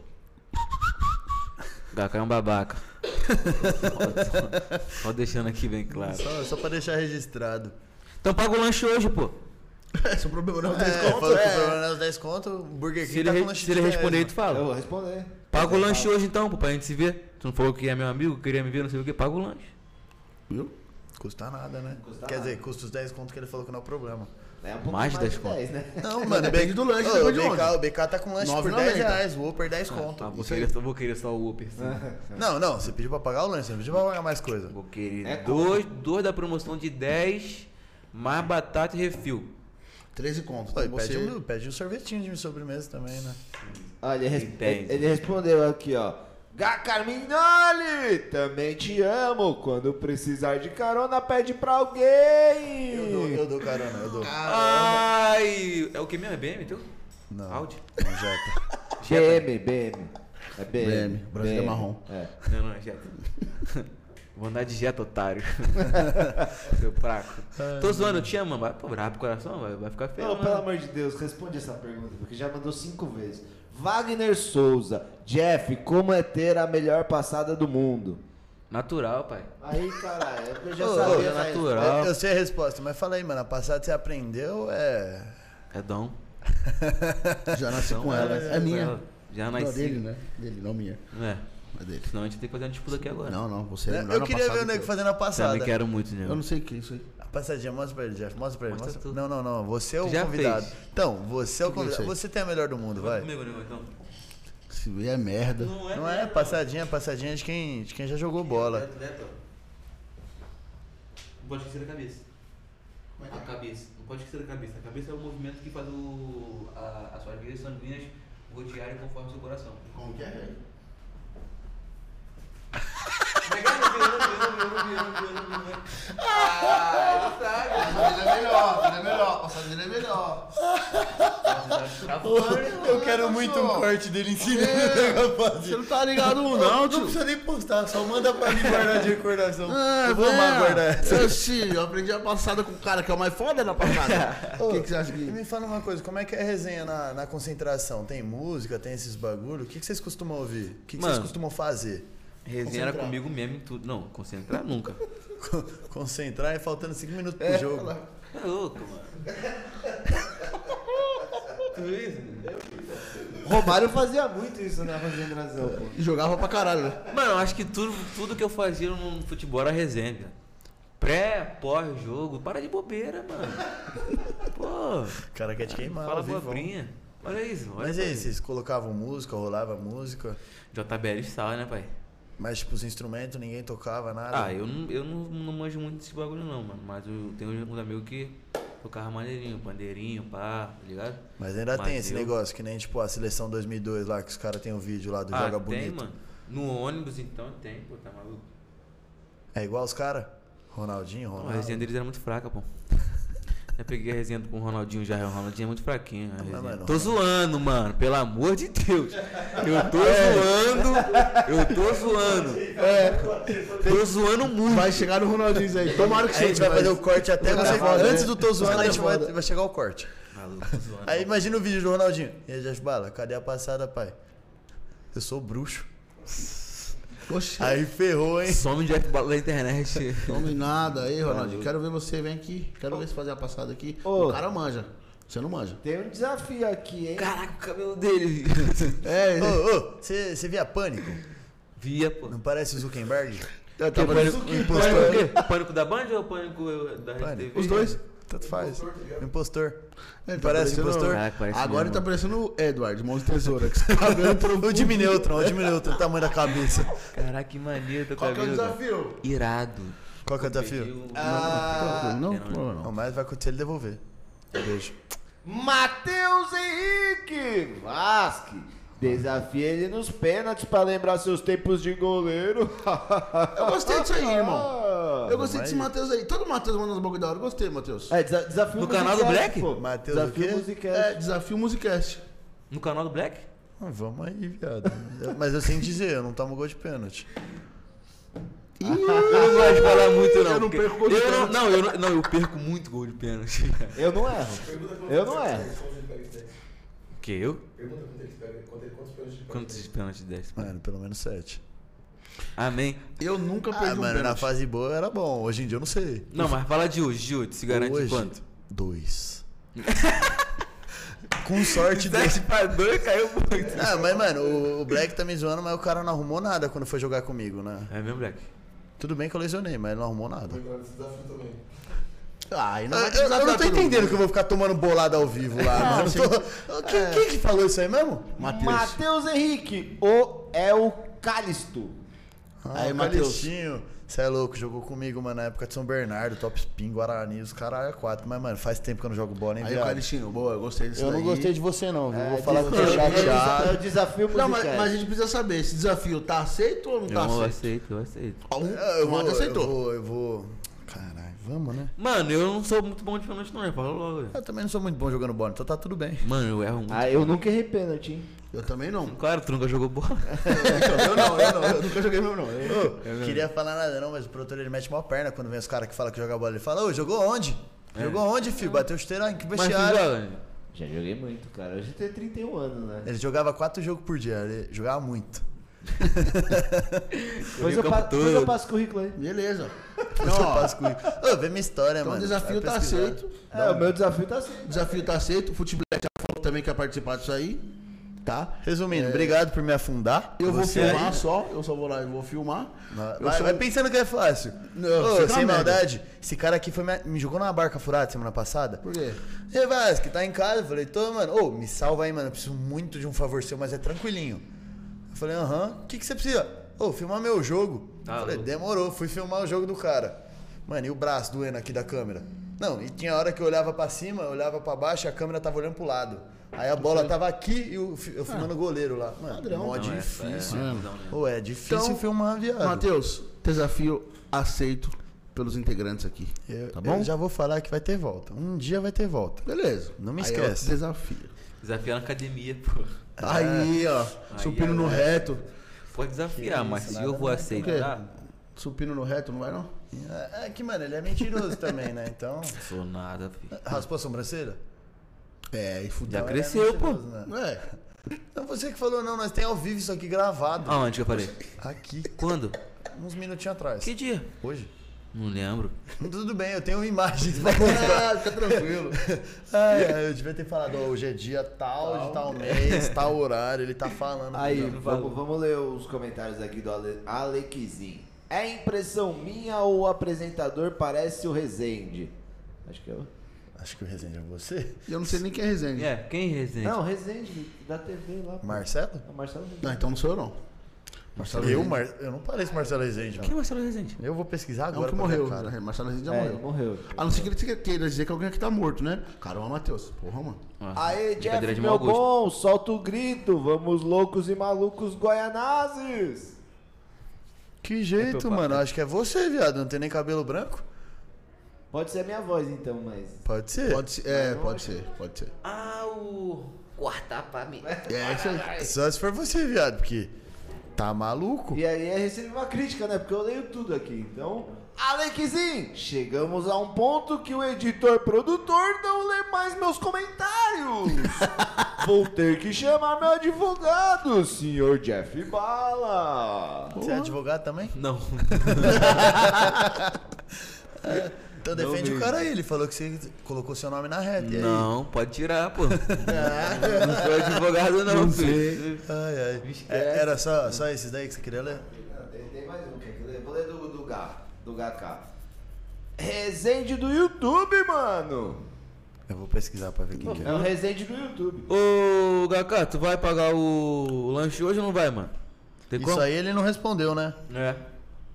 D: Gacá é um babaca. só, só- só deixando aqui bem claro.
E: Só, só pra deixar registrado.
D: Então paga o lanche hoje, pô.
C: Esse é o problema não é o
E: É,
C: desconto.
E: falou que o problema é os 10 conto, o Burger
D: Se
E: King
D: ele,
E: tá com
D: re-
E: lanche
D: se ele
E: de 10,
D: responder aí,
E: mano. É
D: tu
F: Eu
D: fala.
F: vou responder.
D: Paga o lanche hoje então, pô, pra gente se ver. Tu não falou que é meu amigo, queria me ver, não sei o que, paga o lanche.
C: Viu?
E: Custa nada, né?
F: custa
E: Quer
F: nada.
E: dizer, custa os 10 conto que ele falou que não é problema.
F: É um pouco
D: Mais
F: mais,
D: 10
F: de
D: conto.
F: 10, né?
E: Não, mano,
C: depende do lanche,
E: Ô,
C: depende
E: o
C: de
E: BK,
C: onde.
E: o BK tá com lanche por
C: 9,90.
E: 10 reais, o Whopper
C: É,
E: 10 conto.
C: tá,
D: Ah, vou querer, só- vou querer só o Uber. sim.
E: Não, não, você pediu pra pagar o lanche, você pediu pra pagar mais coisa.
D: Vou querer
F: É
D: dois, dois da promoção de 10, mais batata e refil.
C: 13 conto.
E: Pô, e
C: Então
E: pede,
C: você...
E: um, pede um sorvetinho de sobremesa também, né?
F: Olha, ele, res-
D: Entende.
F: ele respondeu aqui, ó. Gá Carminoli, também te amo. Quando precisar de carona, pede pra alguém.
E: Eu dou, eu dou carona, eu dou.
C: Ah.
D: Ai! É o que mesmo? É BM, teu?
E: Não.
D: Audi?
E: Não, tá. Jetta.
F: BM, BM. É BM.
C: BM, Brasília marrom.
F: É.
D: Não, não, é Jetta. Vou andar de Jetta, otário. Seu fraco. Tô zoando, eu te amo, mas pô, brabo o coração, vai, vai ficar feio.
F: Não,
D: né?
F: pelo amor de Deus, responde essa pergunta, porque já mandou cinco vezes. Wagner Souza, Jeff, como é ter a melhor passada do mundo?
D: Natural, pai.
F: Aí, caralho, é porque eu já
E: Ô, ô,
F: sabia.
D: é
F: essa
D: natural.
F: resposta.
E: Eu, eu sei a resposta, mas fala aí, mano. A passada que você aprendeu é.
D: É dom.
C: Já nasci com ela. É, minha.
D: Já
C: Não,
D: nasci.
C: dele, né? Dele, não minha.
D: É.
C: É dele.
D: Senão a gente tem que fazer uma disputa aqui agora.
C: Não, não, você é melhor
E: eu
C: na
E: queria ver
C: passada
E: o nego
C: que eu.
E: fazendo a passada.
D: Também quero muito, né? nego.
C: Eu não sei o que é isso aí.
E: A passadinha, mostra pra ele, Jeff. Mostra pra ele.
D: Mostra
E: Mostra
D: tudo.
E: Não, não, não. Você é o
D: Tu já
E: convidado.
D: fez.
E: Então, você é o
C: que é isso
E: convidado.
C: aí?
E: Você tem a melhor do mundo, vai.
D: comigo, nego, então.
C: Se vê é merda.
E: Não é passadinha, passadinha de quem, de quem já jogou bola.
D: Não pode esquecer da cabeça.
C: é
D: A cabeça. Não pode esquecer da cabeça. A cabeça é o movimento que faz o, a, as suas vias sanguíneas rodearem conforme o seu coração. Então,
C: Como que é?
E: Ah,
C: Ele é melhor, ele é melhor. Passada dele é melhor.
E: Eu quero muito um corte dele ensinando a
C: Você
E: passadinha.
C: não tá ligado não,
E: Não
C: tio.
E: precisa nem postar, só manda pra mim guardar de recordação.
C: Ah,
E: eu vou amar
C: velho.
E: guardar essa.
C: Eu, sim, eu aprendi a passada com o cara que é o mais foda da passada. O que, que você acha
E: E
C: que.
E: me fala uma coisa, como é que é a resenha na, na concentração? Tem música, tem esses bagulho? O que, que vocês costumam ouvir? O que, que vocês
D: Mano.
E: costumam fazer?
D: Resenha era comigo mesmo em tudo. Não, concentrar nunca.
E: Concentrar e faltando 5 minutos pro jogo.
D: É louco, mano. Tu é isso?
F: Romário fazia muito isso na concentração, pô.
C: E jogava pra caralho, né?
D: Mano, eu acho que tudo, tudo que eu fazia no futebol era resenha. cara. Pré, pós, jogo. Para de bobeira, mano. Pô.
E: O cara quer te queimar.
D: Fala
E: ao vivo.
D: bobrinha. Olha isso. Olha
E: Mas é e
D: isso.
E: aí, vocês colocavam música, rolava música,
D: JBL Style, né, pai?
E: mas tipo, os instrumentos ninguém tocava, nada.
D: Ah, eu não, eu não, não manjo muito desse bagulho, não, mano. Mas eu tenho uns amigos que tocavam maneirinho, bandeirinho, pá, tá ligado?
E: Mas ainda
D: Mas
E: tem esse
D: eu-
E: negócio, que nem tipo a seleção 2002 lá, que os caras tem o vídeo lá do
D: ah,
E: Joga
D: tem,
E: Bonito.
D: mano. No ônibus, então, tem, pô, tá maluco?
E: É igual os caras? Ronaldinho,
D: Pô, a
E: Ronaldo.
D: resenha deles era muito fraca, pô. Eu peguei a resenha com o Ronaldinho já, o Ronaldinho é muito fraquinho. a resenha.
E: mano,
C: é.
D: tô zoando, mano, pelo amor de Deus. Eu tô
C: É.
D: zoando, eu tô zoando. Tô zoando muito.
C: Vai chegar no Ronaldinho isso aí. Tomara que
E: A gente
C: seja.
E: vai
C: mas-
E: fazer o corte até
C: Vai
E: você.
C: dar foda,
E: Antes
C: né?
E: do Tô Zoando, a
C: Vai
E: gente
C: dar
E: vai,
C: foda.
E: vai chegar o corte.
D: Maluco, tô zoando.
E: Aí imagina o vídeo do Ronaldinho. E aí, Jeff Bala, cadê a passada, pai? Eu sou bruxo.
C: Oxe,
E: Aí ferrou, hein?
D: Some Jeff Butler da internet.
C: tome nada aí, Ronaldinho. Quero ver você, vem aqui. Quero ver você fazer a passada aqui.
F: Ô.
C: O cara manja. Você não manja.
F: Tem um desafio aqui, hein?
D: Caraca, o cabelo dele.
C: É,
E: Ô, ô, você você via Pânico?
D: Via, pô.
E: Não parece o Zuckerberg?
C: eu tava
D: pânico,
C: nisso.
D: pânico o quê? O pânico da Band ou o pânico eh, da Rede
E: Pânico.
D: TV?
C: Os dois.
E: Tanto faz. Impostor.
C: Ele tá
E: Ah, Parece
C: parecendo-
E: impostor?
D: Caraca, parece
C: Agora ele
D: mesmo.
C: tá parecendo o Edward, mão de tesoura. Que esse cabelo
E: O Jimmy Neutron, o Jimmy Neutron, o tamanho da cabeça.
D: Caraca, que maneiro teu
C: Qual que é o
D: cabelo. cara.
C: desafio? Ah.
D: Irado.
E: Qual que é o desafio?
D: Pediu-
C: não,
D: não,
C: não,
E: Não,
C: não.
E: mas vai acontecer ele devolver. Beijo.
F: Matheus Henrique Vasque. Desafia ele nos pênaltis pra lembrar seus tempos de goleiro.
C: Eu gostei disso aí, irmão.
F: Ah.
C: Eu gostei desse Matheus aí. Todo Matheus manda uns bagulho da hora. Eu gostei, Matheus.
F: É, desa- desafio
D: No canal do
F: Musicast,
D: Black?
F: pô.
E: Matheus o quê?
F: Desafio
C: É,
F: musicast.
C: desafio Musicast.
D: No canal do Black?
E: Ah, vamos aí, viado. Eu- Mas eu sei dizer, eu não tomo gol de pênalti.
D: Eu não gosto de falar muito, não.
C: Eu não
D: porque-
C: perco gol de
D: eu não, não, eu não, não, eu perco muito gol de pênalti.
F: Eu não erro. Eu não erro.
D: que eu?
G: Pergunta quanto ele pega, quanto ele- quantos pênaltis ele pega.
D: Quantos de pênalti desse?
E: Mano, pelo menos sete.
D: Amém.
C: Eu nunca perdi
E: Ah,
C: um
E: mano, na
C: pênalti.
E: fase boa era bom. Hoje em dia eu não sei.
D: Não, mas fala de hoje, Gil, te se garante
E: Hoje,
D: quanto?
E: Dois. Com sorte, dois.
D: 7 pra 2 caiu muito.
E: Ah, mas, mano, o- o Black tá me zoando, mas o cara não arrumou nada quando foi jogar comigo, né?
D: É mesmo, Black?
E: Tudo bem que eu lesionei, mas ele não arrumou nada.
G: Agora esse desafio também.
C: Ah, e não
E: Eu,
C: vai
E: eu- eu não
C: desafiar
E: tô
C: todo mundo.
E: entendendo que eu vou ficar tomando bolada ao vivo lá, mano. Eu tô- Quem,
C: É.
E: quem que falou isso aí mesmo?
C: Matheus.
F: Matheus Henrique, o é o Cálisto.
E: Ah,
C: Aí,
E: o
C: Matheus.
E: Calistinho, Você é louco, jogou comigo, mano, na época de São Bernardo, Top Spin, Guarani, os caralho, é quatro. Mas, mano, faz tempo que eu não jogo bola, hein,
C: Aí o
E: viado?
C: Calistinho, boa, eu gostei desse
E: Eu não
C: daí.
E: gostei de você, não, viu? Vou
F: É,
E: falar que eu tô
F: desafio- É o
E: chateado.
F: desafio
C: Não, mas,
F: musicast.
C: mas a gente precisa saber, esse desafio tá aceito ou não tá
D: eu
C: aceito?
D: aceito, eu aceito.
C: Ah, um-
E: Eu
C: o
E: vou,
C: Mata
E: eu
C: aceitou.
E: vou, eu vou. Caralho, vamos, né?
D: Mano, eu não sou muito bom de pênalti, não, né? Fala logo. velho.
E: Eu também não sou muito bom jogando bola, então tá tudo bem.
D: Mano, eu erro muito.
F: Ah, eu nunca errei pênalti, hein?
C: Eu também não.
D: Claro, tu nunca jogou bola.
C: Eu não, eu não, eu nunca joguei meu não. Eu-
E: Ô, queria falar nada não, mas o produtor ele mete mó perna quando vem os caras que falam que joga bola. Ele fala, ô, jogou onde?
C: É.
E: Jogou onde, filho? Bateu chuteira em que
D: Mas tu
E: vestiário?
D: joga, né?
F: Já joguei muito, cara. Hoje tem 31 anos, né?
E: Ele jogava quatro jogos por dia, ele jogava muito.
F: Depois
D: vi o
F: eu,
D: campo
F: pa- depois
D: todo.
F: eu passo currículo aí.
C: Beleza.
E: Não, eu passo com... Ô, vê minha história,
C: Então o
E: mano.
C: desafio
E: Vai
C: tá
E: pesquisar.
C: aceito.
F: É, o meu desafio tá assim.
C: O desafio tá aceito. O Futebol já falou que também quer participar disso aí. Tá?
E: Resumindo, obrigado por me afundar.
C: Eu vou
E: Você
C: filmar
E: aí.
C: só, eu só vou lá e vou filmar.
E: Vai,
C: Eu
E: vai-
C: sou- um
E: vai pensando que é fácil.
C: Não,
E: Ô,
C: você tá
E: sem
C: uma merda.
E: maldade, esse cara aqui foi me, me jogou numa barca furada semana passada.
C: Por quê?
E: E Vasco, tá em casa? Eu falei, tô, mano, ô, me salva aí, mano. Eu preciso muito de um favor seu, mas é tranquilinho. Eu falei, aham, o que, que você precisa? Ô, filmar meu jogo.
D: Tá
E: eu falei,
D: louco.
E: demorou, fui filmar o jogo do cara. Mano, e o braço doendo aqui da câmera? Não, e tinha hora que eu olhava pra cima, eu olhava pra baixo e a câmera tava olhando pro lado. Aí a bola tava aqui e eu, fi- eu filmando
C: Ah,
E: o goleiro lá. Mano,
C: Tá
E: mó
D: Não, essa
E: difícil.
D: É, visão, né?
E: Pô, é difícil
C: Então,
E: filmar, viado.
C: Matheus, desafio aceito pelos integrantes aqui.
E: eu,
C: tá
E: eu
C: bom?
E: já vou falar que vai ter volta. Um dia vai ter volta.
C: Beleza.
E: Não me
C: Aí é
E: esquece.
C: o desafio.
D: Desafiar na academia, pô.
C: Aí, ó. supino no reto.
D: Pode desafiar, mas se eu vou aceitar,
C: Supino no reto, não vai não?
E: É, é que, mano, ele é mentiroso também, né? Então.
D: não sou nada, filho.
E: Raspou a sobrancelha?
C: É, e fudeu.
D: Já
E: Então, ele é
D: cresceu, pô.
E: mentiroso, né?
C: É.
E: Não, você que falou, não, nós tem ao vivo isso aqui gravado.
D: Aonde que eu parei?
E: Aqui,
D: Quando?
E: uns minutinhos atrás.
D: Que dia?
E: Hoje?
D: Não lembro.
E: Tudo bem, eu tenho imagens. pra-
C: Ah, fica tranquilo.
E: Ai, ai, eu devia ter falado, ó, hoje é dia tal, de tal mês, tal horário, ele tá falando.
F: Aí,
E: Não,
F: vamos, vamos ler os comentários aqui do Ale, Alequizin. É impressão minha ou o apresentador parece o Rezende? Acho que é eu.
E: Acho que o Resende é você.
C: E eu não sei nem quem é Resende.
D: É, quem resende?
F: Não, Rezende, da TV lá. pô.
E: Marcelo?
F: É o Marcelo Rezende.
C: Não, então não sou eu não. Marcelo
E: eu,
C: Rezende.
E: Mar... eu não pareço Marcelo Resende,
D: Quem
E: mano.
D: é Marcelo Resende?
E: Eu vou pesquisar
C: É um
E: agora.
C: que
E: pra ver,
C: morreu.
E: cara.
C: né? Marcelo Rezende já
F: É,
C: morreu.
F: morreu.
C: A não ser que ele te- queira dizer que alguém aqui tá morto, né? Caramba, Matheus. Porra, mano.
D: Ah,
F: Aê,
D: brincadeira
F: Jeff,
D: de
F: meu
D: mau gosto.
F: bom, solta o grito. Vamos loucos e malucos goianazes.
E: Que jeito, mano. Acho que é você, viado. Não tem nem cabelo branco?
F: Pode ser a minha voz então, mas.
E: Pode ser.
C: Pode ser, é, pode ser, pode ser.
D: Ah, o. Cortar pra mim.
C: É isso aí.
E: Só se for você, viado, porque tá maluco.
F: E aí é receber uma crítica, né? Porque eu leio tudo aqui. Então, Alexin, chegamos a um ponto que o editor produtor não lê mais meus comentários.
A: Vou ter que chamar meu advogado, senhor Jeff Bala.
E: Você é advogado também?
D: Não.
E: Então defende o cara aí. Ele falou que você colocou seu nome na reta. E aí?
D: Não, pode tirar, pô. Não sou advogado, não, filho.
E: Ai, ai. É, era só, só esses daí que você queria ler?
F: Não, Tem, tem mais um, quer que eu leia? Vou ler do, do Gá, do GK. Resende do YouTube, mano.
E: Eu vou pesquisar pra ver quem que
F: É o Resende do YouTube.
D: Ô, Gacá, tu vai pagar o lanche hoje ou não vai, mano? Tem
E: Isso
D: como?
E: aí ele não respondeu, né?
D: É.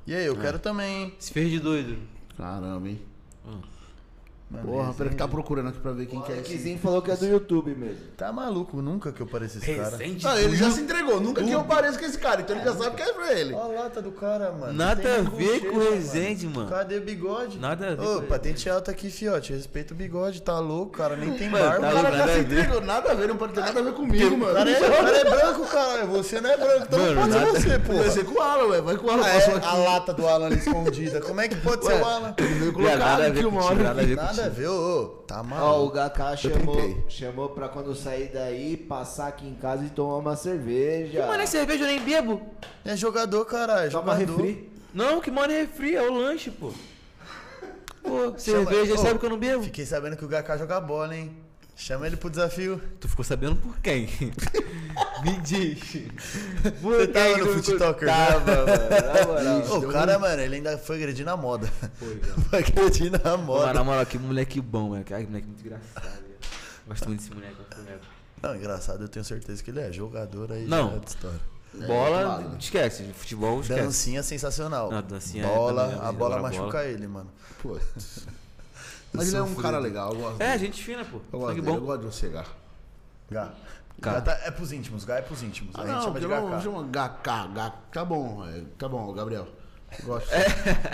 E: E aí, eu quero também, hein?
D: Se fez de doido.
C: Caramba, hein?
E: Mano,
C: Porra,
E: esse-
C: peraí, que tá procurando aqui pra ver quem que é esse.
F: Kizinho falou que é do YouTube mesmo.
E: Tá maluco, nunca que eu pareço esse cara.
C: Ah, ele já se entregou. Nunca que eu pareço com esse cara, então ele já sabe que é pra ele.
E: Olha a lata do cara, mano.
D: Nada
E: Tem
D: a
E: nenhum
D: ver
E: cheiro,
D: com o Rezende, mano.
E: Cadê o bigode?
D: Nada a ver
E: Ô,
D: com o
E: patente alta tá aqui, fiote. Respeita o bigode, tá louco, cara. Nem tem
D: Mano,
E: barba.
D: tá
C: O
E: cara.
C: cara já
D: nada
C: se
D: a ver.
C: entregou. Nada a ver, não pode ter nada a ver comigo, mano.
E: Cara, é, cara é branco, cara. Você não é branco, então
D: Mano,
E: não
D: nada-
E: pode ser você, pô.
C: Vai ser com o Alan, ué. Vai com o Alan, passou
E: a
C: aqui.
E: lata do Alan ali escondida. Como é que pode ser o Alan?
C: Veio
D: Não é
C: colocado
D: nada a ver
C: aqui uma
D: contigo,
C: hora.
D: nada a ver
E: Nada a
D: contigo.
E: ver, ô. ô, Tá
F: Ó, o
E: maluco.
F: GK chamou,
C: tentei.
F: chamou pra quando sair daí, passar aqui em casa e tomar uma cerveja.
D: Mano, é cerveja, eu nem bebo.
E: É jogador, caralho. é
F: Toma
E: Jogador.
F: refri.
D: Não, que mano é refri, é o lanche, pô. Pô,
E: Chama-
D: cerveja,
E: Ô,
D: sabe que eu não bebo?
E: Fiquei sabendo que o GK joga bola, hein? Chama ele pro desafio.
D: Tu ficou sabendo por quem? Me diz.
E: Você tava no Foot Talker, né?
D: Tava, mano. Na moral.
E: Ô, o
C: um-
E: cara, mano, ele ainda foi agredir na moda. Foi, foi agredir na
D: Mano,
E: moda.
D: na moral, que moleque bom, velho. Ai, moleque muito engraçado, velho. Gosto muito desse moleque, gosto mesmo.
E: Não, engraçado, eu tenho certeza que ele é jogador aí.
D: Não.
E: já é outra história.
D: Bola, esquece. Futebol, esquece.
E: Dancinha sensacional.
D: Não, dancinha é
E: bola,
D: também, né?
E: a bola
D: Agora a
E: machuca
D: bola.
E: ele, mano.
C: Putz. Mas ele é um cara legal, eu gosto
D: É,
C: dele.
D: gente fina, pô.
C: Eu
D: Sangue
C: gosto dele, eu
D: bom.
C: gosto de você, Gá.
E: Gá.
D: Gá.
E: Gá tá- é pros íntimos, Gá é pros íntimos.
C: Ah,
E: a gente
C: não,
E: chama de
C: porque eu não
E: GK.
C: chama GK, GK. Tá bom, é, tá bom, Gabriel. Eu Gosto.
E: É.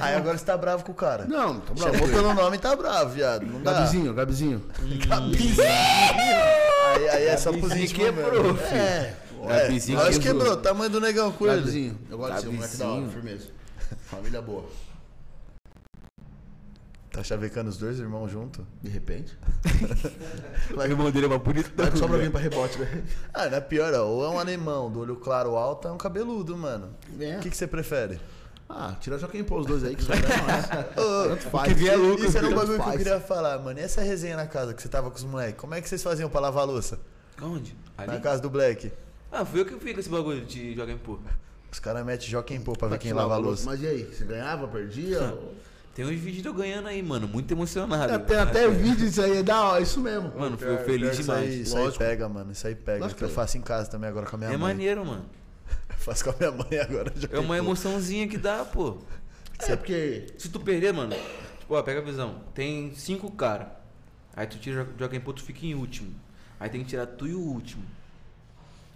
E: Aí agora você tá bravo com o cara.
C: Não, tá bravo.
E: Chamou pelo nome e tá bravo, viado. Não dá.
C: Gabizinho, Gabizinho.
E: Gabizinho. aí, aí é só pros
D: Gabizinho
E: íntimos
D: quebrou,
E: mesmo. É.
D: Gabizinho
E: é, nós
D: quebrou.
E: quebrou, tamanho do negão com ele.
C: Gabizinho, eu gosto de ser um moleque da hora,
D: Gabizinho.
C: firmeza. Família boa.
E: Tá chavecando os dois irmãos junto?
C: De repente.
D: O irmão dele é mais bonito.
C: Vai que só pra vir pra rebote, velho.
E: Ah, não é pior, ó. ou é um alemão do olho claro alto, ou é um cabeludo, mano.
C: É.
E: O que, que você prefere?
C: Ah, tira já quem pôs os dois aí, que isso aí não é. Tanto faz.
E: Isso era um
C: Tanto
E: bagulho que eu
C: faz.
E: queria falar, mano. E essa resenha na casa que você tava com os moleques? Como é que vocês faziam pra lavar a louça?
D: Onde?
E: Na
D: Ali?
E: casa do Black.
D: Ah, fui eu que fui com esse bagulho de jogar em pô.
E: Os caras metem joquem pô pra ver quem
C: Tirava
E: lava a louça.
C: Mas e aí, você ganhava, perdia?
D: Tem uns vídeos de eu ganhando aí, mano. Muito emocionado.
C: É, Tem até vídeo disso aí, é da hora, isso mesmo. É,
D: Mano, fui eu feliz
E: Isso aí,
D: demais.
E: isso aí
C: Lógico.
E: pega, mano. Isso aí pega.
C: Lógico
E: que eu
C: que é.
E: faço em casa também agora com a minha
D: É
E: mãe.
D: maneiro, mano.
E: Eu faço com a minha mãe agora.
D: É uma emoçãozinha que dá, pô.
C: É porque
D: Se tu perder, mano, tipo, ó, pega a visão. Tem cinco caras. Aí tu tira, joga em pô, tu fica em último. Aí tem que tirar tu e o último.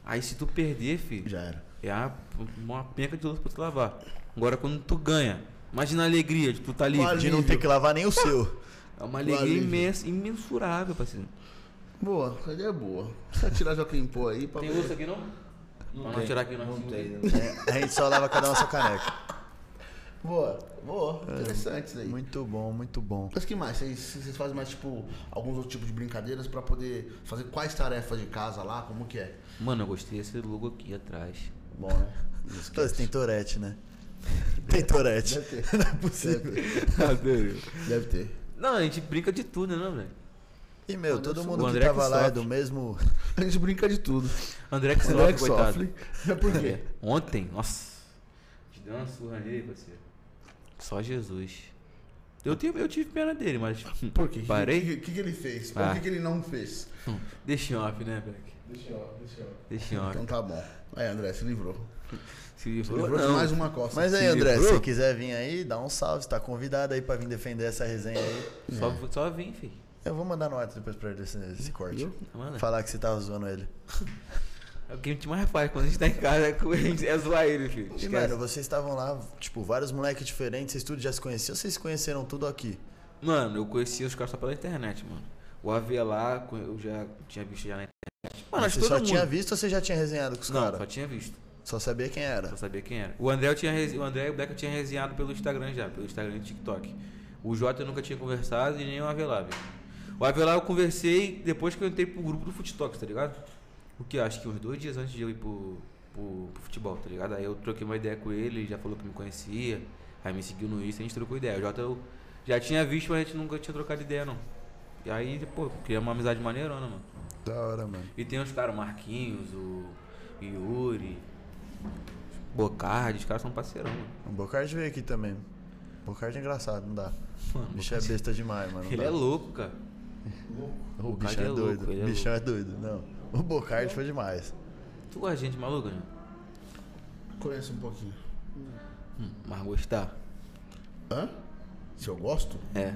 D: Aí se tu perder, filho,
E: Já era.
D: é uma, uma penca de louça pra tu lavar. Agora quando tu ganha, imagina a alegria de tu tá livre.
E: De não ter que lavar nem o seu.
D: É uma alegria
C: alívio.
D: imensa, imensurável, parceiro.
C: Boa, essa ideia é boa. Só tirar Joaquim Pô aí pra
D: Tem
C: ver.
D: osso aqui não? Não, não tirar aqui não. Não tem.
E: É, a gente só lava cada uma sua caneca.
C: Boa, boa.
E: É.
C: Interessante isso aí.
E: Muito bom, muito bom.
C: Mas que mais? Vocês, vocês fazem mais, tipo, alguns outros tipos de brincadeiras pra poder fazer quais tarefas de casa lá? Como que é?
D: Mano, eu gostei desse logo aqui atrás.
C: Bom, né?
E: Pô, Você tem Torete, né? Tem Torete.
C: Deve
E: Não é possível.
C: Deve ter.
D: Não, a gente brinca de tudo, né, não, velho?
E: E, meu, todo mundo
D: O
E: que
D: André
E: tava
D: que
E: lá é
D: sofre.
E: do mesmo.
C: A gente brinca de tudo.
D: André que
C: André
D: sofre,
C: que
D: coitado.
C: sofre. É por quê?
D: Ontem, nossa. Te deu uma surra nele, parceiro. Só Jesus. Eu, tive- eu tive pena dele, mas.
C: Por quê? O
D: Parei?
C: que, que, que ele fez? Ou
D: Ah.
C: o que, que ele não fez?
D: Deixa em off, né, Black? Deixa em off, deixa em
C: Então
D: off.
C: tá bom. Aí, André, se livrou.
D: Se
C: Se
D: livrou,
C: Então, livrou de
D: não.
C: mais um. uma costa.
E: Mas aí,
D: Se
E: André,
D: livrou?
E: se quiser vir aí, dá um salve. Você tá convidado aí pra vir defender essa resenha aí.
D: Só, só vim, filho.
E: Eu vou mandar no WhatsApp depois pra ele esse, esse corte.
D: Manda.
E: Falar que você tava zoando ele.
D: É o que a gente mais faz quando a gente tá em casa é, com- é zoar ele, filho.
E: E,
D: Esquece.
E: mano, vocês estavam lá, tipo, vários moleques diferentes, vocês tudo já se conheciam, vocês se conheceram tudo aqui.
D: Mano, eu conhecia os caras só pela internet, mano. O Avelar, co- eu já tinha visto já na internet. Mano, acho
E: você
D: que Ah, todo
E: só
D: mundo.
E: tinha visto ou você já tinha resenhado com os
D: Não, só
E: caras?
D: tinha visto.
E: Só sabia quem era.
D: Pra saber quem era. O André, eu tinha rese- o André e o Black eu tinha resenhado pelo Instagram já, pelo Instagram e TikTok. O Jota eu nunca tinha conversado e nem o Avelar, velho. O Avelar eu conversei depois que eu entrei pro grupo do Futox, tá ligado? o que? Acho que uns dois dias antes de eu ir pro, pro, pro futebol, tá ligado? Aí eu troquei uma ideia com ele, ele já falou que me conhecia, aí me seguiu no Insta, a gente trocou ideia. O Jota eu já tinha visto, mas a gente nunca tinha trocado ideia, não. E aí, pô, criamos uma amizade maneirona, mano.
E: Da hora, mano.
D: E tem uns caras, o Marquinhos, o Yuri, Bocardi, os caras são parceirão, mano.
E: O Bocardi veio aqui também. O Bocardi é engraçado, não dá.
D: Mano, um
E: O bicho é besta demais, mano. não
D: Ele
E: dá.
D: é louco, cara.
E: O
D: Bocardi
E: bicho é
D: é louco,
E: doido.
D: ele é
E: O bichão é doido. Não. O Bocardi foi demais.
D: Tu gosta de gente maluca, né?
C: Conheço um pouquinho.
D: Hum, mas gostar.
C: Hã? Se eu gosto?
D: É.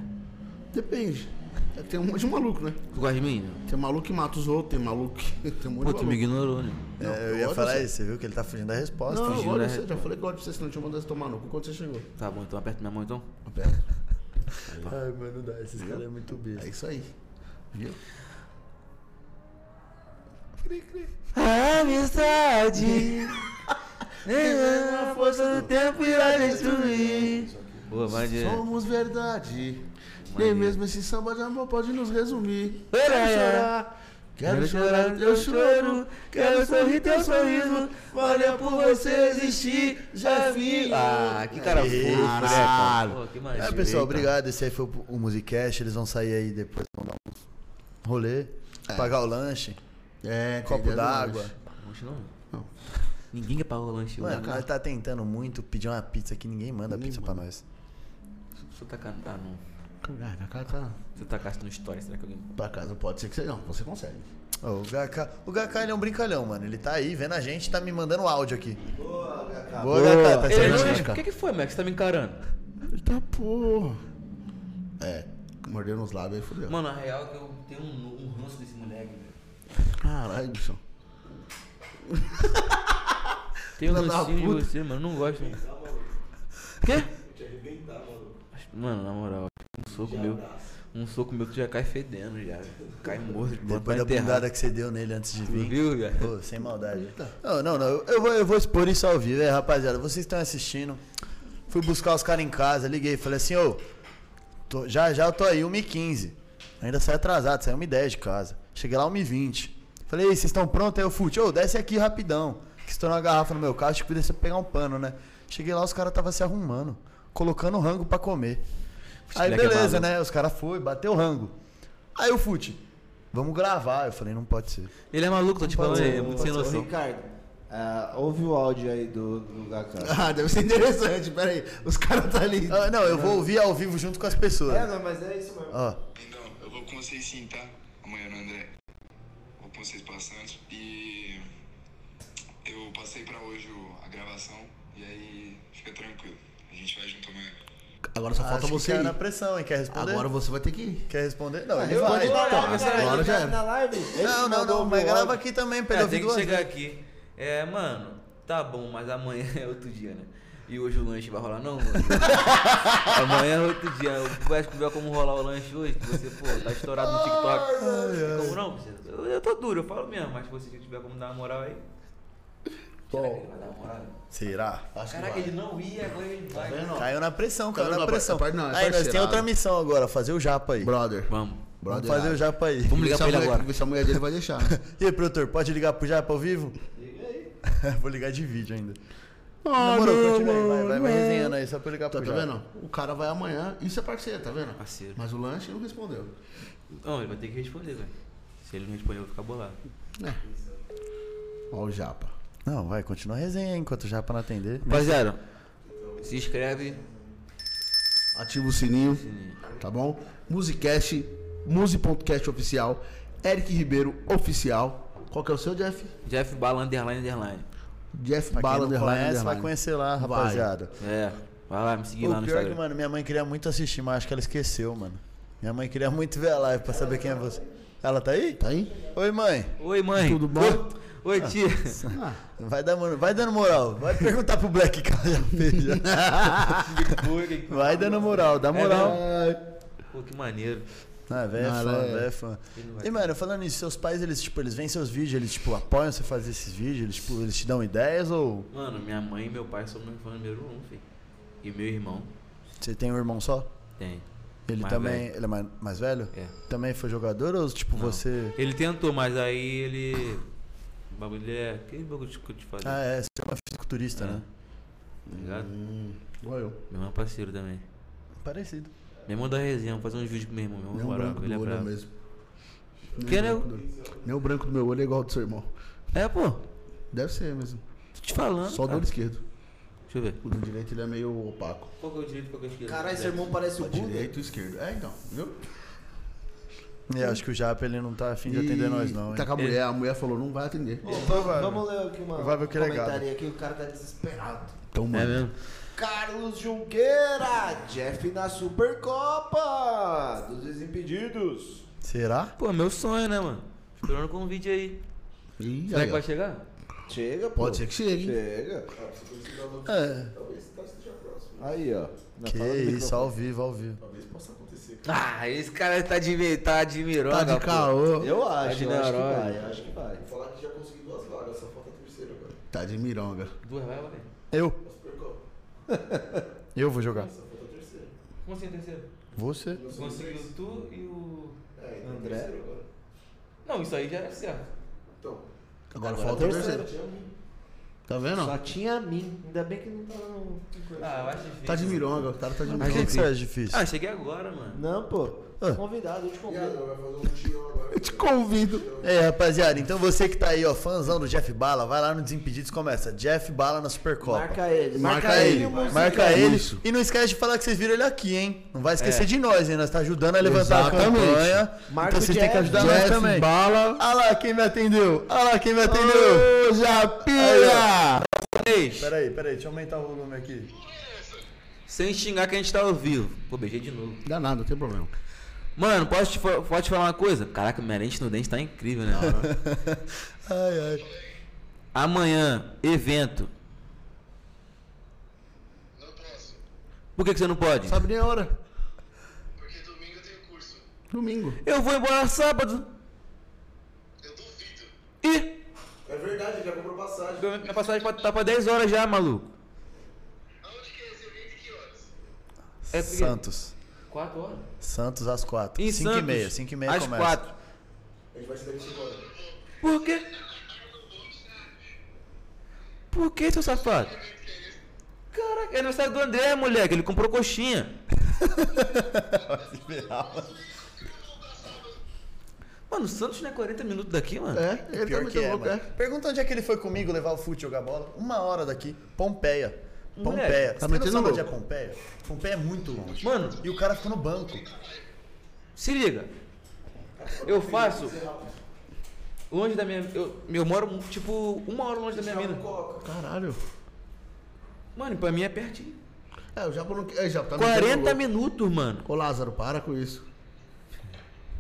C: Depende. É, Tem um monte de maluco, né?
D: Tu gosta de mim, né?
C: Tem maluco que mata os outros, tem maluco que. Tem um monte
D: Pô,
C: de
D: tu me
C: maluco.
D: ignorou, né?
E: É,
C: Não,
E: eu
C: eu
E: ia
C: gosto
E: falar
C: de você.
E: isso, você viu que ele tá fugindo da resposta.
C: Não, eu
D: fugindo,
C: gosto de
D: né?
C: você. Já falei que gosto de você, senão eu te mandar você tomar no cu quando você chegou.
D: Tá bom, então aperta minha mão então.
E: Ai, mano, não dá. Esses caras é muito
C: É
E: besta.
C: isso aí. Viu?
D: Amizade! Nem a força do tempo irá destruir. Boa, vai de.
C: É. Somos verdade. Nem mesmo esse samba de amor pode nos resumir.
D: Olha
C: Quero
D: aí.
C: chorar. é. Quero chorar o teu choro. Quero sorrir teu sorriso. Valeu por você existir. Já é vi.
D: Ah, que cara fofo, né, cara? Pô, que
E: É,
D: maneiro, cara.
E: pessoal, obrigado. Esse aí foi o o Musicast. Eles vão sair aí depois, vão dar um rolê, pagar o lanche,
C: É, tem
E: copo
C: ideia do
E: d'água.
C: lanche.
D: Lanche não? Ninguém quer pagar o lanche. né?
E: Mano,
D: Mano,
E: nós tá tentando muito pedir uma pizza aqui, ninguém manda pizza pra nós.
D: Se eu tacar, ah, não.
C: Caraca, cara tá
D: Se eu tacasse no story, será que alguém.
C: pra casa. Pode ser que você não. Você consegue.
E: Ó, o HK, o HK ele é um brincalhão, mano. Ele tá aí vendo a gente, tá me mandando áudio aqui. Boa, HK. Boa, HK, tá
D: Ele
E: certinho.
D: não- O que que foi, Max? Você tá me encarando?
C: Eita porra. É. Mordeu nos lábios aí fodeu.
D: Mano, a real é que eu tenho um, um ranço desse moleque, velho.
C: Caralho, bichão.
D: Tenho um
C: Filha da
D: rancinho de
C: puta.
D: você, mano. Não gosto, mano. Quê? Acho- Mano, na moral, um soco meu. Um soco meu, tu já cai fedendo já. velho. Cai morto, tá
E: Depois da bundada que você deu nele antes de vir.
D: Viu, já?
E: Pô, sem maldade. Não, não, não. Eu, eu vou, eu vou expor isso ao vivo, é, rapaziada. Vocês estão assistindo. Fui buscar os caras em casa, liguei, falei assim, ô, tô- já já eu tô aí, 1h15. Ainda saí atrasado, saí 1h10 de casa. Cheguei lá 1h20. Falei, ei, vocês estão prontos? Aí eu fute, ô, desce aqui rapidão. Que estourou uma garrafa no meu carro, acho que podia ser pegar um pano, né? Cheguei lá, os caras estavam se arrumando, colocando rango pra comer. Aí
D: moleque é
E: beleza,
D: maluco.
E: né? Os caras foi, bateu o rango. Aí o fute, vamos gravar. Eu falei, não pode ser.
D: Ele é maluco, tô te falando, ele é
E: um
D: muito sem
F: Ô,
D: noção.
F: Ricardo, ah, ouve o áudio aí do, do HK.
C: Ah, deve ser interessante. Pera aí. Os caras tá ali.
E: Ah, não, eu vou ouvir ao vivo junto com as pessoas.
F: É, não, mas é isso mesmo.
E: Ó,
H: Então, eu vou com vocês sim, tá? Amanhã no André. Vou com vocês pra Santos. E eu passei pra hoje o- a gravação. E aí, fica tranquilo. A gente vai junto amanhã.
C: Agora só falta
E: acho que
C: você
E: caiu
C: ir.
E: na pressão, hein? Quer responder?
C: Agora você vai ter que ir.
E: Quer responder? Não, ele vai.
F: Responde na
C: então,
F: live,
C: essa
F: caralho,
C: hora já
F: tá
C: era.
F: Na live? Ele
E: Não, não,
F: mandou
E: não,
F: o
E: mas
F: áudio.
E: grava aqui também, pra
D: É,
E: eu
D: tem que
E: duas
D: chegar
E: vezes.
D: aqui. É, mano, tá bom, mas amanhã é outro dia, né? E hoje o lanche vai rolar, não, mano. amanhã é outro dia. Eu vai descobrir como rolar o lanche hoje. que Você, pô, tá estourado no TikTok. Tem como não? parceiro? Eu, eu tô duro, eu falo mesmo, mas se você tiver como dar uma moral aí. Será que ele vai dar uma moral?
E: Será?
D: Caraca, ele não ia, agora ele vai.
E: Caiu na pressão,
C: Tá
E: caiu
C: vendo?
E: na
C: Não,
E: pressão.
C: par- par- não, é
E: aí, nós tem
C: parceirado.
E: outra missão agora, fazer o japa aí.
C: Brother.
D: Vamos.
E: Vamos
C: Brother. ah,
E: fazer o
C: errado.
E: japa aí.
D: Vamos
C: Ver
D: ligar
C: se a
D: pra ele
C: mulher-
D: agora.
C: Ver se a mulher dele vai deixar, né?
E: E aí, produtor, pode ligar pro japa ao vivo? Vou ligar de vídeo ainda.
C: Ah,
E: Demorou,
C: não,
E: continua aí, vai, vai, vai
C: não.
E: resenhando aí, só pra eu ligar
C: Tá,
E: pro
C: tá
E: japa.
C: vendo? O cara vai amanhã. Isso é parceiro, tá vendo?
D: Parceiro.
C: Mas o lanche não respondeu.
D: Não, ele vai ter que responder, velho. Se ele não responder, eu vou ficar bolado.
C: Ó o japa.
E: Não, vai, continua a resenha aí, enquanto o japa não atender.
D: Rapaziada, se inscreve.
C: Ativa o sininho, tá bom? Musicast, Muse.cast oficial, Eric Ribeiro oficial. Qual que é o seu, Jeff?
D: Jeff Bala, underline, underline.
C: Jeff
E: Pra quem
C: Bala,
E: não
C: underline,
E: conhece, vai
C: underline.
E: conhecer lá,
C: Vai.
E: rapaziada.
D: É, vai lá, me seguir lá
E: O
D: no
E: pior é que,
D: Instagram.
E: mano, minha mãe queria muito assistir, mas acho que ela esqueceu, mano. Minha mãe queria muito ver a live pra saber quem é você. Ela tá aí?
C: Tá aí?
E: Oi, mãe.
D: Oi, mãe.
C: Tudo bom?
D: Oi, tia.
E: Vai, dar, mo- vai dando moral. Vai perguntar pro Black que ela já fez, já. Vai dando moral,
D: É
E: dá moral.
D: Pô, que maneiro.
E: Ah, velho, é
C: Não,
E: fã,
C: ela é-
E: velho, é fã.
D: Ele não vai
E: E, mano, falando nisso, seus pais, eles, tipo, eles veem seus vídeos, eles, tipo, apoiam você fazer esses vídeos? Eles, tipo, eles te dão ideias ou
D: Mano, minha mãe e meu pai são meu fã número um, filho. E meu irmão
E: você tem um irmão só?
D: tem.
E: Ele
D: Mais
E: também,
D: velho.
E: ele é mais, mais velho?
D: É.
E: Também foi jogador ou, tipo, você...
D: Ele tentou, mas aí ele. bagulho é. Que bagulho que eu te falei?
E: Ah, é, você é uma fisiculturista, né?
D: Tá ligado?
C: Igual eu.
D: Meu irmão é parceiro também.
E: Parecido.
D: Meu irmão da resenha, vamos fazer um vídeo com meu irmão. Meu
C: Nem o
D: irmão é
C: branco
D: brabo, ele
C: do
D: é
C: olho
D: brabo.
C: mesmo.
D: Que, né?
C: Nem o branco do meu olho é igual ao do seu irmão.
D: É, pô.
C: Deve ser mesmo.
D: Tô te
E: Ah,
D: falando.
C: Só
E: tá.
C: do
D: cara.
C: olho esquerdo.
D: Deixa eu ver.
C: O do direito ele é meio opaco.
D: Qual que é o direito qual que é o esquerdo?
F: Caralho, seu irmão parece o Buda.
C: Direito e esquerdo. É, então, viu?
E: É, acho que o Japa ele não tá afim de atender nós, não.
C: Tá
E: Hein? É.
C: com a mulher, a mulher falou, não vai atender.
F: Ô, vamos, vamos ler aqui uma
E: Então Vai ver o que é legado.
F: comentaria aqui, o cara tá desesperado.
C: Então,
D: É
C: mano.
D: mesmo?
F: Carlos Junqueira, Jeff na Supercopa dos Desimpedidos.
E: Será?
D: Pô, meu sonho, né, mano? Esperando o convite aí.
C: Ih,
D: Será
C: aí,
D: é que
C: ó.
D: vai chegar?
F: Chega, pô.
C: Pode ser que chegue, hein?
F: Chega.
E: É.
F: Aí, ó. Na
E: Que
F: fala do
E: isso,
F: microfone.
E: ao vivo, ao vivo.
D: Ah, esse cara tá de, tá de
C: Tá
D: miroga,
C: de
D: pô.
C: caô.
F: Eu acho,
D: de
F: eu
E: É um
F: acho que
D: neuróide.
F: vai, eu acho que vai.
G: Falar que já consegui duas vagas, só falta a terceira agora.
C: Tá de mironga.
D: Duas vai, vai.
E: Eu? Eu vou jogar.
D: Como assim, terceiro?
E: Você?
D: Conseguiu tu e o.
G: É, então
F: André?
G: terceiro agora.
D: Não, isso aí já era certo.
G: Então,
C: Agora,
F: Agora
C: falta o
F: terceiro.
C: terceiro. Tá
E: É,
C: vendo?
F: Só tinha a mim. Ainda bem que não tá no.
D: Ah, eu acho difícil.
C: Tá de mironga, o cara tá de
E: Mas o que,
C: mironga.
E: que você acha difícil?
D: Ah, cheguei agora, mano.
F: Não, pô.
E: Ah.
F: Convidado, eu te
G: viado,
F: convido.
G: vai fazer um tirão agora.
C: Eu te convido.
E: É, rapaziada, então você que tá aí, ó, fãzão do Jeff Bala, vai lá no Desimpedidos e começa. Jeff Bala na Supercopa.
F: Marca ele.
E: Marca,
F: e
E: ele,
F: o Music.
E: marca ele.
C: Isso. É.
E: E não esquece de falar que vocês viram ele aqui, hein? Não vai esquecer de nós, hein? Nós tá ajudando a levantar
C: Exatamente.
E: a campanha.
F: Marca
E: então
F: o
E: vocês têm que
F: Jeff.
E: ajudar nós também.
C: Bala.
E: Ah lá, quem me atendeu? Ah lá, quem me atendeu?
C: Ô, Japinha!
E: Peraí, peraí, deixa eu aumentar o volume aqui.
D: Sem xingar que a gente tá ao vivo. Pô, beijei de novo.
C: Dá nada, não tem problema.
D: Mano, posso te, fa- posso te falar uma coisa? Caraca, minha lente no dente tá incrível, né?
E: Ai, ai.
D: Amanhã, evento.
H: Não posso,
D: Por que, que você não pode?
C: Sabe nem a hora.
H: porque domingo eu tenho curso.
C: Domingo.
D: Eu vou embora sábado.
H: Eu duvido.
D: Ih!
G: É verdade, ele já comprou passagem.
D: Minha passagem pode tá pra 10 horas já, maluco.
H: Aonde que é esse evento e que horas?
D: É porque-
E: Santos.
D: 4 horas?
E: Santos às quatro.
D: Em
E: Cinco e
D: Santos,
E: meia, cinco e meia
D: Às
E: começa.
D: 4.
G: A gente vai se demitir agora.
D: Por quê? Por que, seu safado? Caraca, é aniversário do André, moleque. Ele comprou coxinha. Mano, o Santos não é 40 minutos daqui, mano?
C: É, ele
E: Pior
C: tá
E: que
C: muito
E: é,
C: louco,
E: mano.
C: é.
E: Pergunta onde é que ele foi comigo levar o fute jogar bola. Uma hora daqui. Pompeia. Pompeia.
D: Moleque,
E: Você
C: tá
E: tem
C: metendo
E: noção de onde é
C: louco.
E: Pompeia? Pompeia é muito longe.
D: Mano,
E: E o cara ficou no banco.
D: se liga. Eu faço. Longe da minha. Eu, eu moro, tipo, uma hora longe da minha mina.
G: um
C: Caralho.
D: Mano, pra mim é pertinho.
C: É, o Japão não. É, o Japão tá me dando
D: 40
C: louco.
D: minutos, mano.
C: Ô, Lázaro, para com isso.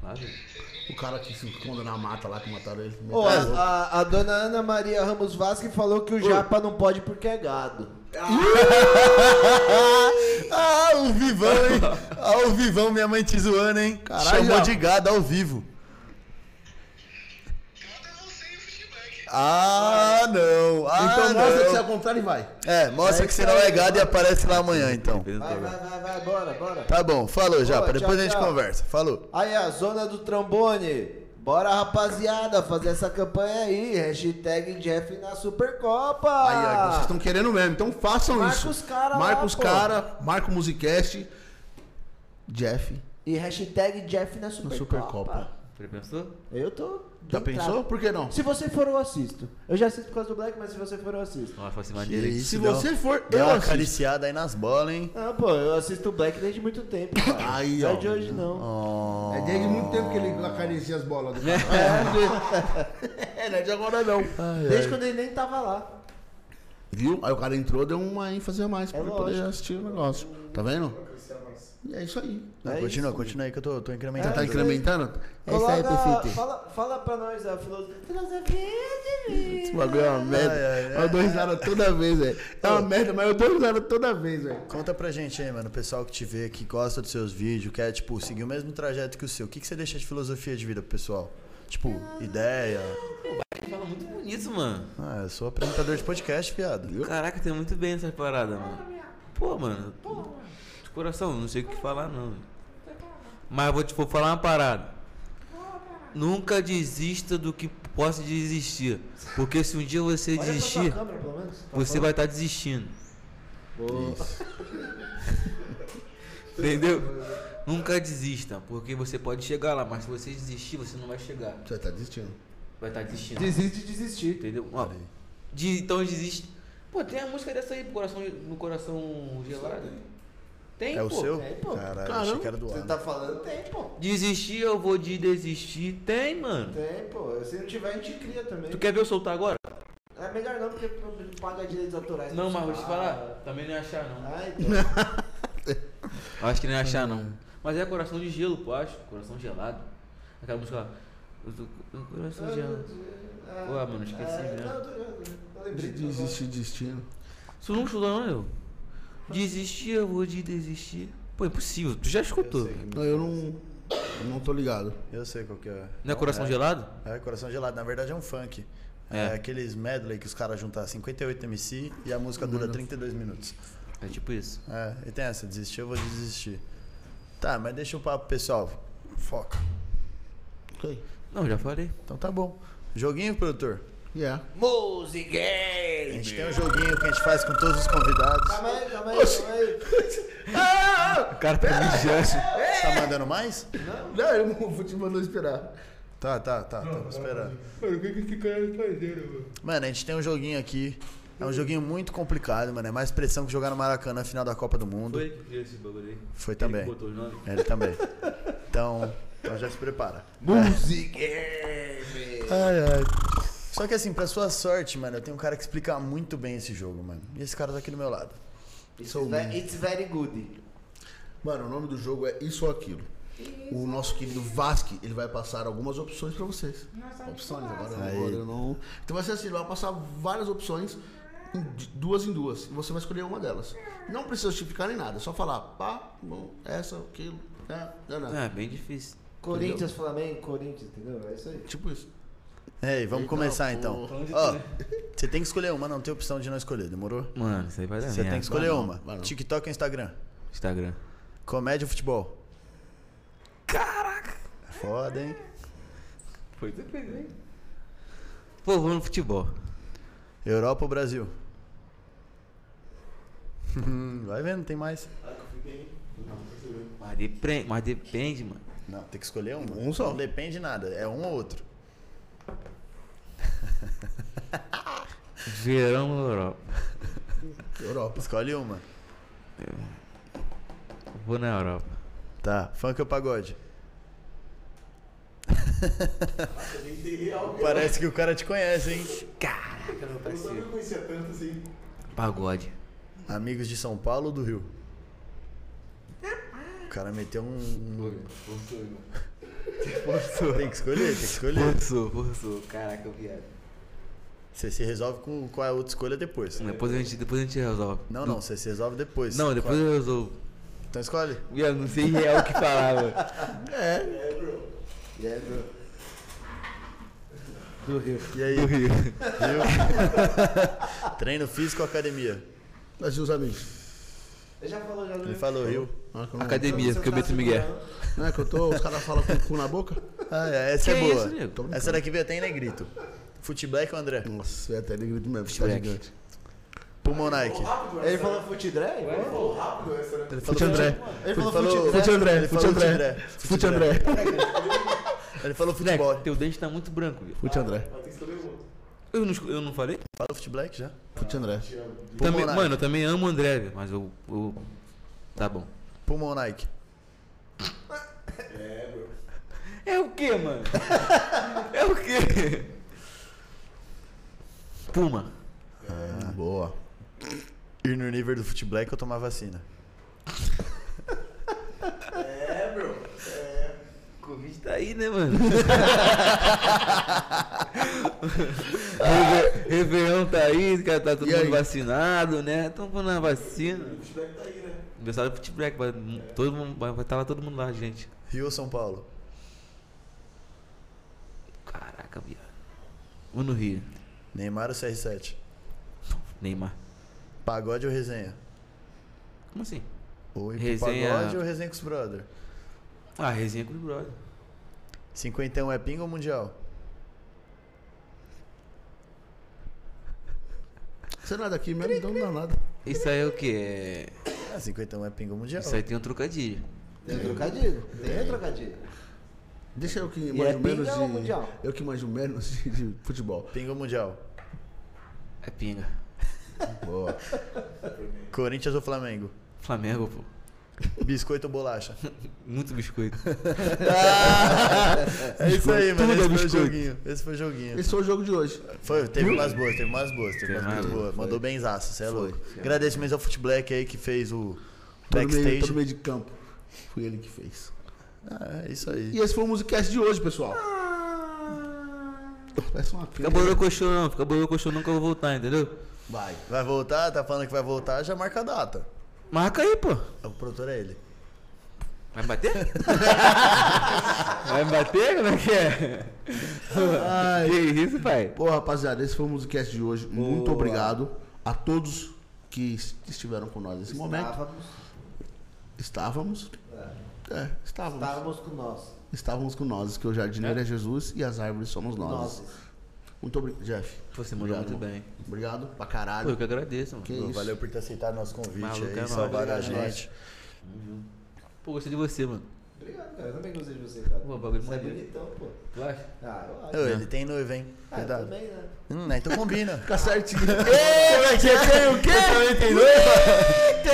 D: Ah, velho.
C: O cara que se esconde na mata lá que mataram ele.
F: Ô, a, a- a dona Ana Maria Ramos Vasque falou que o Japa não pode porque é gado.
E: Ah, ao vivão, hein? Ao vivão, minha mãe te zoando, hein?
C: Caralho,
E: Chamou
C: já.
E: de gado ao vivo.
H: Cada você e o feedback.
E: Ah, não. Ah,
C: então mostra que você é
E: não.
C: ao contrário e vai.
E: É, mostra que você não é gado e aparece lá amanhã, então.
F: Vai, vai, vai, vai, bora, bora.
E: Tá bom, falou, Japa.
F: Boa,
E: Depois
F: tchau,
E: a gente
F: tchau.
E: conversa. Falou.
F: Aí, a zona do trombone. Bora, rapaziada, fazer essa campanha aí. Hashtag Jeff na Supercopa.
C: Aí, ó,
E: Ah.
C: vocês estão querendo mesmo, então façam
F: Marca
C: isso.
F: os cara lá,
C: Marca os
F: pô.
C: cara, marca o Musicast. Jeff
F: E hashtag Jeff na
C: na
F: Supercopa.
C: Supercopa.
D: Você pensou?
F: Eu tô.
C: Já
F: bem
C: pensou?
F: claro.
C: Por que não?
F: Se você for, eu assisto. Eu já assisto por causa do Black, mas se você for, eu assisto.
D: Nossa, vai ser maneiro. hein?
C: Se
E: dá uma-
C: você for,
E: Dá
C: eu
E: uma
C: assisto.
E: acariciada aí nas bolas, hein?
F: Ah, pô, eu assisto o Black desde muito tempo. Cara.
C: Aí,
F: não
C: ó.
F: é de hoje, não.
C: É desde muito tempo que ele acaricia as bolas né? do cara. É, não é de agora não.
F: Desde quando ele nem tava lá.
C: Viu? Aí o cara entrou, deu uma ênfase a
E: É
C: mais pra ele poder
F: lógico.
C: assistir o negócio. Tá vendo? E é isso aí.
E: Não,
F: É
E: continua, continua aí que eu tô, tô
C: Já
E: incrementando.
C: tá
F: É isso aí.
C: incrementando? É isso aí,
F: Coloca,
C: perfeito.
F: fala, fala pra nós a filosofia. Filosofia de vida.
C: Esse bagulho é uma merda.
E: ai, ai.
C: Eu dou risada toda vez, velho. É uma merda, mas eu dou risada toda vez, velho.
E: Conta pra gente aí, mano, o pessoal que te vê, que gosta dos seus vídeos, quer, tipo, seguir o mesmo trajeto que o seu. O que, que você deixa de filosofia de vida pro pessoal? Tipo, ideia.
D: Fala muito bonito, mano.
E: Ah, eu sou apresentador de podcast, viado.
D: Caraca, tem muito bem essas paradas, mano. Pô, mano. De coração, não sei o que falar, não. velho. Mas vou te vou falar uma parada. Nunca desista do que posso desistir. Porque se um dia você
F: Olha pra sua
D: desistir,
F: câmera, pelo menos. Tá
D: você vai
F: falando.
D: estar desistindo. Entendeu? Nunca desista, porque você pode chegar lá, mas se você desistir, você não vai chegar.
C: Você tá desistindo.
D: Vai estar desistindo.
F: Desiste de desistir.
D: Entendeu? Ó, de- então desiste. Pô, tem a música dessa aí pro coração, no coração gelado. Tem,
E: É
D: pô.
E: o seu?
F: é, pô.
E: Caralho, achei
C: Caramba.
E: que era do
F: Você
E: ano.
F: tá falando? Tem, pô.
D: Desistir, eu vou de desistir. Tem, mano.
F: Tem, pô. Se não tiver, a gente cria também.
D: Tu quer ver eu soltar agora?
F: É melhor não, porque não paga direitos autorais.
D: Não, mas
F: pra
D: vou te
F: você
D: falar. Também não ia achar, não.
F: Ah, então.
D: Acho que nem achar, não. Mas é coração de gelo, pô, acho. Coração gelado. Aquela música lá. O do- o Coração gelado. Ué, mano, esqueci
F: então, É,
D: já.
F: não, eu tô- eu- eu lembrei
C: De
F: disso agora.
C: desistir, destino.
D: Tu não estudou, não, eu? Desistir, eu vou de desistir. Pô, é impossível. Tu já escutou.
C: Não, eu não. eu não tô ligado.
E: Eu sei qual que é.
D: Não é coração gelado?
E: É, Coração Gelado. Na verdade é um funk. É,
D: É.
E: aqueles medley que os caras juntam 58 MC e a música dura 32 minutos.
D: É tipo isso.
E: É, e tem essa, desistir, eu vou desistir. Tá, mas deixa o papo, pessoal. Foca.
D: Não, já falei.
E: Então tá bom. Joguinho, produtor?
C: Yeah.
E: A gente tem um joguinho que a gente faz com todos os convidados. Tá
F: Calma aí, calma aí, calma aí.
D: O cara tá mijando.
E: Tá mandando mais?
C: Não, eu não vou te mandar esperar.
E: Tá, tá, tá. Tava esperando. tá Mano, a gente tem um joguinho aqui. É um joguinho muito complicado, mano. É mais pressão que jogar no Maracanã na final da Copa do Mundo.
D: Foi ele que criou esse bagulho aí.
E: Foi também.
D: Ele que botou os nomes.
E: Ele também. Então, então já se prepara.
F: Music
C: é.
F: Game.
E: Ai, ai. Só que assim, pra sua sorte, mano, eu tenho um cara que explica muito bem esse jogo, mano. E esse cara tá aqui do meu lado.
F: It's,
C: Sou
F: ve- it's very good.
C: Mano, o nome do jogo é Isso ou Aquilo. O nosso querido Vasque, ele vai passar algumas opções pra vocês. opções, agora, agora eu não. Então vai ser assim, ele vai passar várias opções, em d- duas em duas. E você vai escolher uma delas. Não precisa justificar nem nada, é só falar, pá, bom, essa, aquilo, é, não, não.
D: Ah, bem difícil.
F: Corinthians, Flamengo, Corinthians, entendeu? É isso aí.
C: Tipo isso.
E: Ei, vamos começar então.
C: porra.
E: Ó, você tem que escolher uma, não tem opção de não escolher, demorou?
D: Mano, isso aí vai dar
E: Você tem que
D: merda.
E: escolher um.
C: Vai não,
E: uma.
C: vai não.
E: TikTok ou Instagram?
D: Instagram.
E: Comédia ou futebol? Caraca! Foda, hein?
D: Foi tu que fez, hein? Pô, vamos no futebol.
E: Europa ou Brasil? Vai vendo, tem mais.
D: Mas depende, mas depende, mano.
E: Não, tem que escolher uma. Um só. Não depende de nada, é um ou outro.
D: Verão ou Europa?
C: Europa.
E: Escolhe uma.
D: Vou na Europa.
E: Tá, funk ou pagode? Parece que o cara te conhece, hein?
D: Caraca, meu parceiro.
G: Eu conhecia tanto assim.
D: Pagode.
E: Amigos de São Paulo ou do Rio? O cara meteu um. um... Tem que escolher, tem que escolher.
D: Forçou, forçou. Caraca, viado.
E: Você se resolve com qual é a outra escolha depois.
D: Depois a gente, depois a gente resolve.
E: Não, não, você se resolve depois.
D: Não, depois
E: Qual-
D: eu resolvo.
E: Então escolhe.
D: Viado, não sei real o que falar, mano.
F: Yeah, bro. Do Rio.
E: E aí? Rio. Treino físico ou academia?
C: Mas e os amigos?
F: Ele já falou, já do
E: Ele
F: Rio.
E: falou Rio.
C: Não é que eu não-
D: Academia,
F: Você
D: porque eu
F: tá
D: meto Miguel.
F: segurando.
C: Não é que eu tô, os caras falam com o cu na boca?
E: Ah, é, essa é
D: Que
E: boa.
D: isso, nego? Tô
E: essa daqui veio até em negrito. Futeblack ou André?
C: Nossa, é até negrito mesmo, tá
D: Moleque.
C: gigante.
E: Pulmon Nike.
F: Ele falou fute drag?
E: Ele falou
C: Fute André.
E: Ele falou
C: Fute-
E: fute
C: Fute André,
E: Ele
C: Fute
E: falou fute
C: André.
E: André.
C: Fute André.
E: Ele falou
D: Moleque,
E: futebol.
D: teu dente tá muito branco, viu?
C: Fute André.
D: Eu não, esco- eu não falei?
E: Falou futeblack já?
C: Fute André.
D: Também,
E: Nike.
D: mano, eu também amo o André, velho, mas eu, eu. Tá bom.
E: Pulmon Nike.
D: É o que, mano? é o que? Puma.
C: Ah, Boa.
E: Ah. Ir no nível do é futeblack ou tomar vacina?
D: Covid tá aí, né, mano? Reve- Réveillon tá aí, cara, tá todo
C: E
D: mundo
C: aí?
D: vacinado, né? Estão pondo a vacina. Aniversário do Futebreak, vai, todo mundo, vai, vai- tava todo mundo lá, gente.
E: Rio ou São Paulo?
D: Caraca, viado. Vou no Rio.
E: Neymar ou CR7?
D: Neymar.
E: Pagode ou resenha?
D: Como assim?
E: Ou ir
D: Resenha-
E: pro pagode ou resenha com os brother?
D: Ah, resenha com o brother.
E: 51 é pinga ou mundial?
C: Você não é daqui mesmo, então não dá nada.
D: Isso aí é o quê? É-
E: Ah, 50 é pingo mundial.
D: Isso aí tem um trocadilho.
F: Tem trocadilho? Tem trocadilho.
C: Deixa eu que
F: é
C: manjo menos
F: pinga ou
C: de.
F: mundial?
C: Eu que manjo menos de, de futebol.
E: Pingo mundial.
D: É pinga.
C: Boa.
E: Corinthians ou Flamengo?
D: Flamengo, pô.
E: Biscoito ou bolacha?
D: Muito biscoito.
E: É isso aí,
D: Tudo é
E: mano. Esse foi o
D: biscoito.
E: joguinho. Esse foi o joguinho.
C: Esse foi o jogo de hoje.
E: Foi, teve umas boas, teve umas boas, teve umas
D: Teve
E: muito
D: mais,
E: boas. Mandou benzaço, você é louco.
C: Foi.
E: Agradecimento ao Foot Black aí que fez o
C: Todo meio, todo
E: backstage.
C: meio de campo. Foi ele que fez.
E: Ah, é isso
C: E
E: aí.
C: esse foi o Musicast de hoje, pessoal.
D: Ah.
C: Parece uma
D: Fica
C: pena.
D: borocochô não, fica borocochô não que eu vou voltar, entendeu?
C: Vai.
E: Vai voltar? Tá falando que vai voltar, já marca a data.
D: Marca aí, pô.
E: O produtor é ele.
D: Vai bater? Vai bater? Como é que é? Que isso, pai?
C: Pô, rapaziada, esse foi o Musicast de hoje. Muito obrigado a todos que est- estiveram com nós nesse momento.
F: Estávamos,
C: Estávamos. É, estávamos.
F: estávamos com nós.
C: Estávamos com nós, que o jardineiro é. Jesus e as árvores somos nós.
F: Nós.
C: Muito obrigado, Jeff.
D: Você mandou
C: Obrigado,
D: muito
C: irmão.
D: bem.
C: Obrigado pra
D: Pô, eu
C: caralho.
D: que agradeço, mano.
C: Que
E: Pô,
C: isso.
E: Valeu por ter aceitado nosso convite
D: Maluco é
E: aí,
D: nóis.
E: salvar a
D: Obrigado,
E: gente.
D: Pô, gostei de você, mano.
F: Obrigado, cara. Eu também gostei de você, cara.
D: Pô, bagulho
F: Você é
D: maneiro.
F: bonitão, pô.
D: Tu acha?
F: Ah, eu acho.
E: Ô, ele tem noiva, hein?
F: Ah, eu
E: Cuidado.
F: também, né?
E: Hum, né, então combina.
C: Fica certinho.
E: Ei, você tem o quê? também tem noiva? Eita,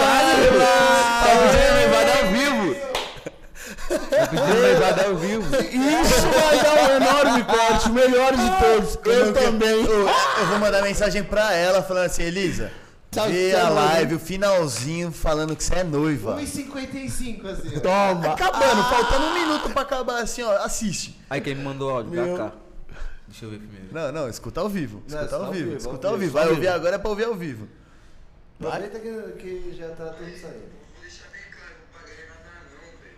D: Tá pedindo noivado ao vivo! Tá pedindo noivado ao vivo!
C: Isso vai dar um enorme corte, o melhor de todos. Eu também.
E: Ô, Eu vou mandar mensagem pra ela falando assim, Elisa. Vê a live, o finalzinho falando que você é noiva.
F: 1,55 assim.
D: Então,
F: ó.
C: Toma.
E: Acabando, faltando um minuto pra acabar assim, ó. Assiste.
D: Aí quem me mandou áudio,
E: Meu.
D: Kaká. Deixa eu ver primeiro.
E: Não, não, escuta ao vivo.
F: Não,
E: Escuta ao vivo, escuta ao vivo.
F: ao
E: Vai ouvir agora é pra ouvir ao vivo.
F: Aproveita que, que já tá tudo saindo.
H: Vou deixar bem claro, não pagarei nada não, velho.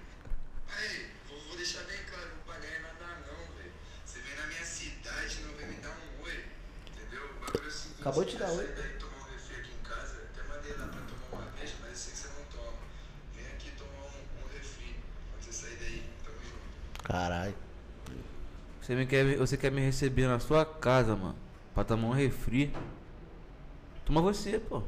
H: Aí, vou, vou deixar bem claro, não pagarei nada não, velho. Você vem na minha cidade, não vem me dar um oi. Entendeu? O bagulho é o seguinte.
F: Acabou de
H: você
F: dar
H: quer
F: oi.
H: sair daí e tomar um refri aqui em casa, eu até mandei lá pra tomar uma breja, mas eu sei que você não toma. Vem aqui tomar um, um refri. Quando você sair daí, tamo junto.
C: Caralho.
D: Você, me quer, você quer me receber na sua casa, mano? Pra tomar um refri? Toma você, pô.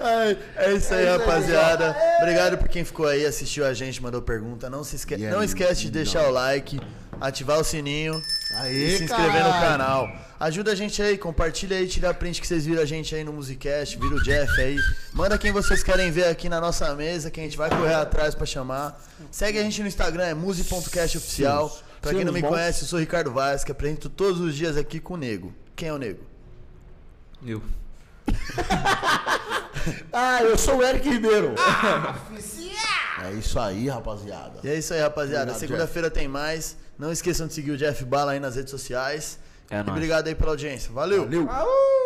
E: Ai, é isso aí, rapaziada.
C: É.
E: Obrigado por quem ficou aí, assistiu a gente, mandou pergunta. Não, se esque...
C: E
E: não
C: aí,
E: esquece de deixar o like, ativar o sininho
C: Aê,
E: e se inscrever no
C: caralho.
E: canal. Ajuda a gente aí, compartilha aí, tira a print que vocês viram a gente aí no Musicast, vira o Jeff aí. Manda quem vocês querem ver aqui na nossa mesa, que a gente vai correr atrás pra chamar. Segue a gente no Instagram, é muse.castoficial. Pra quem não me
C: Sinos bons.
E: conhece, eu sou Ricardo Vaz, que apresento todos os dias aqui com o Nego. Quem é o Nego?
D: Eu.
C: Ah, eu sou o Eric Ribeiro.
D: Ah,
C: É isso aí, rapaziada.
E: E é isso aí, rapaziada.
C: Obrigado,
E: Segunda-feira tem mais. Não esqueçam de seguir o Jeff Bala aí nas redes sociais.
D: É
E: e
D: nóis.
E: obrigado aí pela audiência. Valeu.
C: Valeu.
F: Aú!